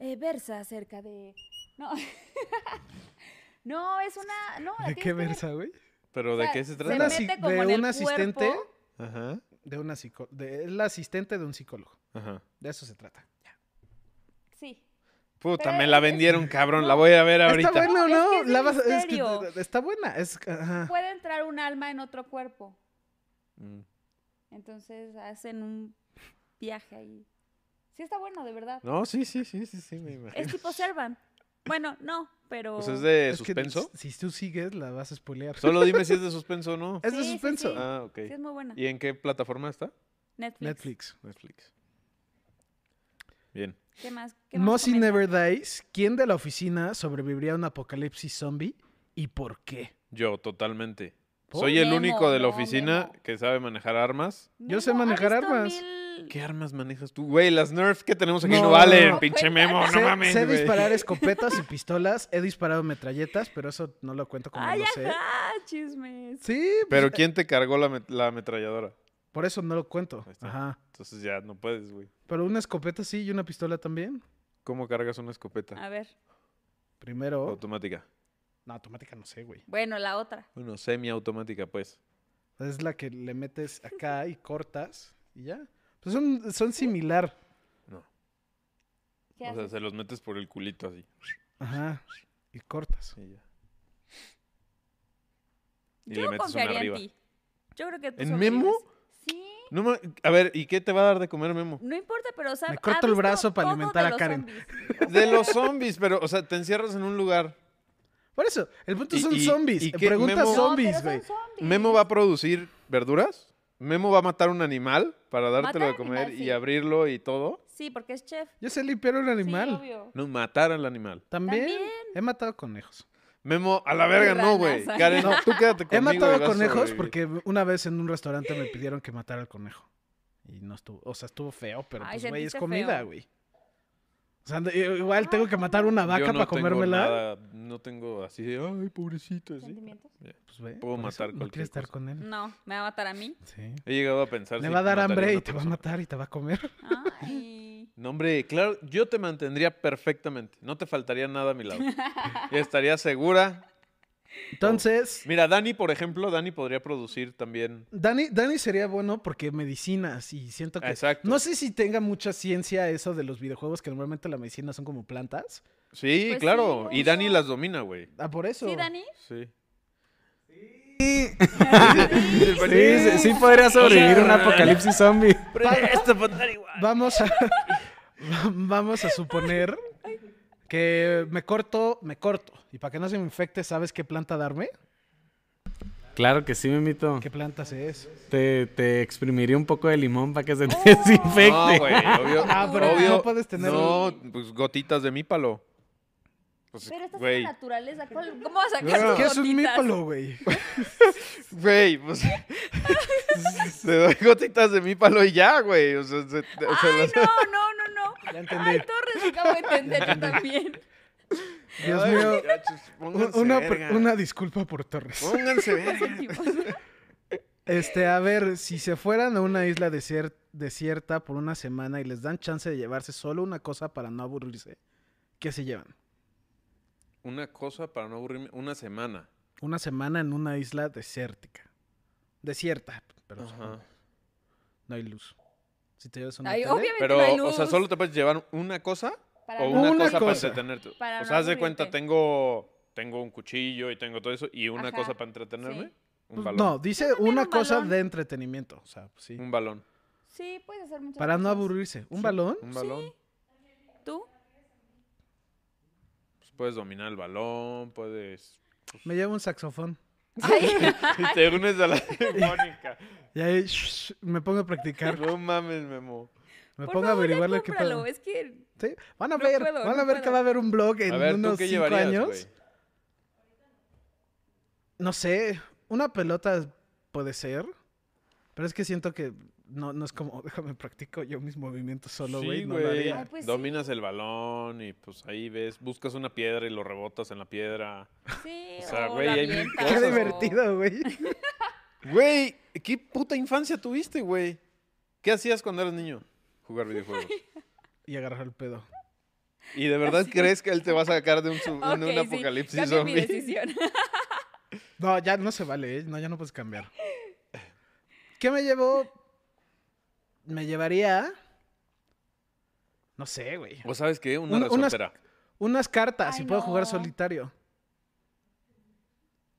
[SPEAKER 2] Eh, versa acerca de. No. no, es una. No, la
[SPEAKER 1] ¿De
[SPEAKER 2] tienes
[SPEAKER 1] qué
[SPEAKER 2] que ver.
[SPEAKER 1] versa, güey?
[SPEAKER 3] ¿Pero
[SPEAKER 2] O sea,
[SPEAKER 3] de qué
[SPEAKER 2] Ah, se
[SPEAKER 3] se
[SPEAKER 1] De
[SPEAKER 3] trata?
[SPEAKER 1] una
[SPEAKER 2] mete
[SPEAKER 1] asi-
[SPEAKER 2] como
[SPEAKER 1] de
[SPEAKER 2] en el
[SPEAKER 1] un asistente,
[SPEAKER 2] cuerpo.
[SPEAKER 3] Ajá.
[SPEAKER 1] de una psico- de- es la asistente de un psicólogo.
[SPEAKER 3] Ajá.
[SPEAKER 1] De eso se trata.
[SPEAKER 2] Sí.
[SPEAKER 3] Puta,
[SPEAKER 2] Pero
[SPEAKER 3] me la
[SPEAKER 2] es-
[SPEAKER 3] vendieron, cabrón. La
[SPEAKER 2] no.
[SPEAKER 3] voy a ver ahorita.
[SPEAKER 1] Está buena o
[SPEAKER 2] No, es
[SPEAKER 1] no?
[SPEAKER 2] que es de
[SPEAKER 1] La vas- es que-
[SPEAKER 2] misterio.
[SPEAKER 1] está buena. Es, ajá.
[SPEAKER 2] Puede entrar un alma en otro cuerpo.
[SPEAKER 3] Mm.
[SPEAKER 2] Entonces hacen un viaje ahí. Sí, está bueno, de verdad.
[SPEAKER 3] No, sí, sí, sí, sí, sí, me
[SPEAKER 2] Es
[SPEAKER 3] imagino.
[SPEAKER 2] tipo Servan. Bueno, no, pero.
[SPEAKER 3] O sea, ¿es de
[SPEAKER 1] Pues Es que
[SPEAKER 3] suspenso?
[SPEAKER 1] si si tú sigues, la vas a spoilear.
[SPEAKER 3] Solo dime si es de suspenso o no.
[SPEAKER 1] Es de
[SPEAKER 2] Sí, sí,
[SPEAKER 1] suspenso.
[SPEAKER 2] sí.
[SPEAKER 3] Ah, ok.
[SPEAKER 2] Sí, es muy buena.
[SPEAKER 3] ¿Y en qué plataforma está?
[SPEAKER 2] Netflix.
[SPEAKER 1] Netflix.
[SPEAKER 3] Netflix. Bien.
[SPEAKER 2] ¿Qué más? ¿Qué más
[SPEAKER 1] Mossy
[SPEAKER 2] comenta?
[SPEAKER 1] Never Dies. ¿Quién de la oficina sobreviviría a un apocalipsis zombie y por qué?
[SPEAKER 3] Yo, totalmente. Soy el
[SPEAKER 2] Memo,
[SPEAKER 3] único de la
[SPEAKER 2] no,
[SPEAKER 3] oficina
[SPEAKER 2] Memo.
[SPEAKER 3] que sabe manejar armas.
[SPEAKER 1] Yo sé
[SPEAKER 2] Memo, ¿has
[SPEAKER 1] manejar
[SPEAKER 2] visto
[SPEAKER 1] armas.
[SPEAKER 2] mil-
[SPEAKER 3] ¿Qué armas manejas tú? Güey, las Nerf que tenemos aquí no,
[SPEAKER 1] No,
[SPEAKER 3] valen,
[SPEAKER 1] no,
[SPEAKER 3] pinche
[SPEAKER 2] cuenta.
[SPEAKER 3] memo, no
[SPEAKER 1] sé,
[SPEAKER 3] mames.
[SPEAKER 1] sé
[SPEAKER 3] güey.
[SPEAKER 1] disparar escopetas y pistolas, he disparado metralletas, pero eso no lo cuento como
[SPEAKER 2] Ay,
[SPEAKER 1] lo sé.
[SPEAKER 2] ajá, chismes.
[SPEAKER 1] Sí, pues,
[SPEAKER 3] Pero ¿quién te cargó la, met- la ametralladora?
[SPEAKER 1] por eso no lo cuento.
[SPEAKER 3] Ahí está.
[SPEAKER 1] Ajá.
[SPEAKER 3] Entonces ya no puedes, güey.
[SPEAKER 1] Pero una escopeta sí y una pistola también.
[SPEAKER 3] ¿Cómo cargas una escopeta?
[SPEAKER 2] A ver,
[SPEAKER 1] Primero.
[SPEAKER 3] Automática.
[SPEAKER 1] No, automática no sé, güey.
[SPEAKER 2] bueno, la otra.
[SPEAKER 3] Bueno, semiautomática, pues.
[SPEAKER 1] Es la que le metes acá y cortas y ya. Pues son, son similar.
[SPEAKER 3] No.
[SPEAKER 2] ¿Qué
[SPEAKER 3] o sea,
[SPEAKER 2] haces?
[SPEAKER 3] se los metes por el culito así.
[SPEAKER 1] Ajá. Y cortas.
[SPEAKER 3] Y ya. Y
[SPEAKER 2] Yo
[SPEAKER 3] le metes una
[SPEAKER 2] confiaría en
[SPEAKER 3] arriba.
[SPEAKER 2] ti. Yo creo que tú
[SPEAKER 3] ¿En
[SPEAKER 2] sobrevives.
[SPEAKER 3] Memo?
[SPEAKER 2] Sí.
[SPEAKER 3] No, ma- a ver, ¿y qué te va a dar de comer, Memo?
[SPEAKER 2] No importa, pero sabes.
[SPEAKER 1] Me corto el brazo para alimentar a Karen.
[SPEAKER 3] De los zombies, pero, o sea, te encierras en un lugar.
[SPEAKER 1] Por eso, el punto
[SPEAKER 3] ¿Y-
[SPEAKER 1] son
[SPEAKER 3] y-
[SPEAKER 1] zombies.
[SPEAKER 3] y
[SPEAKER 1] Eh,
[SPEAKER 3] qué,
[SPEAKER 1] Pregunta
[SPEAKER 3] Memo?
[SPEAKER 1] zombies, güey.
[SPEAKER 3] Memo va a producir verduras. Memo va a matar un animal para dártelo
[SPEAKER 2] Matar
[SPEAKER 3] de comer
[SPEAKER 2] animal,
[SPEAKER 3] y
[SPEAKER 2] sí.
[SPEAKER 3] abrirlo y todo.
[SPEAKER 2] Sí, porque es chef.
[SPEAKER 1] Yo sé limpiar un animal.
[SPEAKER 2] Sí, obvio.
[SPEAKER 1] pues
[SPEAKER 3] No, matar al animal.
[SPEAKER 1] ¿También?
[SPEAKER 2] También.
[SPEAKER 1] He matado conejos.
[SPEAKER 3] Memo, a la verga, no,
[SPEAKER 2] Ranas,
[SPEAKER 3] güey.
[SPEAKER 2] ay.
[SPEAKER 3] Karen, no, tú quédate conmigo.
[SPEAKER 1] He
[SPEAKER 3] y
[SPEAKER 1] matado
[SPEAKER 3] vas a
[SPEAKER 1] conejos
[SPEAKER 3] sobrevivir.
[SPEAKER 1] porque una vez en un restaurante me pidieron que matara al conejo. Y no estuvo, o sea, estuvo feo, pero
[SPEAKER 2] Ay,
[SPEAKER 1] pues, güey, es
[SPEAKER 2] sentiste
[SPEAKER 1] comida,
[SPEAKER 2] feo. Ah.
[SPEAKER 1] güey. O sea, eh, igual tengo que matar una
[SPEAKER 3] Yo
[SPEAKER 1] vaca
[SPEAKER 3] no
[SPEAKER 1] para
[SPEAKER 3] tengo
[SPEAKER 1] comérmela.
[SPEAKER 3] nada, no tengo así de, ay, pobrecito, así.
[SPEAKER 2] ¿Sentimientos?
[SPEAKER 1] Pues, güey,
[SPEAKER 3] Puedo
[SPEAKER 1] por eso
[SPEAKER 3] matar
[SPEAKER 1] No
[SPEAKER 3] cualquier
[SPEAKER 1] quieres estar
[SPEAKER 3] cosa.
[SPEAKER 1] con él.
[SPEAKER 2] No, me va a matar a mí.
[SPEAKER 1] Sí.
[SPEAKER 3] He llegado a pensar.
[SPEAKER 1] Le
[SPEAKER 3] si
[SPEAKER 1] va a dar
[SPEAKER 3] mataría
[SPEAKER 1] hambre y
[SPEAKER 3] una
[SPEAKER 1] te va a
[SPEAKER 3] persona.
[SPEAKER 1] matar y te va a comer.
[SPEAKER 2] Ay.
[SPEAKER 3] No, hombre, claro, yo te mantendría perfectamente. No te faltaría nada a mi lado. y estaría segura.
[SPEAKER 1] Entonces,
[SPEAKER 3] Mira, Dani, por ejemplo, Dani podría producir también.
[SPEAKER 1] Dani, Dani sería bueno porque medicinas y siento que...
[SPEAKER 3] Ah, Exacto.
[SPEAKER 1] No sé si tenga mucha ciencia eso de los videojuegos que normalmente la medicina son como plantas.
[SPEAKER 3] Sí,
[SPEAKER 2] Pues
[SPEAKER 3] claro.
[SPEAKER 2] sí,
[SPEAKER 3] y Dani
[SPEAKER 2] eso.
[SPEAKER 3] las domina, güey.
[SPEAKER 1] Ah, por eso.
[SPEAKER 2] ¿Sí, Dani?
[SPEAKER 3] Sí.
[SPEAKER 4] Sí, sí, sí podría sobrevivir un apocalipsis zombie.
[SPEAKER 1] Vamos a, vamos a suponer que me corto, me corto. Y para que no se me infecte, ¿sabes qué planta darme?
[SPEAKER 4] Claro que sí, Memito.
[SPEAKER 1] ¿Qué planta es?
[SPEAKER 4] Te, te exprimiría un poco de limón para que se te desinfecte.
[SPEAKER 3] No, güey, obvio.
[SPEAKER 1] Ah, pero
[SPEAKER 3] obvio,
[SPEAKER 1] no puedes tener-
[SPEAKER 3] No, pues gotitas de mípalo. Pues,
[SPEAKER 2] Pero estás en
[SPEAKER 3] güey,
[SPEAKER 2] la naturaleza. ¿cuál- ¿Cómo vas a sacar
[SPEAKER 3] Claro.
[SPEAKER 2] tus
[SPEAKER 1] ¿Qué es un
[SPEAKER 2] gotitas?
[SPEAKER 1] mípalo, güey?
[SPEAKER 3] güey, pues te doy gotitas de mípalo y ya, güey. O sea, se- se
[SPEAKER 2] Ay,
[SPEAKER 3] las-
[SPEAKER 2] no, no, no, no.
[SPEAKER 1] Ya entendí.
[SPEAKER 2] Ay, Torres, acabo de entender yo también.
[SPEAKER 1] Dios
[SPEAKER 3] Ay,
[SPEAKER 1] mío.
[SPEAKER 3] muchachos, pónganse
[SPEAKER 1] Una,
[SPEAKER 3] verga.
[SPEAKER 1] una disculpa por Torres.
[SPEAKER 3] Pónganse verga.
[SPEAKER 2] Son tipos.
[SPEAKER 1] Este,
[SPEAKER 2] Eh,
[SPEAKER 1] a ver, si se fueran a una isla desier- desierta por una semana y les dan chance de llevarse solo una cosa para no aburrirse, ¿qué se llevan?
[SPEAKER 3] Una cosa para no aburrirme, una semana.
[SPEAKER 1] Una semana en una isla desértica. Desierta, pero
[SPEAKER 3] Ajá.
[SPEAKER 1] no hay luz. Si te llevas una
[SPEAKER 2] Ay,
[SPEAKER 1] tele-
[SPEAKER 2] obviamente
[SPEAKER 3] Pero,
[SPEAKER 2] no hay luz.
[SPEAKER 3] o sea, solo te puedes llevar una cosa
[SPEAKER 2] Para
[SPEAKER 3] o
[SPEAKER 2] no
[SPEAKER 3] una,
[SPEAKER 1] Una
[SPEAKER 3] cosa, para
[SPEAKER 1] cosa.
[SPEAKER 3] entretenerte.
[SPEAKER 2] Para
[SPEAKER 3] o
[SPEAKER 2] no
[SPEAKER 3] sea, haz de cuenta,
[SPEAKER 2] aburrirte.
[SPEAKER 3] tengo, tengo un cuchillo y tengo todo eso y una
[SPEAKER 2] Ajá,
[SPEAKER 3] cosa para entretenerme.
[SPEAKER 2] sí.
[SPEAKER 3] Un
[SPEAKER 1] Pues,
[SPEAKER 3] balón.
[SPEAKER 1] no, dice
[SPEAKER 2] también
[SPEAKER 1] una
[SPEAKER 2] un
[SPEAKER 1] cosa
[SPEAKER 2] balón.
[SPEAKER 1] de entretenimiento. O sea, pues sí.
[SPEAKER 3] Un balón.
[SPEAKER 2] Sí, puedes hacer muchas
[SPEAKER 1] Para no
[SPEAKER 2] cosas.
[SPEAKER 1] aburrirse. ¿Un balón?
[SPEAKER 3] Un balón.
[SPEAKER 2] ¿Tú?
[SPEAKER 3] Pues puedes dominar el balón, puedes.
[SPEAKER 1] Me llevo un saxofón.
[SPEAKER 3] Y te unes a la sinfónica.
[SPEAKER 1] Y ahí shh, me pongo a practicar.
[SPEAKER 3] No mames, Memo.
[SPEAKER 1] Me
[SPEAKER 2] Por
[SPEAKER 1] pongo a
[SPEAKER 2] favor, Pues ya
[SPEAKER 1] averiguarle qué
[SPEAKER 2] cómpralo,
[SPEAKER 1] pedo.
[SPEAKER 2] Es que
[SPEAKER 1] Sí, Van a
[SPEAKER 2] No
[SPEAKER 1] ver,
[SPEAKER 2] puedo,
[SPEAKER 1] van a
[SPEAKER 2] no
[SPEAKER 1] ver que
[SPEAKER 2] puedo.
[SPEAKER 1] va a haber un blog en
[SPEAKER 3] A ver, ¿tú
[SPEAKER 1] unos
[SPEAKER 3] qué
[SPEAKER 1] cinco
[SPEAKER 3] llevarías,
[SPEAKER 1] años.
[SPEAKER 3] güey?
[SPEAKER 1] No sé, una pelota puede ser. Pero es que siento que no, no es como, déjame practico yo mis movimientos solo, güey.
[SPEAKER 3] Sí,
[SPEAKER 1] no lo
[SPEAKER 3] güey.
[SPEAKER 1] haría.
[SPEAKER 2] Ay, pues sí.
[SPEAKER 3] Dominas el balón y pues ahí ves, buscas una piedra y lo rebotas en la piedra.
[SPEAKER 2] sí.
[SPEAKER 3] O sea,
[SPEAKER 2] lo
[SPEAKER 3] güey, hay mil
[SPEAKER 2] avientas,
[SPEAKER 1] Qué
[SPEAKER 3] cosas,
[SPEAKER 2] o-
[SPEAKER 1] divertido, güey.
[SPEAKER 3] Güey, ¿qué puta infancia tuviste, güey? ¿Qué hacías cuando eras niño? Jugar videojuegos.
[SPEAKER 1] Y agarrar el pedo.
[SPEAKER 3] ¿Y de verdad crees que él te va a sacar de un, su- de un
[SPEAKER 2] Ok, sí,
[SPEAKER 3] apocalipsis
[SPEAKER 2] cambio mi
[SPEAKER 3] zombie?
[SPEAKER 2] decisión.
[SPEAKER 1] No, ya no se vale, ¿eh? No, ya no puedes cambiar. ¿Qué me llevo? Me llevaría. No sé, güey.
[SPEAKER 3] ¿O sabes qué? Una
[SPEAKER 1] Un- unas-
[SPEAKER 3] resortera.
[SPEAKER 1] Unas cartas
[SPEAKER 2] Ay,
[SPEAKER 1] y puedo jugar
[SPEAKER 2] no.
[SPEAKER 1] solitario.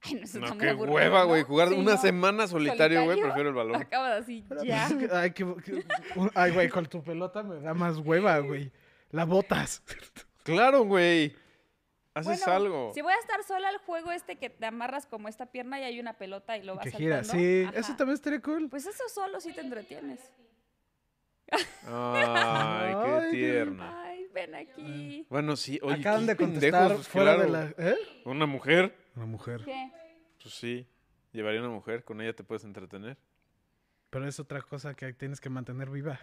[SPEAKER 2] Ay, no, eso
[SPEAKER 3] No,
[SPEAKER 2] también
[SPEAKER 3] qué
[SPEAKER 2] aburrido,
[SPEAKER 3] hueva,
[SPEAKER 2] ¿no?
[SPEAKER 3] güey. Jugar
[SPEAKER 2] Sí,
[SPEAKER 3] una
[SPEAKER 2] no.
[SPEAKER 3] semana solitario, güey.
[SPEAKER 2] ¿Solitario?
[SPEAKER 3] Prefiero el balón.
[SPEAKER 2] Acabas así,
[SPEAKER 1] Pero,
[SPEAKER 2] ya.
[SPEAKER 1] pues, Ay, qué- qué- un- ay, güey, con tu pelota me da más hueva, güey. La botas.
[SPEAKER 3] Claro, güey. Haces
[SPEAKER 2] Bueno,
[SPEAKER 3] algo.
[SPEAKER 2] Si voy a estar sola al juego este que te amarras como esta pierna y hay una pelota y lo vas
[SPEAKER 1] Que
[SPEAKER 2] saltando.
[SPEAKER 1] gira, sí.
[SPEAKER 2] ajá.
[SPEAKER 1] Eso también estaría cool.
[SPEAKER 2] Pues eso solo sí te entretienes.
[SPEAKER 3] Ay,
[SPEAKER 1] Ay,
[SPEAKER 3] qué tierna.
[SPEAKER 2] Ay, ven aquí.
[SPEAKER 3] Bueno, sí, oye,
[SPEAKER 1] Acaban
[SPEAKER 3] qué
[SPEAKER 1] de contestar
[SPEAKER 3] pendejos, pues,
[SPEAKER 1] fuera
[SPEAKER 3] claro.
[SPEAKER 1] de la. ¿Eh?
[SPEAKER 3] Una mujer,
[SPEAKER 1] Una mujer.
[SPEAKER 2] ¿Qué?
[SPEAKER 3] pues sí. Llevaría una mujer, con ella te puedes entretener.
[SPEAKER 1] Pero es otra cosa que tienes que mantener viva.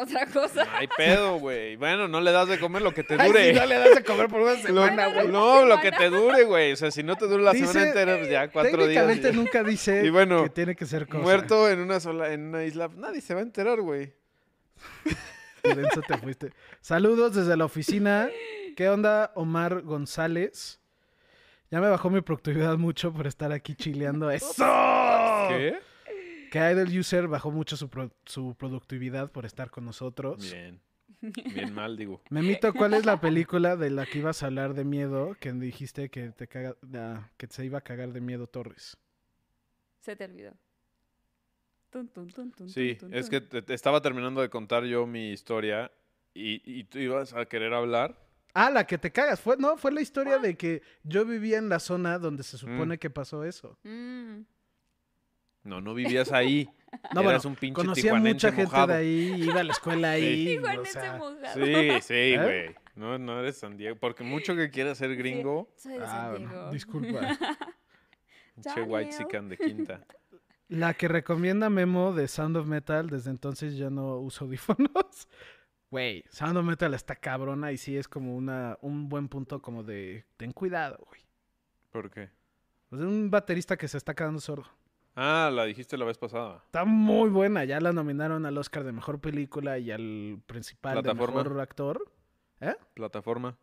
[SPEAKER 2] Otra cosa.
[SPEAKER 3] No hay pedo, güey. Bueno, no le das de comer lo que te
[SPEAKER 4] Ay,
[SPEAKER 3] dure.
[SPEAKER 4] si no le das a comer por una
[SPEAKER 3] Lo-
[SPEAKER 4] semana,
[SPEAKER 2] güey.
[SPEAKER 3] no, lo que te dure, güey. O sea, si no te dura la
[SPEAKER 1] Dice- eh,
[SPEAKER 3] semana entera, pues ya cuatro días.
[SPEAKER 1] Técnicamente nunca dice
[SPEAKER 3] Y bueno,
[SPEAKER 1] que tiene que ser cosa.
[SPEAKER 3] Muerto en una sola, en una isla. Nadie se va a enterar, güey.
[SPEAKER 1] Lorenzo, te fuiste. Saludos desde la oficina. ¿Qué onda, Omar González? Ya me bajó mi productividad mucho por estar aquí chileando. ¡Eso!
[SPEAKER 3] ¿Qué?
[SPEAKER 1] Que Idle User bajó mucho su, pro- su productividad por estar con nosotros.
[SPEAKER 3] Bien. Bien mal, digo.
[SPEAKER 1] Memito, ¿cuál es la película de la que ibas a hablar de miedo que dijiste que te caga- ah, que se iba a cagar de miedo Torres?
[SPEAKER 2] Se te olvidó. Tun, tun, tun, tun,
[SPEAKER 3] Sí,
[SPEAKER 2] tun, tun,
[SPEAKER 3] es que
[SPEAKER 2] tun.
[SPEAKER 3] te- te estaba terminando de contar yo mi historia y, y tú ibas a querer hablar.
[SPEAKER 1] Ah, la que te cagas. Fue, no, fue la historia de que yo vivía en la zona donde se supone que pasó eso.
[SPEAKER 2] Mm.
[SPEAKER 3] No, no vivías ahí.
[SPEAKER 1] No,
[SPEAKER 3] Eras
[SPEAKER 1] bueno,
[SPEAKER 3] un pinche
[SPEAKER 1] Conocía
[SPEAKER 3] tijuanense
[SPEAKER 1] mucha gente
[SPEAKER 3] mojado.
[SPEAKER 1] de ahí, iba a la escuela ahí. o
[SPEAKER 2] Tijuanense
[SPEAKER 1] sea,
[SPEAKER 2] mojado.
[SPEAKER 3] Sí, sí,
[SPEAKER 1] ¿Eh?
[SPEAKER 3] güey. No, no eres San Diego. Porque mucho que quieras ser gringo,
[SPEAKER 2] Soy de
[SPEAKER 1] ah,
[SPEAKER 2] San
[SPEAKER 1] bueno,
[SPEAKER 2] Diego.
[SPEAKER 1] disculpa.
[SPEAKER 3] che white
[SPEAKER 2] Daniel.
[SPEAKER 3] de quinta.
[SPEAKER 1] La que recomienda Memo de Sound of Metal, desde entonces ya no uso audífonos. Güey, Sound of Metal está cabrona y sí es como una, un buen punto como de ten cuidado, güey.
[SPEAKER 3] ¿Por qué?
[SPEAKER 1] O sea, un baterista que se está quedando sordo.
[SPEAKER 3] Ah, la dijiste la vez pasada.
[SPEAKER 1] Está muy buena, ya la nominaron al Oscar de Mejor Película y al principal
[SPEAKER 3] Plataforma.
[SPEAKER 1] de Mejor Actor.
[SPEAKER 3] Plataforma.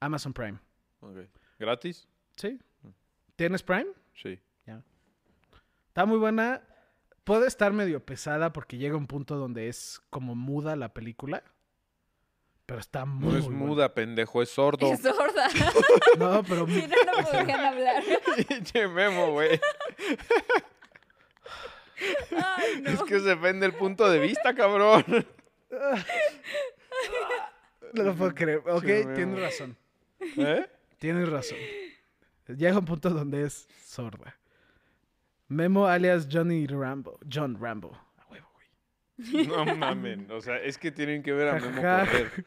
[SPEAKER 1] Amazon Prime.
[SPEAKER 3] Ok. ¿Gratis?
[SPEAKER 1] ¿Sí? ¿Tienes Prime?
[SPEAKER 3] Sí.
[SPEAKER 1] Está muy buena. Puede estar medio pesada porque llega un punto donde es como muda la película. Pero está
[SPEAKER 3] No
[SPEAKER 1] muy
[SPEAKER 3] es
[SPEAKER 1] buena.
[SPEAKER 3] muda, pendejo, es sordo.
[SPEAKER 2] Es sorda.
[SPEAKER 1] No, pero
[SPEAKER 2] si no, no podrían hablar.
[SPEAKER 3] Pinche memo, güey.
[SPEAKER 2] Ay, no.
[SPEAKER 3] Es que se vende el punto de vista, cabrón.
[SPEAKER 1] no lo puedo creer. Ok,
[SPEAKER 3] veo.
[SPEAKER 1] tienes razón.
[SPEAKER 3] ¿Eh?
[SPEAKER 1] Tienes razón. Llega un punto donde es sorda. Memo alias Johnny Rambo. John Rambo. A huevo, güey.
[SPEAKER 3] No mamen. O sea, es que tienen que ver a Memo
[SPEAKER 1] Ajá.
[SPEAKER 3] correr.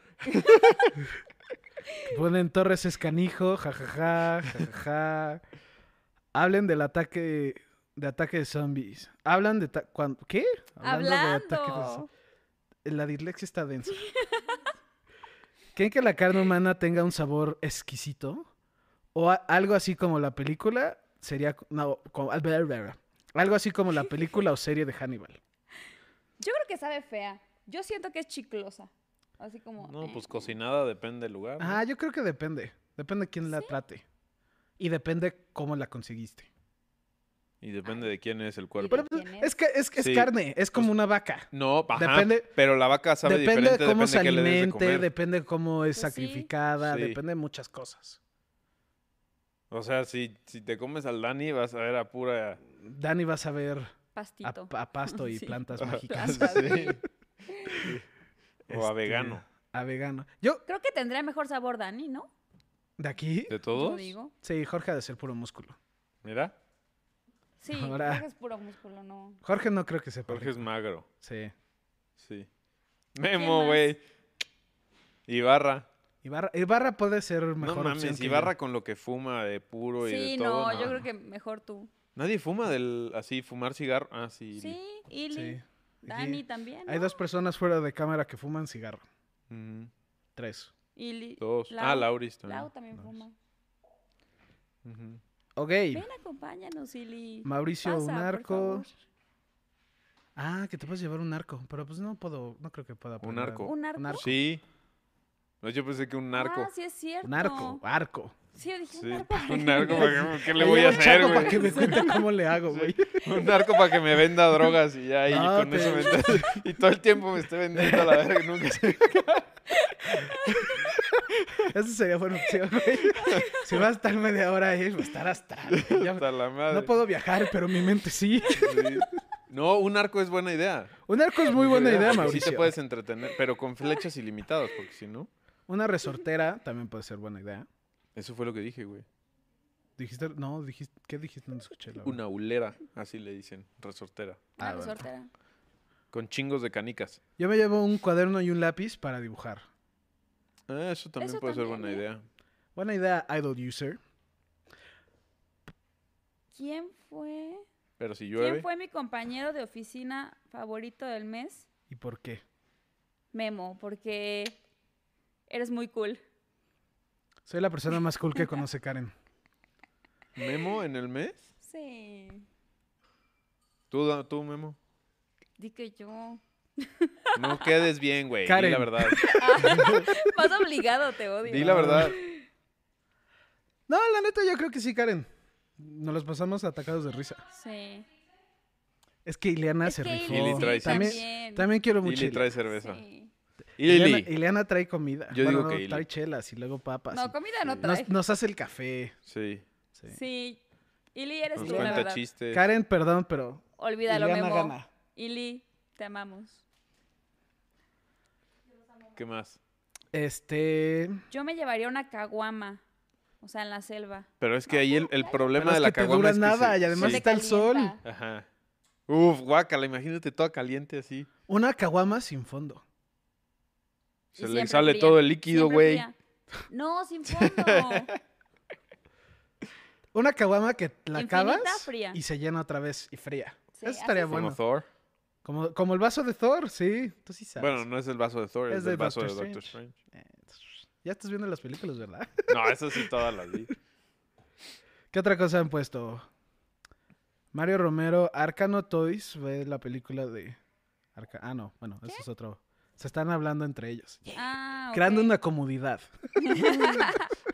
[SPEAKER 1] Ponen Torres Escanijo, jajaja, jajaja. Hablen del ataque de ataque de zombies. Hablan de ta- cuan- ¿qué? de ataque de
[SPEAKER 2] Hablando.
[SPEAKER 1] zo- La dislexia está densa. ¿Creen que la carne humana tenga un sabor exquisito? O a- algo así como la película sería no, como- algo así como la película o serie de Hannibal.
[SPEAKER 2] Yo creo que sabe fea. Yo siento que es chiclosa. Así como.
[SPEAKER 3] No,
[SPEAKER 2] eh.
[SPEAKER 3] pues cocinada depende del lugar. ¿no?
[SPEAKER 1] Ah, yo creo que depende. Depende quién la trate. Y depende cómo la conseguiste.
[SPEAKER 3] Y depende de quién es el
[SPEAKER 2] Y
[SPEAKER 3] cuerpo.
[SPEAKER 1] Pero
[SPEAKER 2] de
[SPEAKER 1] pues,
[SPEAKER 2] quién
[SPEAKER 1] es que es, es
[SPEAKER 3] Sí,
[SPEAKER 1] carne, es como una vaca.
[SPEAKER 3] No, ajá,
[SPEAKER 1] Depende-
[SPEAKER 3] pero la vaca sabe
[SPEAKER 1] Depende
[SPEAKER 3] diferente,
[SPEAKER 1] de cómo se
[SPEAKER 3] depende que le des de
[SPEAKER 1] alimente,
[SPEAKER 3] comer.
[SPEAKER 1] depende de cómo es
[SPEAKER 2] Pues sí.
[SPEAKER 1] sacrificada,
[SPEAKER 3] Sí.
[SPEAKER 1] depende de muchas cosas.
[SPEAKER 3] O sea, si, si te comes al Dani vas a ver a pura...
[SPEAKER 1] Dani vas a ver a,
[SPEAKER 2] Pastito.
[SPEAKER 1] a pasto y
[SPEAKER 2] Sí.
[SPEAKER 1] plantas
[SPEAKER 3] Ah,
[SPEAKER 1] mágicas.
[SPEAKER 3] sí. O a
[SPEAKER 1] Este,
[SPEAKER 3] vegano.
[SPEAKER 1] A vegano. Yo,
[SPEAKER 2] Creo que tendría mejor sabor Dani, ¿no?
[SPEAKER 1] de aquí,
[SPEAKER 3] ¿De
[SPEAKER 2] Yo
[SPEAKER 3] todos?
[SPEAKER 2] digo.
[SPEAKER 1] sí, Jorge ha de ser puro músculo.
[SPEAKER 3] Mira,
[SPEAKER 2] Sí,
[SPEAKER 1] Ahora.
[SPEAKER 2] creo que es puro músculo, no.
[SPEAKER 1] Jorge no creo que sepa.
[SPEAKER 3] Jorge es magro.
[SPEAKER 1] Sí.
[SPEAKER 3] Sí.
[SPEAKER 2] más?
[SPEAKER 3] Memo, güey. Ibarra.
[SPEAKER 1] Ibarra, Ibarra puede ser mejor
[SPEAKER 3] no
[SPEAKER 1] opción
[SPEAKER 3] mames,
[SPEAKER 1] que
[SPEAKER 3] Ibarra
[SPEAKER 1] yo.
[SPEAKER 3] con lo que fuma de puro y
[SPEAKER 2] Sí,
[SPEAKER 3] de
[SPEAKER 2] no,
[SPEAKER 3] todo.
[SPEAKER 2] yo creo que mejor tú.
[SPEAKER 3] Nadie fuma del así, fumar cigarro. Ah, sí.
[SPEAKER 2] Sí, Ili.
[SPEAKER 1] Sí.
[SPEAKER 2] Dani
[SPEAKER 1] Aquí
[SPEAKER 2] también.
[SPEAKER 1] Hay
[SPEAKER 2] ¿no?
[SPEAKER 1] dos personas fuera de cámara que fuman cigarro.
[SPEAKER 3] Ujú.
[SPEAKER 1] Tres.
[SPEAKER 2] Ili.
[SPEAKER 3] Dos.
[SPEAKER 2] Lau.
[SPEAKER 3] Ah, Lauris también.
[SPEAKER 2] Lau también fuma.
[SPEAKER 3] Ujú.
[SPEAKER 1] Ok.
[SPEAKER 2] Ven, acompáñanos, Ili.
[SPEAKER 1] Mauricio
[SPEAKER 2] Pasa, por
[SPEAKER 1] Unarco.
[SPEAKER 2] favor.
[SPEAKER 1] Ah, que te puedes llevar un arco. Pero pues no puedo, no creo que pueda. poner
[SPEAKER 3] arco.
[SPEAKER 1] algo.
[SPEAKER 2] ¿Un arco?
[SPEAKER 1] Un arco.
[SPEAKER 3] Sí. No, yo pensé que un narco.
[SPEAKER 2] Ah, sí es cierto.
[SPEAKER 1] Un arco, arco.
[SPEAKER 2] Sí, yo dije
[SPEAKER 3] Sí.
[SPEAKER 2] un arco.
[SPEAKER 3] Un narco,
[SPEAKER 2] Ah,
[SPEAKER 3] ¿para qué- ¿qué le
[SPEAKER 1] Ahí
[SPEAKER 3] voy a
[SPEAKER 1] llevo un
[SPEAKER 3] hacer,
[SPEAKER 1] chavo Para
[SPEAKER 3] güey?
[SPEAKER 1] que me cuente cómo le hago, güey.
[SPEAKER 3] Un narco para que me venda drogas y ya, y
[SPEAKER 1] No,
[SPEAKER 3] con eso
[SPEAKER 1] te-
[SPEAKER 3] me está- Y todo el tiempo me esté vendiendo a la verga y nunca se...
[SPEAKER 1] Esa sería buena opción, güey. Si va a estar media hora ahí, va a estar hasta. ya-
[SPEAKER 3] Hasta la madre.
[SPEAKER 1] No puedo viajar, pero mi mente sí.
[SPEAKER 3] Sí. No, un arco es buena idea.
[SPEAKER 1] Un arco es muy buena idea,
[SPEAKER 3] Porque Sí
[SPEAKER 1] Mauricio.
[SPEAKER 3] te puedes entretener, pero con flechas ilimitadas, porque si no...
[SPEAKER 1] Una resortera también puede ser buena idea.
[SPEAKER 3] Eso fue lo que dije, güey.
[SPEAKER 1] Dijiste, no, dijiste, ¿qué dijiste? No escuché la verdad.
[SPEAKER 3] Una hulera, así le dicen, resortera.
[SPEAKER 2] Una
[SPEAKER 1] Ah, bueno.
[SPEAKER 2] resortera.
[SPEAKER 3] Con chingos de canicas.
[SPEAKER 1] Yo me llevo un cuaderno y un lápiz para dibujar.
[SPEAKER 3] Ah, eso también
[SPEAKER 2] Eso ¿eh?
[SPEAKER 3] puede ser
[SPEAKER 2] también,
[SPEAKER 3] buena
[SPEAKER 2] ¿eh?
[SPEAKER 3] idea.
[SPEAKER 1] Buena idea, idle user.
[SPEAKER 2] ¿Quién fue?
[SPEAKER 3] Pero si llueve.
[SPEAKER 2] ¿Quién fue mi compañero de oficina favorito del mes?
[SPEAKER 1] ¿Y por qué?
[SPEAKER 2] Memo, porque eres muy cool.
[SPEAKER 1] Soy la persona más cool que conoce Karen.
[SPEAKER 3] ¿Memo en el mes?
[SPEAKER 2] Sí.
[SPEAKER 3] Tú, da- tú Memo.
[SPEAKER 2] Di que yo.
[SPEAKER 3] No quedes bien, güey. Di la
[SPEAKER 4] Karen.
[SPEAKER 3] verdad.
[SPEAKER 2] Más obligado, te odio.
[SPEAKER 3] Di la verdad.
[SPEAKER 1] No, la neta, yo creo que sí, Karen. Nos los pasamos atacados de risa.
[SPEAKER 2] Sí.
[SPEAKER 1] Es que Ileana
[SPEAKER 2] Es
[SPEAKER 1] se
[SPEAKER 2] que
[SPEAKER 1] rifó.
[SPEAKER 3] Ili trae
[SPEAKER 1] también,
[SPEAKER 2] también.
[SPEAKER 1] también quiero
[SPEAKER 3] Y
[SPEAKER 1] mucho.
[SPEAKER 3] le trae
[SPEAKER 1] Ileana.
[SPEAKER 3] cerveza.
[SPEAKER 2] Sí.
[SPEAKER 3] Y Lili.
[SPEAKER 1] Ileana, Ileana trae comida.
[SPEAKER 3] Yo digo
[SPEAKER 1] no,
[SPEAKER 3] que Ili.
[SPEAKER 1] trae chelas y luego papas.
[SPEAKER 2] No, comida no
[SPEAKER 3] Sí.
[SPEAKER 2] trae.
[SPEAKER 1] nos, nos hace el café.
[SPEAKER 3] Sí.
[SPEAKER 1] Sí.
[SPEAKER 2] Sí. Ili, eres
[SPEAKER 3] Nos
[SPEAKER 2] tú, la
[SPEAKER 3] cuenta
[SPEAKER 2] verdad.
[SPEAKER 3] chistes.
[SPEAKER 1] Karen, perdón, pero
[SPEAKER 2] Olvídalo,
[SPEAKER 1] Ileana
[SPEAKER 2] Memo.
[SPEAKER 1] gana.
[SPEAKER 2] Ili, te amamos.
[SPEAKER 3] ¿Qué más?
[SPEAKER 1] este.
[SPEAKER 2] Yo me llevaría una caguama. O sea, en la selva.
[SPEAKER 3] Pero es que ahí el, el
[SPEAKER 1] Pero
[SPEAKER 3] problema
[SPEAKER 1] es
[SPEAKER 3] de la
[SPEAKER 1] que te
[SPEAKER 3] caguama
[SPEAKER 1] dura
[SPEAKER 3] es que
[SPEAKER 1] nada
[SPEAKER 3] se-
[SPEAKER 1] y además
[SPEAKER 3] sí.
[SPEAKER 1] está el sol.
[SPEAKER 2] calienta.
[SPEAKER 3] Ajá. Uf, guácala, imagínate toda caliente así.
[SPEAKER 1] Una caguama sin fondo.
[SPEAKER 2] Y
[SPEAKER 3] Se le
[SPEAKER 2] siempre
[SPEAKER 3] sale
[SPEAKER 2] fría,
[SPEAKER 3] todo el líquido,
[SPEAKER 2] siempre
[SPEAKER 3] güey.
[SPEAKER 2] fría. No, sin fondo.
[SPEAKER 1] Una caguama que la
[SPEAKER 2] Infinita,
[SPEAKER 1] acabas
[SPEAKER 2] fría.
[SPEAKER 1] y se llena otra vez y fría.
[SPEAKER 2] Sí,
[SPEAKER 1] Eso estaría
[SPEAKER 2] así
[SPEAKER 3] Como
[SPEAKER 1] bueno.
[SPEAKER 3] Thor.
[SPEAKER 1] Como, como el vaso de Thor, sí. Tú sí sabes.
[SPEAKER 3] Bueno, no es el vaso de Thor, es,
[SPEAKER 1] Es de
[SPEAKER 3] el vaso
[SPEAKER 1] Doctor
[SPEAKER 3] de Doctor
[SPEAKER 1] Strange.
[SPEAKER 3] Strange.
[SPEAKER 1] Eh, ya estás viendo las películas, ¿verdad?
[SPEAKER 3] No, eso sí, todas las vi.
[SPEAKER 1] ¿Qué otra cosa han puesto? Mario Romero, Arcano Toys, ve la película de... Arca- Ah, no, bueno, eso es otro. Se están hablando entre ellos.
[SPEAKER 2] Ah,
[SPEAKER 1] Creando
[SPEAKER 2] ok.
[SPEAKER 1] una comodidad.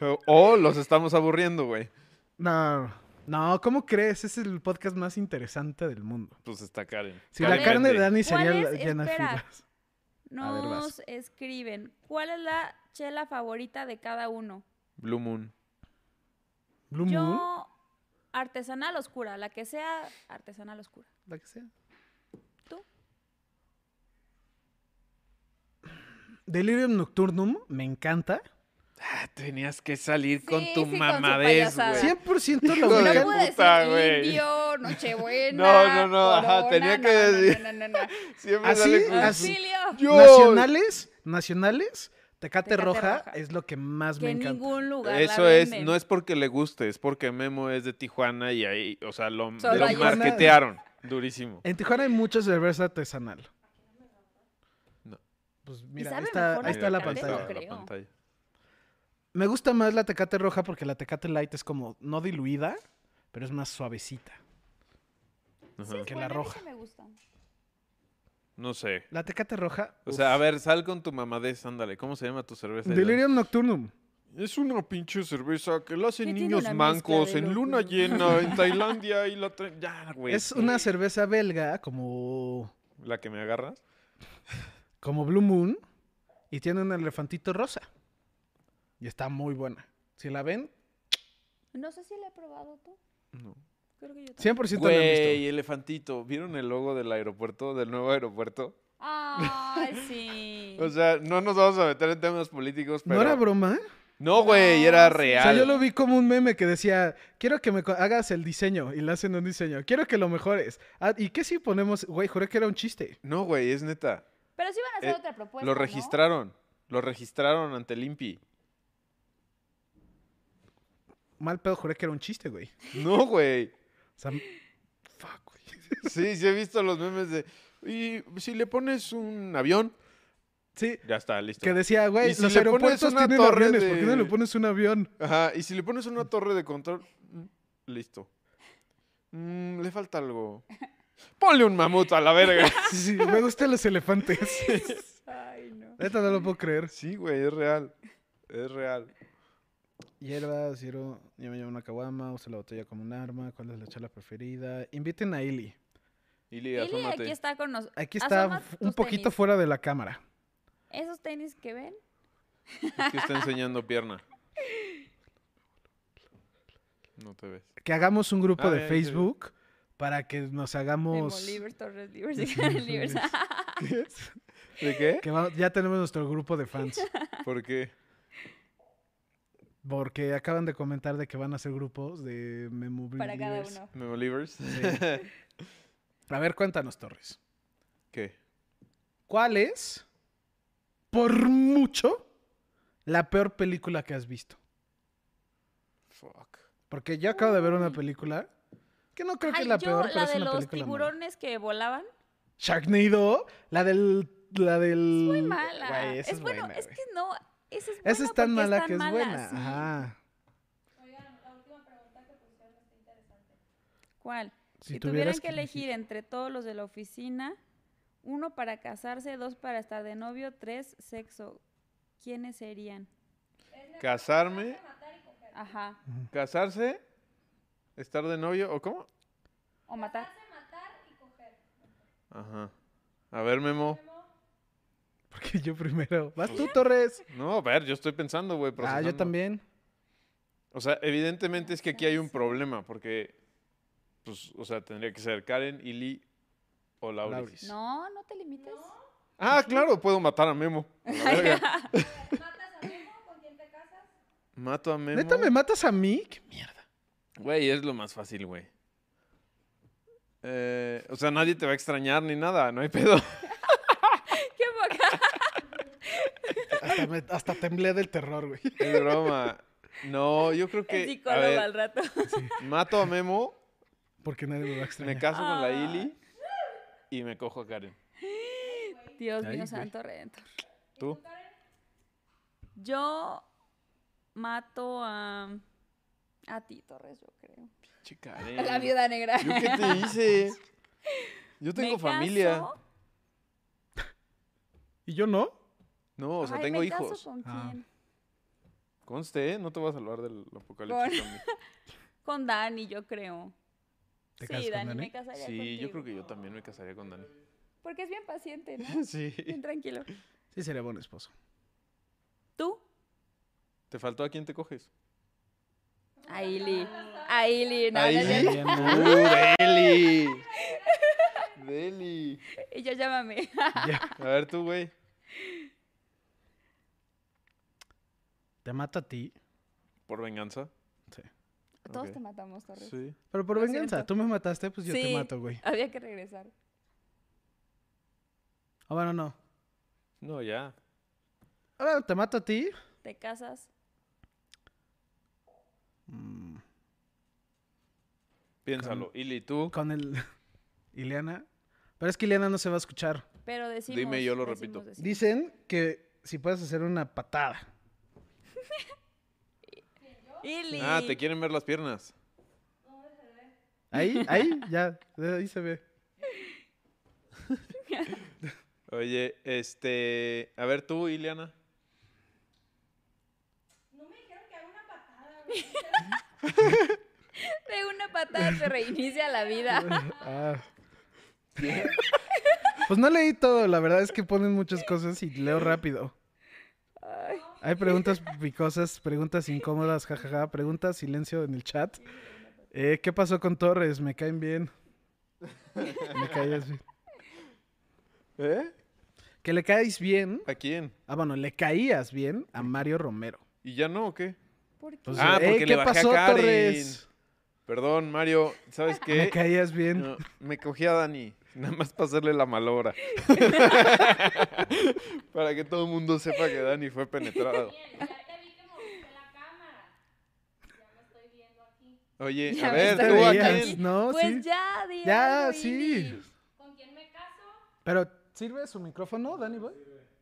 [SPEAKER 3] O- O los estamos aburriendo, güey.
[SPEAKER 1] No, no, ¿cómo crees? Es el podcast más interesante del mundo.
[SPEAKER 3] Pues está Karen.
[SPEAKER 1] Si
[SPEAKER 3] Karen
[SPEAKER 1] la carne de
[SPEAKER 3] vende.
[SPEAKER 1] Dani
[SPEAKER 2] ¿Cuál
[SPEAKER 1] sería
[SPEAKER 2] es?
[SPEAKER 1] llena de
[SPEAKER 2] Espera.
[SPEAKER 1] fibras. A ver, vas.
[SPEAKER 2] Nos escriben. ¿Cuál es la chela favorita de cada uno?
[SPEAKER 3] Blue Moon.
[SPEAKER 1] Blue Moon,
[SPEAKER 2] Yo, artesanal oscura, la que sea artesanal oscura.
[SPEAKER 1] la que sea.
[SPEAKER 2] ¿Tú?
[SPEAKER 1] Delirium Nocturnum, me encanta.
[SPEAKER 3] Ah, tenías que salir con
[SPEAKER 2] Sí,
[SPEAKER 3] tu
[SPEAKER 2] sí, con su
[SPEAKER 3] mamadez,
[SPEAKER 2] payasada.
[SPEAKER 3] güey.
[SPEAKER 1] 100%
[SPEAKER 3] Hijo
[SPEAKER 1] lo
[SPEAKER 3] de
[SPEAKER 1] ubican.
[SPEAKER 2] No pude
[SPEAKER 3] puta,
[SPEAKER 2] decir
[SPEAKER 3] güey.
[SPEAKER 2] indio, nochebuena.
[SPEAKER 3] No, no, no, ajá,
[SPEAKER 2] corona,
[SPEAKER 3] tenía
[SPEAKER 2] no,
[SPEAKER 3] que
[SPEAKER 2] no, no,
[SPEAKER 3] decir.
[SPEAKER 2] no, no, no.
[SPEAKER 3] Siempre
[SPEAKER 1] Así,
[SPEAKER 3] sale con
[SPEAKER 1] Ah,
[SPEAKER 3] su-
[SPEAKER 1] así.
[SPEAKER 2] Auxilio.
[SPEAKER 3] Yo.
[SPEAKER 1] Nacionales, nacionales, Tecate,
[SPEAKER 2] Tecate
[SPEAKER 1] roja,
[SPEAKER 2] Roja.
[SPEAKER 1] es lo que más
[SPEAKER 2] Que
[SPEAKER 1] me
[SPEAKER 2] en
[SPEAKER 1] encanta.
[SPEAKER 2] ningún lugar. la
[SPEAKER 3] Eso es,
[SPEAKER 2] venden.
[SPEAKER 3] no es porque le guste, es porque Memo es de Tijuana y ahí, o sea, lo,
[SPEAKER 2] Solo
[SPEAKER 3] lo
[SPEAKER 2] ahí.
[SPEAKER 3] marketearon durísimo.
[SPEAKER 1] En Tijuana hay mucha cerveza artesanal.
[SPEAKER 3] No.
[SPEAKER 1] Pues mira, ahí
[SPEAKER 2] sabe
[SPEAKER 1] está,
[SPEAKER 2] mejor
[SPEAKER 1] ahí está la
[SPEAKER 2] Tecate,
[SPEAKER 1] pantalla.
[SPEAKER 2] no creo.
[SPEAKER 1] Me gusta más la Tecate roja porque la Tecate light es como no diluida, pero es más suavecita.
[SPEAKER 3] Ajá.
[SPEAKER 2] Sí, es
[SPEAKER 1] que la
[SPEAKER 2] buena, a mí
[SPEAKER 1] roja.
[SPEAKER 2] sí me gusta.
[SPEAKER 3] No sé.
[SPEAKER 1] La Tecate roja.
[SPEAKER 3] O
[SPEAKER 1] uf.
[SPEAKER 3] sea, a ver, sal con tu mamadez, ándale. ¿Cómo se llama tu cerveza?
[SPEAKER 1] Delirium Nocturnum.
[SPEAKER 3] Es una pinche cerveza que la hacen
[SPEAKER 2] Que tiene
[SPEAKER 3] niños
[SPEAKER 2] una
[SPEAKER 3] mancos
[SPEAKER 2] mezcla de
[SPEAKER 3] en luna
[SPEAKER 2] locura.
[SPEAKER 3] llena, en Tailandia y la traen- Ya, güey.
[SPEAKER 1] Es una cerveza belga como,
[SPEAKER 3] La que me agarras.
[SPEAKER 1] como Blue Moon y tiene un elefantito rosa. Y está muy buena. Si la ven,
[SPEAKER 2] No sé si la he probado tú.
[SPEAKER 3] No.
[SPEAKER 2] Creo que yo también.
[SPEAKER 1] 100% la han visto.
[SPEAKER 3] Güey, elefantito. ¿Vieron el logo del aeropuerto, del nuevo aeropuerto?
[SPEAKER 2] Ay, sí.
[SPEAKER 3] O sea, no nos vamos a meter en temas políticos, pero...
[SPEAKER 1] ¿No era Ah, broma?
[SPEAKER 3] No, güey,
[SPEAKER 2] No,
[SPEAKER 3] era
[SPEAKER 1] O sea,
[SPEAKER 2] sí.
[SPEAKER 3] real.
[SPEAKER 1] yo lo vi como un meme que decía, quiero que me co- hagas el diseño. Y le hacen un diseño. Quiero que lo mejores. Ah, ¿Y qué si ponemos? Güey, juré que era un chiste.
[SPEAKER 3] No, güey, es neta.
[SPEAKER 2] Pero sí van a hacer
[SPEAKER 3] eh,
[SPEAKER 2] otra propuesta. Pues ¿no?
[SPEAKER 3] Lo registraron. Lo registraron ante el INPI.
[SPEAKER 1] Mal pedo, juré que era un chiste, güey.
[SPEAKER 3] No, güey.
[SPEAKER 1] O sea, fuck, güey.
[SPEAKER 3] Sí, sí he visto los memes de... Y si le pones un avión,
[SPEAKER 1] Sí,
[SPEAKER 3] ya está, listo.
[SPEAKER 1] que decía, güey,
[SPEAKER 3] ¿Y si
[SPEAKER 1] los
[SPEAKER 3] le pones
[SPEAKER 1] aeropuertos
[SPEAKER 3] una
[SPEAKER 1] tienen
[SPEAKER 3] torre
[SPEAKER 1] aviones. ¿Por qué no
[SPEAKER 3] de-
[SPEAKER 1] le pones un avión?
[SPEAKER 3] Ajá, y si le pones una torre de control, mm, listo. Mm, le falta algo. Ponle un mamut a la verga.
[SPEAKER 1] Sí, sí, me gustan los elefantes.
[SPEAKER 2] Ay, no.
[SPEAKER 1] Neta, no lo puedo creer.
[SPEAKER 3] Sí, güey, es real. Es real.
[SPEAKER 1] Hierba, Ciro, yo me llevo una caguama, uso la botella como un arma. ¿Cuál es la charla preferida? Inviten a Ili.
[SPEAKER 3] Ili,
[SPEAKER 2] Ili
[SPEAKER 3] asómate.
[SPEAKER 2] aquí está con nosotros.
[SPEAKER 1] Aquí está
[SPEAKER 2] Asoma
[SPEAKER 1] f- un
[SPEAKER 2] tus
[SPEAKER 1] poquito
[SPEAKER 2] tenis.
[SPEAKER 1] fuera de la cámara.
[SPEAKER 2] Esos tenis que ven.
[SPEAKER 3] Es que está enseñando pierna. No te ves.
[SPEAKER 1] que hagamos un grupo
[SPEAKER 3] Ah,
[SPEAKER 1] de
[SPEAKER 3] ya, ya, ya.
[SPEAKER 1] Facebook para que nos
[SPEAKER 2] Memo,
[SPEAKER 1] hagamos.
[SPEAKER 2] Livers, Torres, Livers y Karen Livers.
[SPEAKER 3] ¿De qué?
[SPEAKER 1] Que va- ya tenemos nuestro grupo de fans.
[SPEAKER 3] ¿Por qué?
[SPEAKER 1] Porque acaban de comentar de que van a hacer grupos de Memo
[SPEAKER 2] Para cada
[SPEAKER 1] Believers.
[SPEAKER 2] uno.
[SPEAKER 3] ¿Memo Livers?
[SPEAKER 1] A ver, cuéntanos, Torres.
[SPEAKER 3] ¿Qué?
[SPEAKER 1] ¿Cuál es, por mucho, la peor película que has visto?
[SPEAKER 3] Fuck.
[SPEAKER 1] Porque yo acabo de ver una película Que no creo que
[SPEAKER 2] Mm. Ay,
[SPEAKER 1] es la
[SPEAKER 2] yo,
[SPEAKER 1] peor, pero
[SPEAKER 2] la
[SPEAKER 1] es
[SPEAKER 2] de
[SPEAKER 1] una
[SPEAKER 2] los
[SPEAKER 1] película mala.
[SPEAKER 2] tiburones que volaban.
[SPEAKER 1] Sharknado, la del... La del...
[SPEAKER 2] Muy mala.
[SPEAKER 1] Güey,
[SPEAKER 2] es,
[SPEAKER 1] esa es
[SPEAKER 2] bueno,
[SPEAKER 1] buena,
[SPEAKER 2] es
[SPEAKER 1] güey.
[SPEAKER 2] que no. Esa es,
[SPEAKER 1] Esa
[SPEAKER 2] buena
[SPEAKER 1] es tan
[SPEAKER 2] porque
[SPEAKER 1] mala que es
[SPEAKER 2] mala,
[SPEAKER 1] buena.
[SPEAKER 2] sí.
[SPEAKER 1] Ajá.
[SPEAKER 2] ¿Cuál?
[SPEAKER 1] Si
[SPEAKER 2] Si, tuvieran
[SPEAKER 1] tuvieras que
[SPEAKER 2] que elegir entre todos los de la oficina, uno para casarse, dos para estar de novio, tres sexo, ¿quiénes serían?
[SPEAKER 3] Casarme,
[SPEAKER 2] Ajá.
[SPEAKER 3] casarse, estar de novio o cómo?
[SPEAKER 2] O matar.
[SPEAKER 3] Ajá. A ver, Memo.
[SPEAKER 1] Porque yo primero. Vas tú, Torres.
[SPEAKER 3] No, a ver, yo estoy pensando,
[SPEAKER 1] Ah,
[SPEAKER 3] güey.
[SPEAKER 1] yo
[SPEAKER 3] procesando.
[SPEAKER 1] también.
[SPEAKER 3] O sea, evidentemente es que aquí hay un problema, porque, pues, o sea, tendría que ser Karen, Ili o Lauris.
[SPEAKER 1] Lauris.
[SPEAKER 2] No, no te limites.
[SPEAKER 3] Ah, claro, puedo matar a Memo. A la verga. Mato a Memo.
[SPEAKER 1] ¿Neta me matas a mí? Qué mierda.
[SPEAKER 3] Güey, es lo más fácil, güey. Eh, o sea, nadie te va a extrañar ni nada, no hay pedo.
[SPEAKER 2] ¡Qué poca!
[SPEAKER 1] Hasta, me- hasta temblé del terror, güey.
[SPEAKER 3] Es broma. No, yo creo
[SPEAKER 2] El
[SPEAKER 3] que. A
[SPEAKER 2] psicólogo al
[SPEAKER 3] ver,
[SPEAKER 2] rato.
[SPEAKER 3] mato a Memo,
[SPEAKER 1] Porque nadie me va a
[SPEAKER 3] me
[SPEAKER 1] extrañar.
[SPEAKER 3] caso con la
[SPEAKER 2] Ah.
[SPEAKER 3] Ili y me cojo a Karen.
[SPEAKER 2] Dios
[SPEAKER 1] Ay,
[SPEAKER 2] mío,
[SPEAKER 1] güey.
[SPEAKER 2] santo redentor.
[SPEAKER 3] ¿Tú?
[SPEAKER 2] Yo mato a. A ti, Torres, yo creo.
[SPEAKER 3] Chica,
[SPEAKER 2] A la viuda negra.
[SPEAKER 3] ¿Yo qué te hice? Yo
[SPEAKER 2] Me
[SPEAKER 3] tengo familia.
[SPEAKER 2] caso-
[SPEAKER 1] ¿Y yo no?
[SPEAKER 3] No, o sea,
[SPEAKER 2] Ay,
[SPEAKER 3] tengo
[SPEAKER 2] ¿me caso
[SPEAKER 3] hijos.
[SPEAKER 2] ¿Con
[SPEAKER 1] Ah.
[SPEAKER 2] quién?
[SPEAKER 3] Conste, ¿eh? No te voy a salvar del
[SPEAKER 2] Con-
[SPEAKER 3] apocalipsis zombie.
[SPEAKER 2] Con Dani, yo creo.
[SPEAKER 1] ¿Te casas
[SPEAKER 2] sí,
[SPEAKER 1] con
[SPEAKER 2] Dani,
[SPEAKER 1] Dani?
[SPEAKER 2] me casaría
[SPEAKER 3] Sí, yo
[SPEAKER 2] contigo.
[SPEAKER 3] creo que yo también me casaría con Dani.
[SPEAKER 2] Porque es bien paciente, ¿no?
[SPEAKER 3] Sí.
[SPEAKER 2] Bien tranquilo.
[SPEAKER 1] Sí, sería buen esposo.
[SPEAKER 2] ¿Tú?
[SPEAKER 3] ¿Te faltó a quién te coges?
[SPEAKER 2] Aili. Aili. No, no, no, no.
[SPEAKER 3] Aili.
[SPEAKER 1] Bien, ¿no?
[SPEAKER 3] ¡Uh, Deli! Deli.
[SPEAKER 2] Y yo llámame.
[SPEAKER 1] Ya.
[SPEAKER 3] A ver tú, güey.
[SPEAKER 1] Te mato a ti.
[SPEAKER 3] ¿Por venganza?
[SPEAKER 2] Todos
[SPEAKER 3] Ok.
[SPEAKER 2] te matamos, Torres.
[SPEAKER 3] Sí.
[SPEAKER 1] Pero por
[SPEAKER 2] Lo
[SPEAKER 1] venganza,
[SPEAKER 2] siento.
[SPEAKER 1] tú me mataste, pues yo te
[SPEAKER 2] Sí.
[SPEAKER 1] mato, güey.
[SPEAKER 2] Había que regresar.
[SPEAKER 1] Ah, bueno, no.
[SPEAKER 3] No, ya.
[SPEAKER 1] Ah, bueno, te mato a ti.
[SPEAKER 2] Te casas.
[SPEAKER 1] Mm,
[SPEAKER 3] Piénsalo. Ili, tú.
[SPEAKER 1] Con el. Ileana. Pero es que Ileana no se va a escuchar.
[SPEAKER 2] Pero decimos.
[SPEAKER 3] Dime, yo lo
[SPEAKER 2] decimos,
[SPEAKER 3] repito.
[SPEAKER 2] decimos.
[SPEAKER 1] Dicen que si puedes hacer una patada.
[SPEAKER 2] Ili.
[SPEAKER 3] Ah, te quieren ver las piernas.
[SPEAKER 1] Ahí, ahí, ya. Ahí se ve.
[SPEAKER 3] Oye, este. A ver tú, Ileana.
[SPEAKER 2] De una patada te reinicia la vida.
[SPEAKER 1] Ah. Pues no leí todo, la verdad es que ponen muchas cosas y leo rápido. Hay preguntas picosas, preguntas incómodas, jajaja, preguntas, silencio en el chat. Eh, ¿Qué pasó con Torres? Me caen bien. Me caes bien.
[SPEAKER 3] ¿Eh?
[SPEAKER 1] Que le caes bien.
[SPEAKER 3] ¿A quién?
[SPEAKER 1] Ah, bueno, le caías bien a Mario Romero.
[SPEAKER 3] ¿Y ya no o qué?
[SPEAKER 2] ¿Por qué?
[SPEAKER 1] O
[SPEAKER 3] Ah,
[SPEAKER 1] eh,
[SPEAKER 3] porque le
[SPEAKER 1] ¿Qué
[SPEAKER 3] bajé a
[SPEAKER 1] pasó,
[SPEAKER 3] Karen.
[SPEAKER 1] Torres?
[SPEAKER 3] Perdón, Mario. ¿Sabes qué?
[SPEAKER 1] Me caías bien.
[SPEAKER 3] No, me cogí a Dani, nada más para hacerle la malobra. para que todo el mundo sepa que Dani fue penetrado. Oye,
[SPEAKER 2] Ya
[SPEAKER 3] a
[SPEAKER 2] me
[SPEAKER 3] ver,
[SPEAKER 1] ¿Te
[SPEAKER 2] estoy
[SPEAKER 3] tú a
[SPEAKER 2] viendo.
[SPEAKER 1] veías?
[SPEAKER 3] quién?
[SPEAKER 1] No,
[SPEAKER 2] Pues
[SPEAKER 1] sí.
[SPEAKER 2] ya, di
[SPEAKER 1] Ya,
[SPEAKER 2] algo,
[SPEAKER 1] sí.
[SPEAKER 2] Ili.
[SPEAKER 1] Pero, ¿sirve su micrófono, Danny Boy?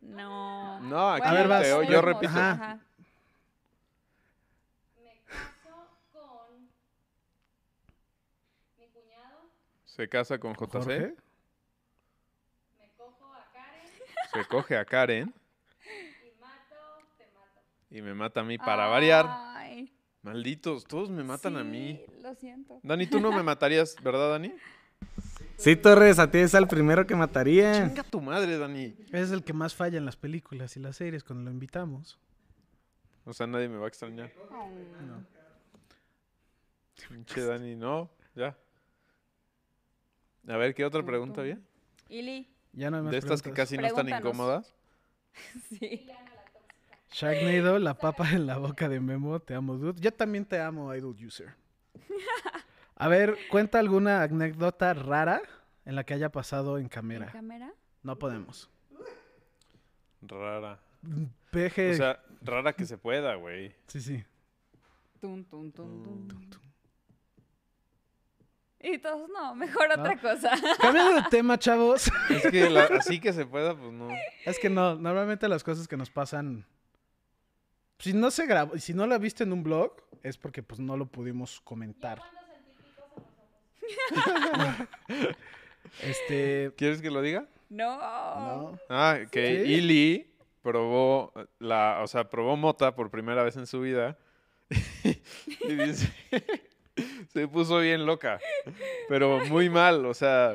[SPEAKER 2] No.
[SPEAKER 3] No, aquí
[SPEAKER 1] A ver,
[SPEAKER 3] te
[SPEAKER 1] vas.
[SPEAKER 3] oigo, yo
[SPEAKER 1] Vamos.
[SPEAKER 3] repito.
[SPEAKER 1] Ajá.
[SPEAKER 3] Se casa con JC,
[SPEAKER 1] Jorge.
[SPEAKER 3] se coge a Karen. Y me mata a mí para
[SPEAKER 2] Ay,
[SPEAKER 3] variar. Malditos, todos me matan a mí.
[SPEAKER 2] sí, Lo siento.
[SPEAKER 3] Dani, tú no me matarías, ¿verdad, Dani?
[SPEAKER 4] Sí, Torres, a ti es al primero que mataría.
[SPEAKER 3] Venga tu madre, Dani.
[SPEAKER 1] Es el que más falla en las películas y las series cuando lo invitamos.
[SPEAKER 3] O sea, nadie me va a extrañar. Pinche Dani, no, ya. A ver, ¿qué otra pregunta había?
[SPEAKER 2] Ili.
[SPEAKER 1] Ya no hay más
[SPEAKER 3] De estas que
[SPEAKER 1] preguntas.
[SPEAKER 3] casi no están
[SPEAKER 2] Pregúntanos.
[SPEAKER 3] incómodas.
[SPEAKER 2] Sí.
[SPEAKER 1] Sharknado, la papa en la boca de Memo, te amo, dude. Yo también te amo, Idol User. A ver, cuenta alguna anécdota rara en la que haya pasado en
[SPEAKER 2] ¿En
[SPEAKER 1] cámara.
[SPEAKER 2] cámara?
[SPEAKER 1] No podemos.
[SPEAKER 3] Rara.
[SPEAKER 1] Peje.
[SPEAKER 3] O sea, rara que se pueda, güey.
[SPEAKER 1] sí, sí.
[SPEAKER 2] Tum, tum, tum, tum. Y todos, no, mejor otra cosa.
[SPEAKER 1] Cambiando de tema, chavos.
[SPEAKER 3] Es que la- así que se pueda, pues no.
[SPEAKER 1] Es que no, normalmente las cosas que nos pasan. Si no se grabó, si no la viste en un blog, es porque pues no lo pudimos comentar. este.
[SPEAKER 3] ¿Quieres que lo diga?
[SPEAKER 2] No.
[SPEAKER 1] No.
[SPEAKER 3] Ah, que
[SPEAKER 1] Sí.
[SPEAKER 3] Ili probó la, o sea, probó mota por primera vez en su vida. y dice, se puso bien loca, pero muy mal, o sea,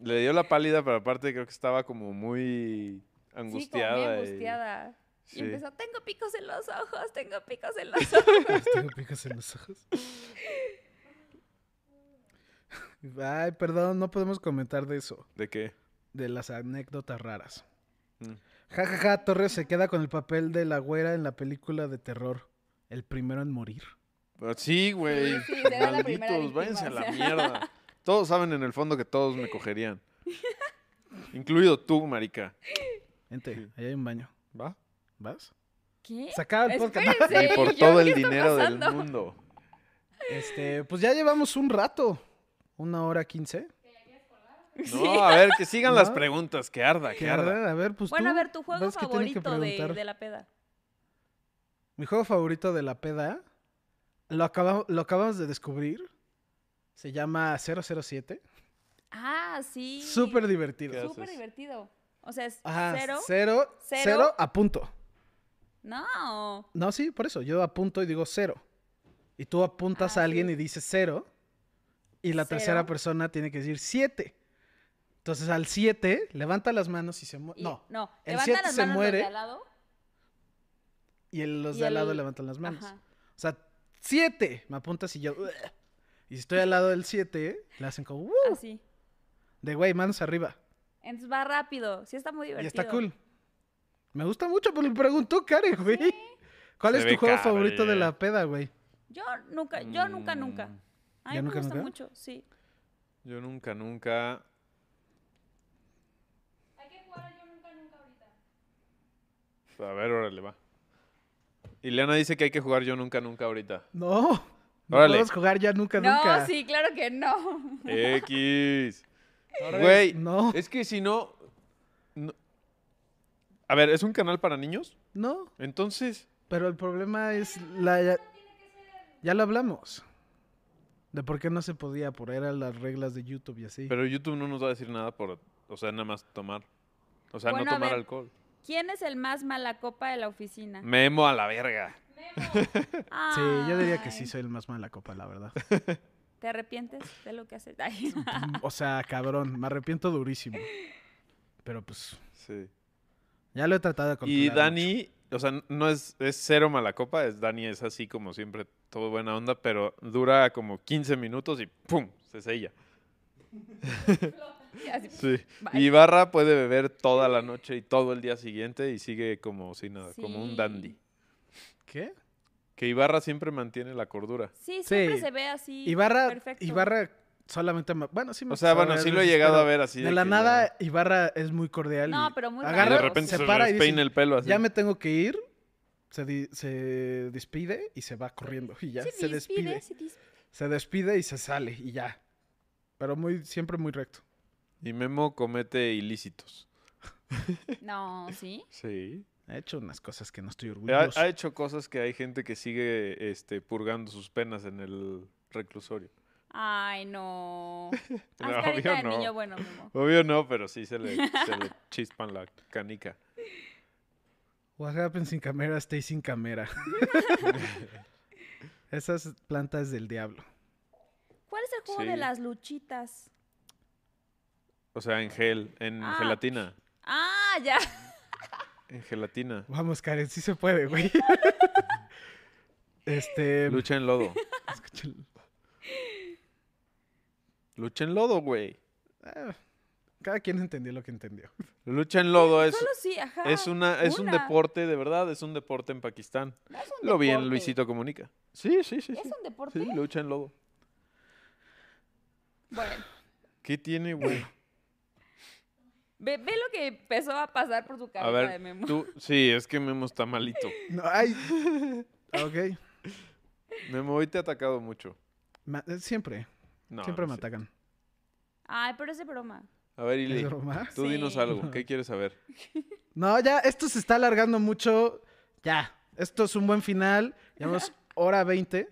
[SPEAKER 3] le dio la pálida, pero aparte creo que estaba como
[SPEAKER 2] Sí, como
[SPEAKER 3] muy
[SPEAKER 2] bien
[SPEAKER 3] angustiada. y-
[SPEAKER 2] angustiada. Y
[SPEAKER 3] sí.
[SPEAKER 2] empezó, tengo picos en los ojos, tengo picos en los ojos.
[SPEAKER 1] Pues tengo picos en los ojos. Ay, perdón, no podemos comentar de eso.
[SPEAKER 3] ¿De qué?
[SPEAKER 1] De las anécdotas raras.
[SPEAKER 3] Mm.
[SPEAKER 1] Ja, ja, ja, Torres se queda con el papel de la güera en la película de terror. El primero en morir.
[SPEAKER 3] Pero sí, güey.
[SPEAKER 2] Sí, sí, será la primera
[SPEAKER 3] Malditos, váyanse a
[SPEAKER 2] víctima,
[SPEAKER 3] la
[SPEAKER 2] o
[SPEAKER 3] mierda. Todos saben en el fondo que todos me cogerían. Incluido tú, marica.
[SPEAKER 1] Gente,
[SPEAKER 3] Sí.
[SPEAKER 1] ahí hay un baño.
[SPEAKER 3] ¿Va?
[SPEAKER 1] ¿vas?
[SPEAKER 2] ¿Qué?
[SPEAKER 1] Se acaba el podcast.
[SPEAKER 2] Espérense,
[SPEAKER 3] Y por
[SPEAKER 2] ¿yo
[SPEAKER 3] todo
[SPEAKER 2] qué
[SPEAKER 3] el
[SPEAKER 2] está
[SPEAKER 3] dinero del
[SPEAKER 2] pasando?
[SPEAKER 3] mundo.
[SPEAKER 1] Este, pues ya llevamos un rato. Una hora quince.
[SPEAKER 2] Sí.
[SPEAKER 3] No, a ver, que sigan las
[SPEAKER 1] No.
[SPEAKER 3] preguntas, que arda, que
[SPEAKER 1] Que
[SPEAKER 3] arda.
[SPEAKER 1] arda, A ver, pues tú
[SPEAKER 2] Bueno, a ver, tu juego
[SPEAKER 1] ves que tienen que
[SPEAKER 2] favorito de,
[SPEAKER 1] preguntar.
[SPEAKER 2] de la peda.
[SPEAKER 1] Mi juego favorito de la peda, lo, acaba- lo acabamos de descubrir. Se llama 007.
[SPEAKER 2] Ah, sí.
[SPEAKER 1] Súper divertido.
[SPEAKER 3] ¿Qué
[SPEAKER 2] Súper
[SPEAKER 3] haces?
[SPEAKER 2] divertido. O sea, es
[SPEAKER 1] Ajá,
[SPEAKER 2] cero.
[SPEAKER 1] cero,
[SPEAKER 2] cero.
[SPEAKER 1] cero a punto.
[SPEAKER 2] No.
[SPEAKER 1] No, sí, por eso. Yo apunto y digo cero. Y tú apuntas
[SPEAKER 2] Ah,
[SPEAKER 1] a alguien
[SPEAKER 2] sí.
[SPEAKER 1] y dices cero. Y la
[SPEAKER 2] Cero.
[SPEAKER 1] tercera persona tiene que decir siete. Entonces al siete levanta las manos y se mueve.
[SPEAKER 2] Y-
[SPEAKER 1] No.
[SPEAKER 2] No.
[SPEAKER 1] El
[SPEAKER 2] Levanta
[SPEAKER 1] siete
[SPEAKER 2] las
[SPEAKER 1] se
[SPEAKER 2] manos los de
[SPEAKER 1] muere.
[SPEAKER 2] al lado.
[SPEAKER 1] Y el- los
[SPEAKER 2] Y
[SPEAKER 1] de al lado
[SPEAKER 2] el-
[SPEAKER 1] levantan las manos.
[SPEAKER 2] Ajá.
[SPEAKER 1] O sea, siete. Me apuntas y yo. "Ugh". Y si estoy al lado del siete, le hacen como. "Uh",
[SPEAKER 2] Así.
[SPEAKER 1] de güey, manos arriba.
[SPEAKER 2] Entonces va rápido. Sí, está muy
[SPEAKER 1] Y
[SPEAKER 2] divertido.
[SPEAKER 1] está cool. Me gusta mucho, pero le preguntó Karen, güey. ¿Cuál
[SPEAKER 3] Se
[SPEAKER 1] es
[SPEAKER 3] ve
[SPEAKER 1] tu juego
[SPEAKER 3] cabrón.
[SPEAKER 1] favorito de la peda, güey?
[SPEAKER 2] Yo nunca, yo nunca, nunca.
[SPEAKER 3] Mm,
[SPEAKER 2] A
[SPEAKER 1] ¿Ya
[SPEAKER 2] mí me
[SPEAKER 1] nunca,
[SPEAKER 2] gusta
[SPEAKER 1] nunca?
[SPEAKER 2] mucho, sí.
[SPEAKER 3] Yo nunca, nunca. A ver, órale, va. Ileana dice que hay que jugar yo nunca, nunca ahorita.
[SPEAKER 1] No. No
[SPEAKER 3] Órale.
[SPEAKER 1] podemos jugar ya nunca,
[SPEAKER 2] no,
[SPEAKER 1] nunca.
[SPEAKER 2] sí, claro que no.
[SPEAKER 3] X. Güey,
[SPEAKER 1] No,
[SPEAKER 3] es que si no, no- A ver, ¿es un canal para niños?
[SPEAKER 1] no.
[SPEAKER 3] Entonces,
[SPEAKER 1] Pero el problema es la. Ya, ya lo hablamos. De por qué no se podía, por eran las reglas de YouTube y así.
[SPEAKER 3] pero YouTube no nos va a decir nada por, o sea, nada más tomar. O sea,
[SPEAKER 2] Bueno,
[SPEAKER 3] no
[SPEAKER 2] a
[SPEAKER 3] tomar
[SPEAKER 2] ver.
[SPEAKER 3] alcohol.
[SPEAKER 2] ¿Quién es el más mala copa de la oficina?
[SPEAKER 3] Memo a la verga.
[SPEAKER 1] Sí, yo diría que
[SPEAKER 2] Ay,
[SPEAKER 1] sí soy el más mala copa, la verdad.
[SPEAKER 2] ¿Te arrepientes de lo que haces? Ay.
[SPEAKER 1] O sea, cabrón, me arrepiento durísimo. Pero pues,
[SPEAKER 3] Sí.
[SPEAKER 1] ya lo he tratado de controlar.
[SPEAKER 3] Y
[SPEAKER 1] mucho.
[SPEAKER 3] Dani, o sea, no es, es cero mala copa, es Dani es así como siempre, todo buena onda, pero dura como 15 minutos y ¡pum! se sella.
[SPEAKER 2] Así,
[SPEAKER 3] Sí.
[SPEAKER 2] Bye.
[SPEAKER 3] Y Barra puede beber toda la noche y todo el día siguiente y sigue como si nada, como un
[SPEAKER 2] Sí.
[SPEAKER 3] dandy.
[SPEAKER 1] ¿Qué?
[SPEAKER 3] Que Ibarra siempre mantiene la cordura.
[SPEAKER 2] Sí, siempre
[SPEAKER 1] Sí.
[SPEAKER 2] se ve así.
[SPEAKER 1] Ibarra,
[SPEAKER 2] perfecto.
[SPEAKER 1] Ibarra solamente. ma- Bueno, sí me
[SPEAKER 3] O sea,
[SPEAKER 1] pasaba
[SPEAKER 3] bueno, sí
[SPEAKER 1] varias
[SPEAKER 3] lo he
[SPEAKER 1] veces,
[SPEAKER 3] llegado a
[SPEAKER 1] pero
[SPEAKER 3] ver así.
[SPEAKER 1] De la
[SPEAKER 3] que
[SPEAKER 1] nada,
[SPEAKER 3] ya-
[SPEAKER 1] Ibarra es muy cordial.
[SPEAKER 2] No,
[SPEAKER 1] y
[SPEAKER 2] pero muy
[SPEAKER 3] Y
[SPEAKER 1] agarra,
[SPEAKER 3] de
[SPEAKER 2] rápido,
[SPEAKER 3] repente
[SPEAKER 1] se,
[SPEAKER 3] se,
[SPEAKER 1] para y
[SPEAKER 3] despeina
[SPEAKER 1] dice,
[SPEAKER 3] el pelo así.
[SPEAKER 1] ya me tengo que ir. Se, di- se despide y se va corriendo. Y ya, se, despide.
[SPEAKER 2] se despide.
[SPEAKER 1] Se despide y se sale y ya. Pero muy, siempre muy recto.
[SPEAKER 3] Y Memo comete ilícitos.
[SPEAKER 2] No, ¿sí?
[SPEAKER 3] Sí.
[SPEAKER 1] Ha hecho unas cosas que no estoy
[SPEAKER 3] Ha,
[SPEAKER 1] orgulloso.
[SPEAKER 3] ha hecho cosas que hay gente que sigue este, purgando sus penas en el reclusorio.
[SPEAKER 2] Ay, no. Haz
[SPEAKER 3] No,
[SPEAKER 2] carita
[SPEAKER 3] obvio
[SPEAKER 2] de
[SPEAKER 3] no.
[SPEAKER 2] niño bueno, Memo.
[SPEAKER 3] Obvio no, pero sí se le, se le chispan la canica.
[SPEAKER 1] What happens in camera stays in camera. Esas plantas del diablo.
[SPEAKER 2] ¿Cuál es el juego de
[SPEAKER 3] Sí.
[SPEAKER 2] las luchitas?
[SPEAKER 3] O sea, en gel, en
[SPEAKER 2] Ah.
[SPEAKER 3] gelatina.
[SPEAKER 2] Ah, ya.
[SPEAKER 3] En gelatina.
[SPEAKER 1] Vamos, Karen, sí se puede, güey. este.
[SPEAKER 3] Lucha en lodo.
[SPEAKER 1] escuchen-
[SPEAKER 3] Lucha en lodo, güey.
[SPEAKER 1] ah, cada quien entendió lo que entendió.
[SPEAKER 3] Lucha en lodo es,
[SPEAKER 2] Solo sí, ajá.
[SPEAKER 3] es, una, es un
[SPEAKER 2] una.
[SPEAKER 3] deporte, de verdad, es un deporte en Pakistán.
[SPEAKER 2] No es un
[SPEAKER 3] Lo vi en
[SPEAKER 2] deporte.
[SPEAKER 3] Luisito Comunica. Sí, sí, sí.
[SPEAKER 2] ¿Es
[SPEAKER 3] sí.
[SPEAKER 2] un deporte?
[SPEAKER 3] Sí, lucha en lodo.
[SPEAKER 2] Bueno,
[SPEAKER 3] ¿Qué tiene, güey?
[SPEAKER 2] ve, ve lo que empezó a pasar por su
[SPEAKER 3] A
[SPEAKER 2] cabeza de
[SPEAKER 3] ver,
[SPEAKER 2] Memo.
[SPEAKER 3] tú, sí, es que Memo está malito.
[SPEAKER 1] No, ay. Ok.
[SPEAKER 3] Memo, hoy te ha atacado mucho.
[SPEAKER 1] Ma- eh, siempre.
[SPEAKER 3] No,
[SPEAKER 1] Siempre
[SPEAKER 3] no
[SPEAKER 1] me
[SPEAKER 3] es cierto.
[SPEAKER 1] atacan.
[SPEAKER 2] Ay, pero es de broma.
[SPEAKER 3] A ver, Ili,
[SPEAKER 1] ¿Es broma?
[SPEAKER 3] tú
[SPEAKER 2] Sí.
[SPEAKER 3] dinos algo. ¿Qué quieres saber?
[SPEAKER 1] No, ya, esto se está alargando mucho. Ya, esto es un buen final. Llevamos hora 20.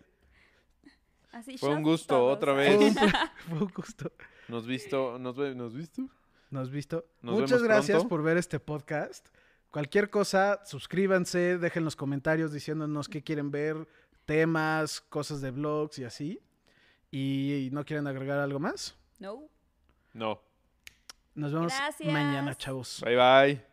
[SPEAKER 2] Así
[SPEAKER 3] Fue un
[SPEAKER 2] shots
[SPEAKER 3] gusto,
[SPEAKER 2] todos,
[SPEAKER 3] otra
[SPEAKER 1] Fue
[SPEAKER 3] vez.
[SPEAKER 1] un, fue un gusto.
[SPEAKER 3] ¿Nos visto? ¿Nos, ve- ¿nos visto?
[SPEAKER 1] Nos visto.
[SPEAKER 3] Nos
[SPEAKER 1] Muchas
[SPEAKER 3] vemos
[SPEAKER 1] gracias
[SPEAKER 3] pronto.
[SPEAKER 1] por ver este podcast. Cualquier cosa, suscríbanse, dejen los comentarios diciéndonos qué quieren ver, temas, cosas de blogs y así. ¿Y no quieren agregar algo más?
[SPEAKER 2] No.
[SPEAKER 3] No.
[SPEAKER 1] Nos vemos
[SPEAKER 2] Gracias.
[SPEAKER 1] mañana, chavos.
[SPEAKER 3] Bye, bye.